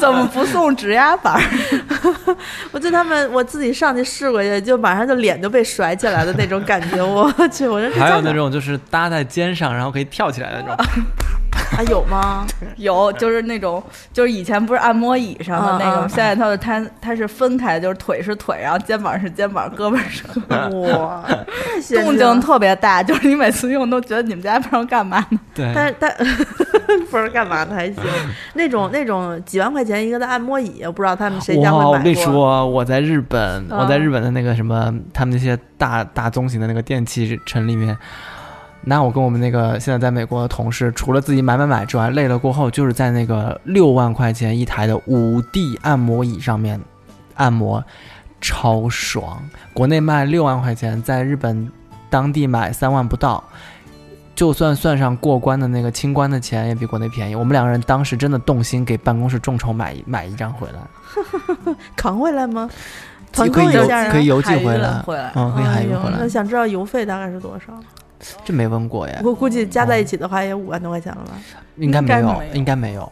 [SPEAKER 1] 怎么不送指压板儿？
[SPEAKER 2] 我就他们我自己上去试过去，就马上就脸就被甩起来的那种感觉。我 (laughs) 去，我这
[SPEAKER 3] 还有
[SPEAKER 2] 在哪
[SPEAKER 3] 那
[SPEAKER 2] 儿
[SPEAKER 3] 种就是搭在肩上，然后可以跳起来的
[SPEAKER 2] (laughs)
[SPEAKER 3] 那种，
[SPEAKER 2] 啊有吗？
[SPEAKER 1] 有，就是那种，就是以前不是按摩椅上的那
[SPEAKER 2] 嗯嗯
[SPEAKER 1] 种，
[SPEAKER 2] 嗯
[SPEAKER 1] 现在它它它是分开的，就是腿是腿，然后肩膀是肩膀，胳膊是胳膊，
[SPEAKER 2] 哇，那先
[SPEAKER 1] 动
[SPEAKER 2] 进
[SPEAKER 1] 静特别大，就是你每次用都觉得你们家不知道干嘛呢。
[SPEAKER 3] 对，
[SPEAKER 2] 但是 (laughs) 但不知道干嘛的还行，那种那种几万块钱一个的按摩椅，我不知道他们谁家会买
[SPEAKER 3] 哇，
[SPEAKER 2] 过。嗯
[SPEAKER 3] 我跟你说，我在日本，我在日本的那个什么，他们那些大大宗型的那个电器城里面，那我跟我们那个现在在美国的同事，除了自己买买买之外，累了过后，就是在那个六万块钱一台的五 D 按摩椅上面按摩，超爽。国内卖六万块钱，在日本当地买三万不到。就算算上过关的那个清关的钱，也比国内便宜。我们两个人当时真的动心，给办公室众筹买一买一张回来。
[SPEAKER 2] 扛回来吗？
[SPEAKER 3] 可
[SPEAKER 2] 团
[SPEAKER 3] 以
[SPEAKER 2] 购一
[SPEAKER 3] 邮
[SPEAKER 2] 下啊
[SPEAKER 3] 可以邮寄
[SPEAKER 1] 海
[SPEAKER 3] 回
[SPEAKER 1] 运
[SPEAKER 3] 来，
[SPEAKER 1] 回来
[SPEAKER 3] 嗯，可以海运回
[SPEAKER 2] 哎呦
[SPEAKER 3] 来
[SPEAKER 2] 那，想知道邮费大概是多少？
[SPEAKER 3] 这没问过耶，
[SPEAKER 2] 我估计加在一起的话也五万多块钱了吧。
[SPEAKER 3] 应该没
[SPEAKER 1] 应该
[SPEAKER 3] 有
[SPEAKER 1] 没，有
[SPEAKER 3] 应该没有，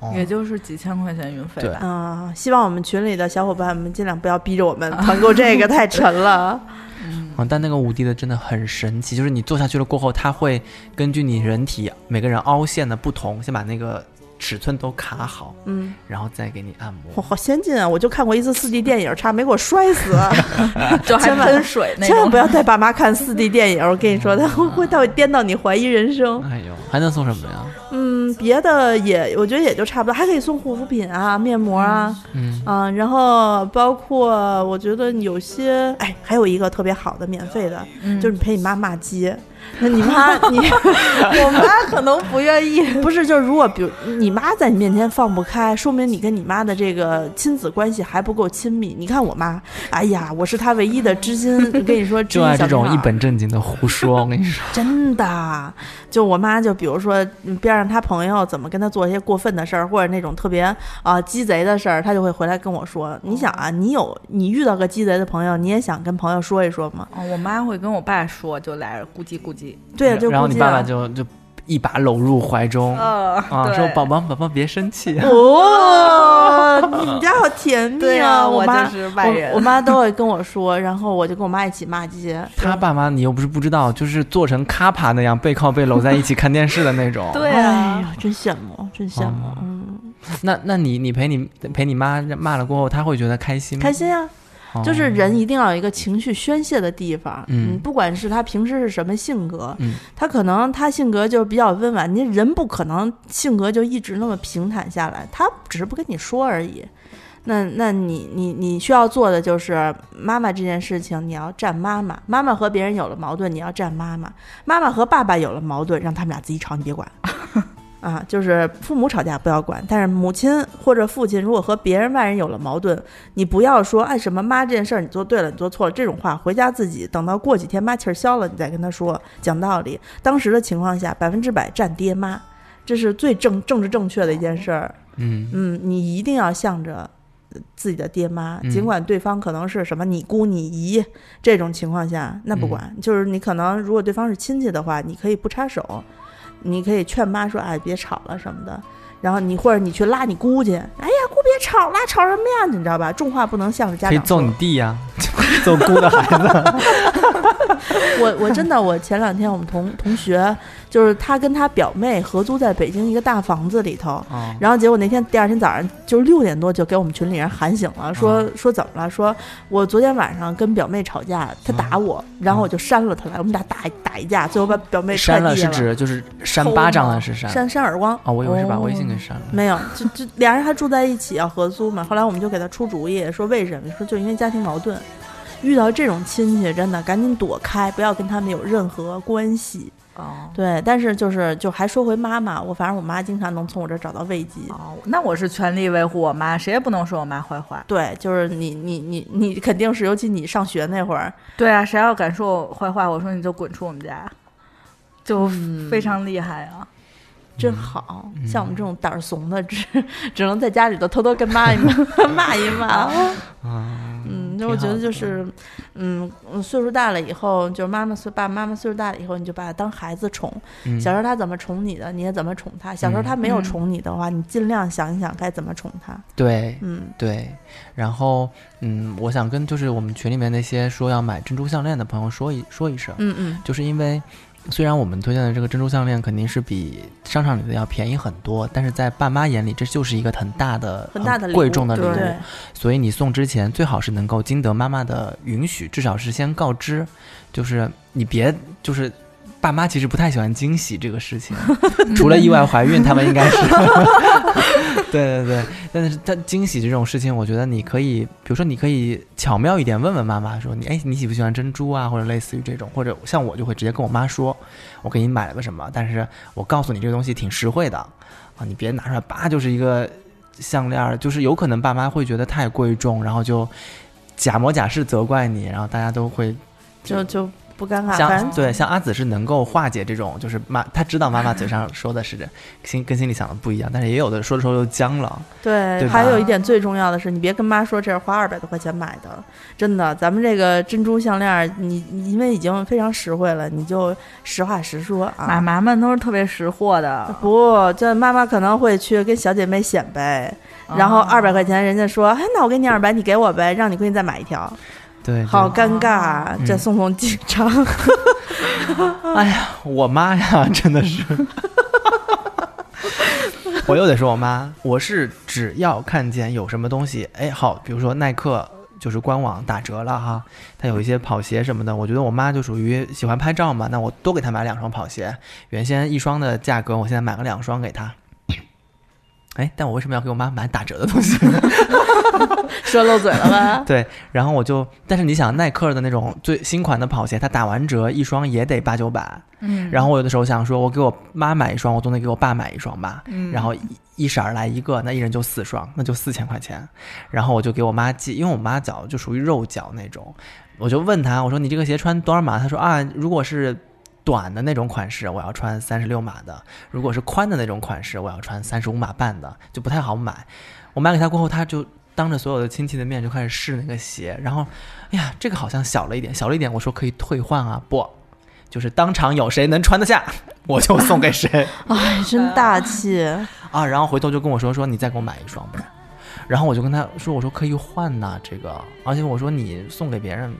[SPEAKER 3] 哦
[SPEAKER 1] 也就是几千块钱运费
[SPEAKER 3] 对
[SPEAKER 1] 吧。
[SPEAKER 2] 啊、希望我们群里的小伙伴们尽量不要逼着我们团购这个，太沉
[SPEAKER 3] (laughs)
[SPEAKER 2] 了。
[SPEAKER 3] 嗯，但那个五 D 的真的很神奇，就是你坐下去了过后，它会根据你人体每个人凹陷的不同，先把那个尺寸都卡好，
[SPEAKER 2] 嗯，
[SPEAKER 3] 然后再给你按
[SPEAKER 2] 我
[SPEAKER 3] 摩。
[SPEAKER 2] 好先进啊！我就看过一次四 D 电影，差点没给我摔死。
[SPEAKER 3] (laughs)
[SPEAKER 1] 就还
[SPEAKER 2] 千万
[SPEAKER 1] 喷水那种，
[SPEAKER 2] 千万不要带爸妈看四 D 电影，我跟你说，他
[SPEAKER 3] 嗯
[SPEAKER 2] 会他会颠到你怀疑人生。
[SPEAKER 3] 哎呦，还能送什么呀？
[SPEAKER 2] 嗯，别的也我觉得也就差不多，还可以送护肤品啊、面膜啊，
[SPEAKER 3] 嗯，
[SPEAKER 2] 嗯、然后包括我觉得有些，哎，还有一个特别好的免费的，
[SPEAKER 1] 嗯
[SPEAKER 2] 就是你陪你妈骂街。那你 (laughs) 妈，你
[SPEAKER 1] 我妈可能不愿意。
[SPEAKER 2] (laughs) 不是就是如果比如你妈在你面前放不开，说明你跟你妈的这个亲子关系还不够亲密。你看我妈，哎呀，我是她唯一的知心，我跟你说，知
[SPEAKER 3] 就
[SPEAKER 2] 心
[SPEAKER 3] 爱
[SPEAKER 2] 小
[SPEAKER 3] 这种
[SPEAKER 2] 棉
[SPEAKER 3] 一
[SPEAKER 2] 袄
[SPEAKER 3] 本正经的胡说，我跟你说，
[SPEAKER 2] 真的，就我妈就比如说嗯边上她朋友怎么跟她做一些过分的事儿，或者那种特别啊、鸡贼的事儿，她就会回来跟我说。你想啊，你有你遇到个鸡贼的朋友，你也想跟朋友说一说吗？
[SPEAKER 1] 哦，我妈会跟我爸说，就俩人咕叽咕叽。
[SPEAKER 2] 对啊，就
[SPEAKER 3] 然后
[SPEAKER 2] 估
[SPEAKER 3] 你
[SPEAKER 2] 计
[SPEAKER 3] 爸爸
[SPEAKER 2] 啊。
[SPEAKER 3] 就就一把搂入怀中，
[SPEAKER 1] 嗯，
[SPEAKER 3] 啊，
[SPEAKER 1] 对
[SPEAKER 3] 说宝宝宝宝别生气，
[SPEAKER 2] 哦，你们家好甜蜜
[SPEAKER 1] 对
[SPEAKER 2] 啊！
[SPEAKER 1] 啊，
[SPEAKER 2] 我
[SPEAKER 1] 我
[SPEAKER 2] 妈
[SPEAKER 1] 就是外人。
[SPEAKER 2] 我，我妈都会跟我说，然后我就跟我妈一起骂街。
[SPEAKER 3] 他爸妈你又不是不知道，就是做成卡帕那样背靠背搂在一起看电视的那种。
[SPEAKER 1] 对
[SPEAKER 2] 哎
[SPEAKER 1] 啊，
[SPEAKER 2] 呀，真羡慕，真羡慕，
[SPEAKER 3] 哦
[SPEAKER 2] 嗯，
[SPEAKER 3] 那那你你陪你陪你妈骂了过后，她会觉得开心吗？
[SPEAKER 2] 开心啊！
[SPEAKER 3] 哦，
[SPEAKER 2] 就是人一定要有一个情绪宣泄的地方，
[SPEAKER 3] 嗯
[SPEAKER 2] 不管是他平时是什么性格，
[SPEAKER 3] 嗯
[SPEAKER 2] 他可能他性格就是比较温婉，你人不可能性格就一直那么平坦下来，他只是不跟你说而已。那那你你你需要做的就是妈妈这件事情，你要站妈妈，妈妈和别人有了矛盾，你要站妈妈，妈妈和爸爸有了矛盾，让他们俩自己吵，你别管。 (laughs) 啊，就是父母吵架不要管，但是母亲或者父亲如果和别人外人有了矛盾，你不要说哎什么妈这件事儿你做对了，你做错了这种话，回家自己等到过几天妈气儿消了，你再跟他说讲道理。当时的情况下，百分之百站爹妈，这是最正政治正确的一件事儿。
[SPEAKER 3] 嗯，
[SPEAKER 2] 嗯，你一定要向着呃自己的爹妈，
[SPEAKER 3] 嗯
[SPEAKER 2] 尽管对方可能是什么你姑你姨这种情况下，那不管，
[SPEAKER 3] 嗯
[SPEAKER 2] 就是你可能如果对方是亲戚的话，你可以不插手，你可以劝妈说，哎，别吵了什么的。然后你或者你去拉你姑去，哎呀，姑别吵啦，吵什么呀？你知道吧？重话不能向着家
[SPEAKER 3] 可以
[SPEAKER 2] 长
[SPEAKER 3] 啊 (laughs) 揍
[SPEAKER 2] 说。
[SPEAKER 3] 你弟呀、揍姑的孩子。
[SPEAKER 2] 我我真的，我前两天我们同同学，就是他跟他表妹合租在北京一个大房子里头，
[SPEAKER 4] 啊，
[SPEAKER 2] 然后结果那天第二天早上就六点多就给我们群里人喊醒
[SPEAKER 3] 啊
[SPEAKER 2] 了，说、说怎么了？说我昨天晚上跟表妹吵架，她
[SPEAKER 3] 啊
[SPEAKER 2] 打我，然后我就扇了她来，我们俩打打一架，最后把表妹踹
[SPEAKER 3] (laughs) 删
[SPEAKER 2] 地
[SPEAKER 3] 了
[SPEAKER 2] 下
[SPEAKER 3] 是指就是扇巴掌啊了是删
[SPEAKER 2] 哦扇扇耳光。
[SPEAKER 3] 哦，我以为是把
[SPEAKER 1] 哦
[SPEAKER 3] 微信给删了。
[SPEAKER 2] 没有，就就俩人还住在一起要合租嘛。后来我们就给他出主意，说为什么？说就因为家庭矛盾，遇到这种亲戚真的赶紧躲开，不要跟他们有任何关系。
[SPEAKER 1] 哦
[SPEAKER 2] 对，但是就是就还说回妈妈，我反正我妈经常能从我这儿找到慰藉。
[SPEAKER 1] 哦，那我是全力维护我妈，谁也不能说我妈坏话。
[SPEAKER 2] 对，就是你你你你肯定是，尤其你上学那会儿，
[SPEAKER 1] 对啊，谁要敢说我坏话，我说你就滚出我们家，就
[SPEAKER 2] 嗯
[SPEAKER 1] 非常厉害啊！
[SPEAKER 2] 真
[SPEAKER 3] 嗯
[SPEAKER 2] 好、像我们这种胆儿怂的，只只能在家里头偷偷跟妈一骂 (laughs) 骂一骂。
[SPEAKER 3] (laughs)
[SPEAKER 2] 嗯，那我
[SPEAKER 3] 挺
[SPEAKER 2] 觉
[SPEAKER 3] 好
[SPEAKER 2] 得
[SPEAKER 3] 的
[SPEAKER 2] 就是，嗯，嗯岁数大了以后，就是妈妈岁爸爸妈妈岁数大了以后，你就把他当孩子宠。
[SPEAKER 3] 嗯
[SPEAKER 2] 小时候他怎么宠你的，你也怎么宠他。小时候他没有
[SPEAKER 1] 嗯
[SPEAKER 2] 宠你的话，你尽量想一想该怎么宠他。
[SPEAKER 3] 对
[SPEAKER 2] 嗯，
[SPEAKER 3] 对，然后嗯，我想跟就是我们群里面那些说要买珍珠项链的朋友说一说一声，
[SPEAKER 2] 嗯嗯，
[SPEAKER 3] 就是因为虽然我们推荐的这个珍珠项链肯定是比商场里的要便宜很多，但是在爸妈眼里这就是一个很大的、
[SPEAKER 2] 很
[SPEAKER 3] 嗯
[SPEAKER 2] 大的礼
[SPEAKER 3] 贵
[SPEAKER 2] 物
[SPEAKER 3] 重的礼
[SPEAKER 1] 对
[SPEAKER 3] 物
[SPEAKER 2] 对，，
[SPEAKER 3] 所以你送之前最好是能够经得妈妈的允许，至少是先告知，就是你别就是。爸妈其实不太喜欢惊喜这个事情，除了意外怀孕，他们应该是，对对对。但是，但惊喜这种事情，我觉得你可以，比如说，你可以巧妙一点问问妈妈说，你哎，你喜不喜欢珍珠啊，或者类似于这种，或者像我就会直接跟我妈说，我给你买了个什么，但是我告诉你这个东西挺实惠的啊，你别拿出来叭就是一个项链儿，就是有可能爸妈会觉得太贵重，然后就假模假式责怪你，然后大家都会
[SPEAKER 2] 就就不尴尬，反
[SPEAKER 3] 像
[SPEAKER 2] 正
[SPEAKER 3] 对像阿紫是能够化解这种，就是妈她知道妈妈嘴上说的是这心跟心里想的不一样，但是也有的说着说着就僵了，
[SPEAKER 2] 对，
[SPEAKER 3] 对吧
[SPEAKER 2] 还有一点最重要的是，你别跟妈说这是花二百多块钱买的，真的，咱们这个珍珠项链儿，你你因为已经非常实惠了，你就实话实说
[SPEAKER 1] 妈
[SPEAKER 2] 啊。
[SPEAKER 1] 妈们都是特别识货的，
[SPEAKER 2] 不，这妈妈可能会去跟小姐妹显摆，然后
[SPEAKER 1] 哦
[SPEAKER 2] 二百块钱，人家说，哎，那我给你二百，你给我呗，让你闺女再买一条，
[SPEAKER 3] 对，
[SPEAKER 2] 好尴尬啊，
[SPEAKER 3] 嗯
[SPEAKER 2] 这宋宋经常
[SPEAKER 3] 我妈呀，真的是， (laughs) 我又得说我妈，我是只要看见有什么东西，哎，好，比如说耐克就是官网打折了哈，它有一些跑鞋什么的，我觉得我妈就属于喜欢拍照嘛，那我多给她买两双跑鞋，原先一双的价格，我现在买了两双给她。哎，但我为什么要给我妈买打折的东西？
[SPEAKER 2] (laughs) 说漏嘴了吧？
[SPEAKER 3] 对，然后我就，但是你想，耐克的那种最新款的跑鞋，它打完折一双也得八九百，
[SPEAKER 1] 嗯，
[SPEAKER 3] 然后我有的时候想说，我给我妈买一双，我总得给我爸买一双吧。
[SPEAKER 1] 嗯
[SPEAKER 3] 然后一一色儿来一个，那一人就四双，那就四千块钱。然后我就给我妈寄，因为我妈脚就属于肉脚那种，我就问她，我说你这个鞋穿多少码？她说啊，如果是短的那种款式，我要穿三十六码的；如果是宽的那种款式，我要穿三十五码半的，就不太好买。我买给她过后，她就当着所有的亲戚的面就开始试那个鞋，然后，哎呀，这个好像小了一点，小了一点。我说可以退换啊，不，就是当场有谁能穿得下，我就送给谁 (laughs)
[SPEAKER 2] 哎，真大气，
[SPEAKER 3] 啊。然后回头就跟我说说你再给我买一双呗。然后我就跟他说我说可以换呐、这个，啊而且我说你送给别人，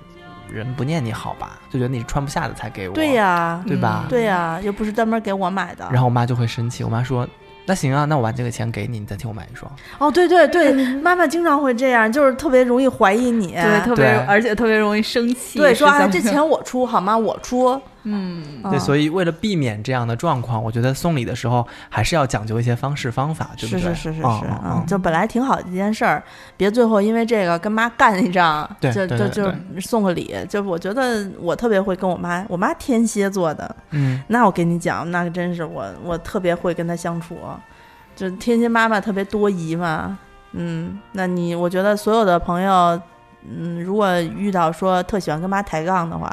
[SPEAKER 3] 人不念你好吧，就觉得你是穿不下的才给我，
[SPEAKER 2] 对、呀、
[SPEAKER 3] 对吧？
[SPEAKER 2] 对呀、又不是专门给我买的。
[SPEAKER 3] 然后我妈就会生气，我妈说那行啊，那我把这个钱给你，你再替我买一双。
[SPEAKER 2] 哦，对对对，妈妈经常会这样，就是特别容易怀疑你，
[SPEAKER 1] 对，哎特别
[SPEAKER 3] 对
[SPEAKER 1] 而且特别容易生气，
[SPEAKER 2] 对，说
[SPEAKER 1] 是
[SPEAKER 2] 啊，
[SPEAKER 1] 怎么
[SPEAKER 2] 这钱我出好吗？我出。
[SPEAKER 1] 嗯，
[SPEAKER 3] 对，所
[SPEAKER 2] 以
[SPEAKER 3] 以为了避免这样的状况，我觉得送礼的时候还是要讲究一些方式方法，对不
[SPEAKER 2] 是
[SPEAKER 3] 对？
[SPEAKER 2] 是是是是，
[SPEAKER 1] 哦
[SPEAKER 3] 嗯嗯
[SPEAKER 2] 嗯，
[SPEAKER 3] 嗯
[SPEAKER 2] 就本来挺好的一件事儿，别最后因为这个跟妈干一仗，
[SPEAKER 3] 对
[SPEAKER 2] 就
[SPEAKER 3] 对
[SPEAKER 2] 就
[SPEAKER 3] 对
[SPEAKER 2] 就送个礼。就我觉得我特别会跟我妈，我妈天蝎座的，
[SPEAKER 3] 嗯，
[SPEAKER 2] 那我跟你讲，那个真是我我特别会跟她相处，就天蝎妈妈特别多疑嘛，嗯，那你我觉得所有的朋友，嗯，如果遇到说特喜欢跟妈抬杠的话。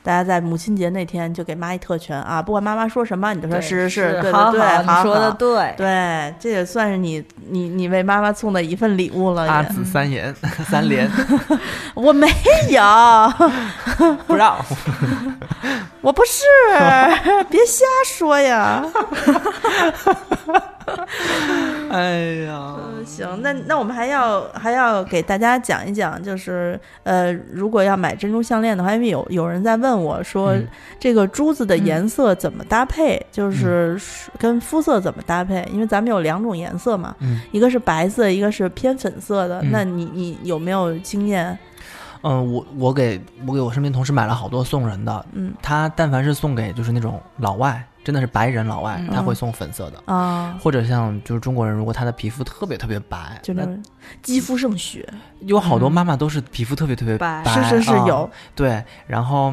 [SPEAKER 2] 大家在母亲节那天就给妈一特权啊！不管妈妈说什么，你就说是是是，对
[SPEAKER 1] 好
[SPEAKER 2] 对对，
[SPEAKER 1] 好
[SPEAKER 2] 好
[SPEAKER 1] 你说的对，
[SPEAKER 2] 对，这也算是你你你为妈妈送的一份礼物了也。
[SPEAKER 1] 啊
[SPEAKER 2] (laughs)
[SPEAKER 3] 阿紫三言三连
[SPEAKER 2] 我没有，
[SPEAKER 3] 不
[SPEAKER 1] (laughs)
[SPEAKER 3] 让。
[SPEAKER 2] 我不是，别瞎说呀。
[SPEAKER 3] 哎呀，
[SPEAKER 2] 嗯，行，那那我们还要还要给大家讲一讲，就是呃，如果要买珍珠项链的话，因为有有人在问我说，
[SPEAKER 3] 嗯
[SPEAKER 2] 这个珠子的颜色怎么搭配，
[SPEAKER 3] 嗯
[SPEAKER 2] 就是跟肤色怎么搭配？因为咱们有两种颜色嘛，
[SPEAKER 3] 嗯
[SPEAKER 2] 一个是白色，一个是偏粉色的。
[SPEAKER 3] 嗯
[SPEAKER 2] 那你你有没有经验？
[SPEAKER 3] 嗯，我我给我给我身边同事买了好多送人的，
[SPEAKER 2] 嗯
[SPEAKER 3] 他但凡是送给就是那种老外，真的是白人老外，
[SPEAKER 1] 嗯
[SPEAKER 3] 他会送粉色的，
[SPEAKER 2] 啊，
[SPEAKER 3] 或者像就是中国人，如果他的皮肤特别特别白，
[SPEAKER 2] 就那
[SPEAKER 3] 那
[SPEAKER 2] 种肌肤胜雪，
[SPEAKER 3] 有好多妈妈都是皮肤特别特别
[SPEAKER 1] 白
[SPEAKER 2] 是是是
[SPEAKER 3] 啊
[SPEAKER 2] 有，
[SPEAKER 3] 对，然后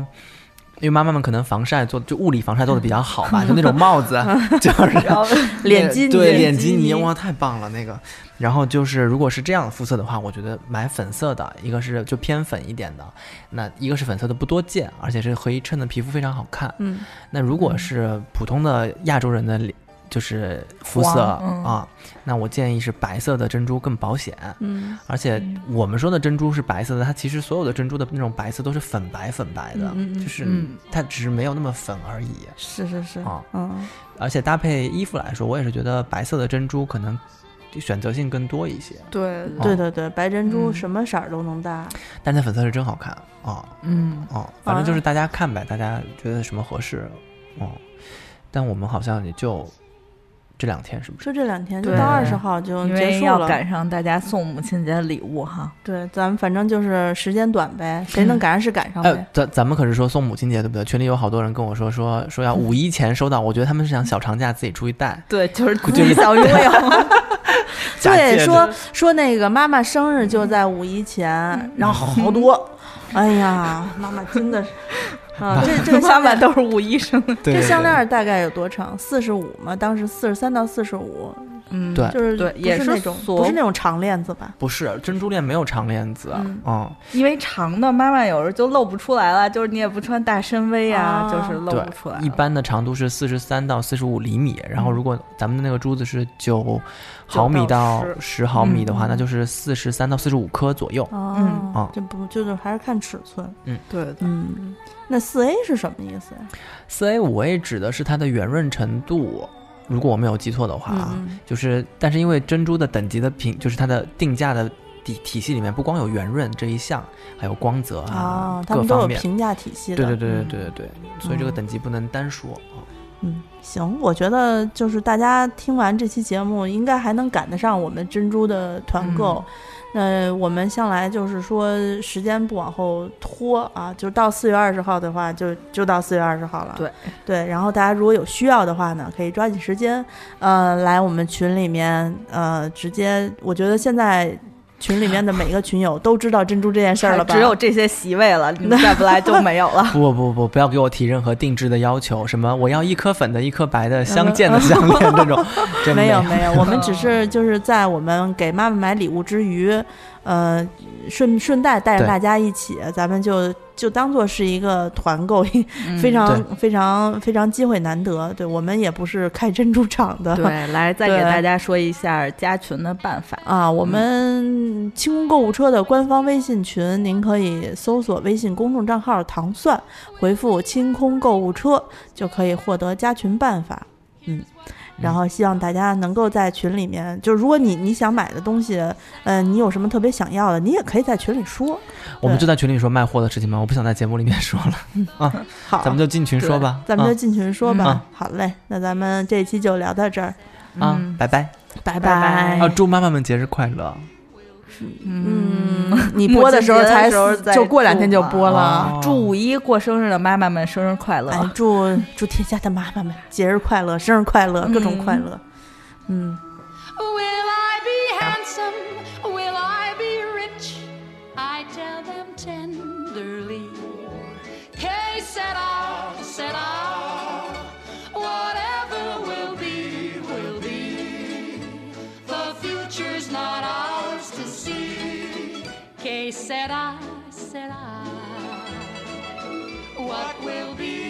[SPEAKER 3] 因为妈妈们可能防晒做就物理防晒做的比较好吧，就那种帽子就是
[SPEAKER 1] 然后
[SPEAKER 2] 脸基尼，
[SPEAKER 3] 对脸
[SPEAKER 2] 基
[SPEAKER 3] 基尼，哇，太棒了那个。然后就是，如果是这样的肤色的话，我觉得买粉色的，一个是就偏粉一点的，那一个是粉色的不多见，而且是可以衬的皮肤非常好看。
[SPEAKER 2] 嗯，
[SPEAKER 3] 那如果是普通的亚洲人的脸，就是肤色、
[SPEAKER 1] 黄嗯
[SPEAKER 3] 啊，那我建议是白色的珍珠更保险。
[SPEAKER 2] 嗯
[SPEAKER 3] 而且我们说的珍珠是白色的，它其实所有的珍珠的那种白色都是粉白粉白的，
[SPEAKER 2] 嗯嗯嗯
[SPEAKER 3] 就是
[SPEAKER 1] 嗯
[SPEAKER 3] 它只是没有那么粉而已
[SPEAKER 2] 是是是，
[SPEAKER 3] 啊。
[SPEAKER 2] 嗯
[SPEAKER 3] 而且搭配衣服来说，我也是觉得白色的珍珠可能选择性更多一些，
[SPEAKER 1] 对
[SPEAKER 3] 哦
[SPEAKER 2] 对对对，白珍珠
[SPEAKER 1] 嗯
[SPEAKER 2] 什么色儿都能搭。
[SPEAKER 3] 但是它粉色是真好看啊
[SPEAKER 1] 嗯，
[SPEAKER 2] 哦
[SPEAKER 3] 啊！反正就是大家看呗，大家觉得什么合适哦、但我们好像也就这两天是不是？
[SPEAKER 2] 就这两天，就
[SPEAKER 1] 对
[SPEAKER 2] 到二十号就
[SPEAKER 1] 因
[SPEAKER 2] 结
[SPEAKER 1] 为
[SPEAKER 2] 束
[SPEAKER 1] 要
[SPEAKER 2] 了。
[SPEAKER 1] 赶上大家送母亲节的礼物哈，
[SPEAKER 2] 对，咱们反正就是时间短呗，谁能赶上是赶上
[SPEAKER 3] 哎
[SPEAKER 2] 呗。，
[SPEAKER 3] 咱咱们可是说送母亲节对不对？群里有好多人跟我说说说要五一前收到，我觉得他们是想小长假自己出去带，
[SPEAKER 1] 对， (laughs) 就是自
[SPEAKER 3] 己
[SPEAKER 1] 想拥有，
[SPEAKER 4] 假借
[SPEAKER 2] 对，
[SPEAKER 4] 着
[SPEAKER 2] 说说那个妈妈生日就在五一前，然后好多，哎呀，妈妈真的是，啊，这这个
[SPEAKER 1] 妈
[SPEAKER 2] 项
[SPEAKER 1] 妈
[SPEAKER 2] 链
[SPEAKER 1] 都是五一生的，
[SPEAKER 4] 对
[SPEAKER 2] 这
[SPEAKER 4] 对
[SPEAKER 2] 项
[SPEAKER 4] 对
[SPEAKER 2] 链大概有多长？四十五嘛，当时四十三到四十五，
[SPEAKER 1] (laughs) 嗯，
[SPEAKER 3] 对
[SPEAKER 2] 就是
[SPEAKER 1] 对
[SPEAKER 2] 不
[SPEAKER 1] 也
[SPEAKER 2] 是
[SPEAKER 1] 是
[SPEAKER 2] 那种
[SPEAKER 1] 所
[SPEAKER 2] 不是那种长链子吧？
[SPEAKER 3] 不是珍珠链没有长链子，
[SPEAKER 2] 嗯
[SPEAKER 3] 嗯
[SPEAKER 1] 因为长的妈妈有时候就露不出来了，就是你也不穿大深 V 啊，
[SPEAKER 2] 啊
[SPEAKER 1] 就是露
[SPEAKER 3] 对
[SPEAKER 1] 不出来，
[SPEAKER 3] 一。般的长度是四十三到四十五厘米，
[SPEAKER 2] 嗯
[SPEAKER 3] 然后如果咱们的那个珠子是九毫米到
[SPEAKER 1] 10
[SPEAKER 3] 十毫米的话，
[SPEAKER 2] 嗯
[SPEAKER 3] 那就是四十三到四十五颗左右。
[SPEAKER 1] 嗯
[SPEAKER 2] 哦
[SPEAKER 3] 啊，
[SPEAKER 2] 这不就是还是看尺寸？
[SPEAKER 1] 对对，
[SPEAKER 2] 嗯，那四 A 是什么意思呀？
[SPEAKER 3] 四 A 五 A 指的是它的圆润程度，如果我没有记错的话啊，
[SPEAKER 2] 嗯
[SPEAKER 3] 就是但是因为珍珠的等级的评，就是它的定价的体体系里面，不光有圆润这一项，还有光泽
[SPEAKER 2] 嗯
[SPEAKER 3] 啊，
[SPEAKER 2] 哦，他
[SPEAKER 3] 各
[SPEAKER 2] 们都有
[SPEAKER 3] 方面。
[SPEAKER 2] 评价体系的。
[SPEAKER 3] 对对对对
[SPEAKER 1] 嗯
[SPEAKER 3] 对对对，所以这个等级不能单说啊。
[SPEAKER 2] 嗯，行，我觉得就是大家听完这期节目，应该还能赶得上我们珍珠的团
[SPEAKER 1] 嗯
[SPEAKER 2] 购。呃，我们向来就是说时间不往后拖啊，就到四月二十号的话，就就到四月二十号了。
[SPEAKER 1] 对
[SPEAKER 2] 对，然后大家如果有需要的话呢，可以抓紧时间，呃，来我们群里面，呃，直接，我觉得现在群里面的每个群友都知道珍珠这件事儿了吧？
[SPEAKER 1] 只有这些席位了， (laughs) 你们再不来就没有
[SPEAKER 3] (laughs)
[SPEAKER 1] 了。
[SPEAKER 3] 不不不不，不要给我提任何定制的要求，什么我要一颗粉的，一颗白的，相间的项链这种， (laughs) 真
[SPEAKER 2] 没有
[SPEAKER 3] 没
[SPEAKER 2] 没有，我们
[SPEAKER 3] (laughs)
[SPEAKER 2] 只是就是在我们给妈妈买礼物之余，呃，顺顺带带着
[SPEAKER 3] 对
[SPEAKER 2] 大家一起，咱们就就当做是一个团购，
[SPEAKER 3] 嗯
[SPEAKER 1] 嗯
[SPEAKER 2] 非常非常非常机会难得。对我们也不是开珍珠厂的，
[SPEAKER 1] 对，来再给
[SPEAKER 2] 对
[SPEAKER 1] 大家说一下加群的办法。
[SPEAKER 2] 啊，我们清空购物车的官方微信群，您可以搜索微信公众账号“糖蒜”，回复“清空购物车”就可以获得加群办法。嗯，然后希望大家能够在群里面，就如果你你想买的东西，嗯、你有什么特别想要的，你也可以在群里说。
[SPEAKER 3] 我们就在群里说卖货的事情吗？我不想在节目里面说了，啊
[SPEAKER 2] 好，
[SPEAKER 3] 咱们就进群说吧。
[SPEAKER 2] 咱们就进群说吧。
[SPEAKER 3] 嗯
[SPEAKER 2] 好嘞，那咱们这一期就聊到这儿，
[SPEAKER 3] 啊啊
[SPEAKER 1] 嗯，
[SPEAKER 3] 拜拜
[SPEAKER 2] 拜
[SPEAKER 1] 拜拜
[SPEAKER 3] 啊！祝妈妈们节日快乐！
[SPEAKER 2] 嗯，你
[SPEAKER 1] 母
[SPEAKER 2] 播的
[SPEAKER 1] 亲
[SPEAKER 2] 时候
[SPEAKER 1] 节的
[SPEAKER 2] 才
[SPEAKER 1] 时候
[SPEAKER 2] 四
[SPEAKER 1] 再
[SPEAKER 2] 就过两天就
[SPEAKER 1] 祝嘛
[SPEAKER 2] 播了。
[SPEAKER 3] 哦
[SPEAKER 1] 祝五一过生日的妈妈们生日快乐！
[SPEAKER 2] (laughs) 哎，祝祝天下的妈妈们节日快乐，生日快乐，各种
[SPEAKER 1] 嗯
[SPEAKER 2] 快乐。嗯，
[SPEAKER 5] Will I be handsome? Will I be rich? I tell them tenderly. Que sera, sera. Whatever will be, will be. The future's not ours to see. Que sera, sera. What will be?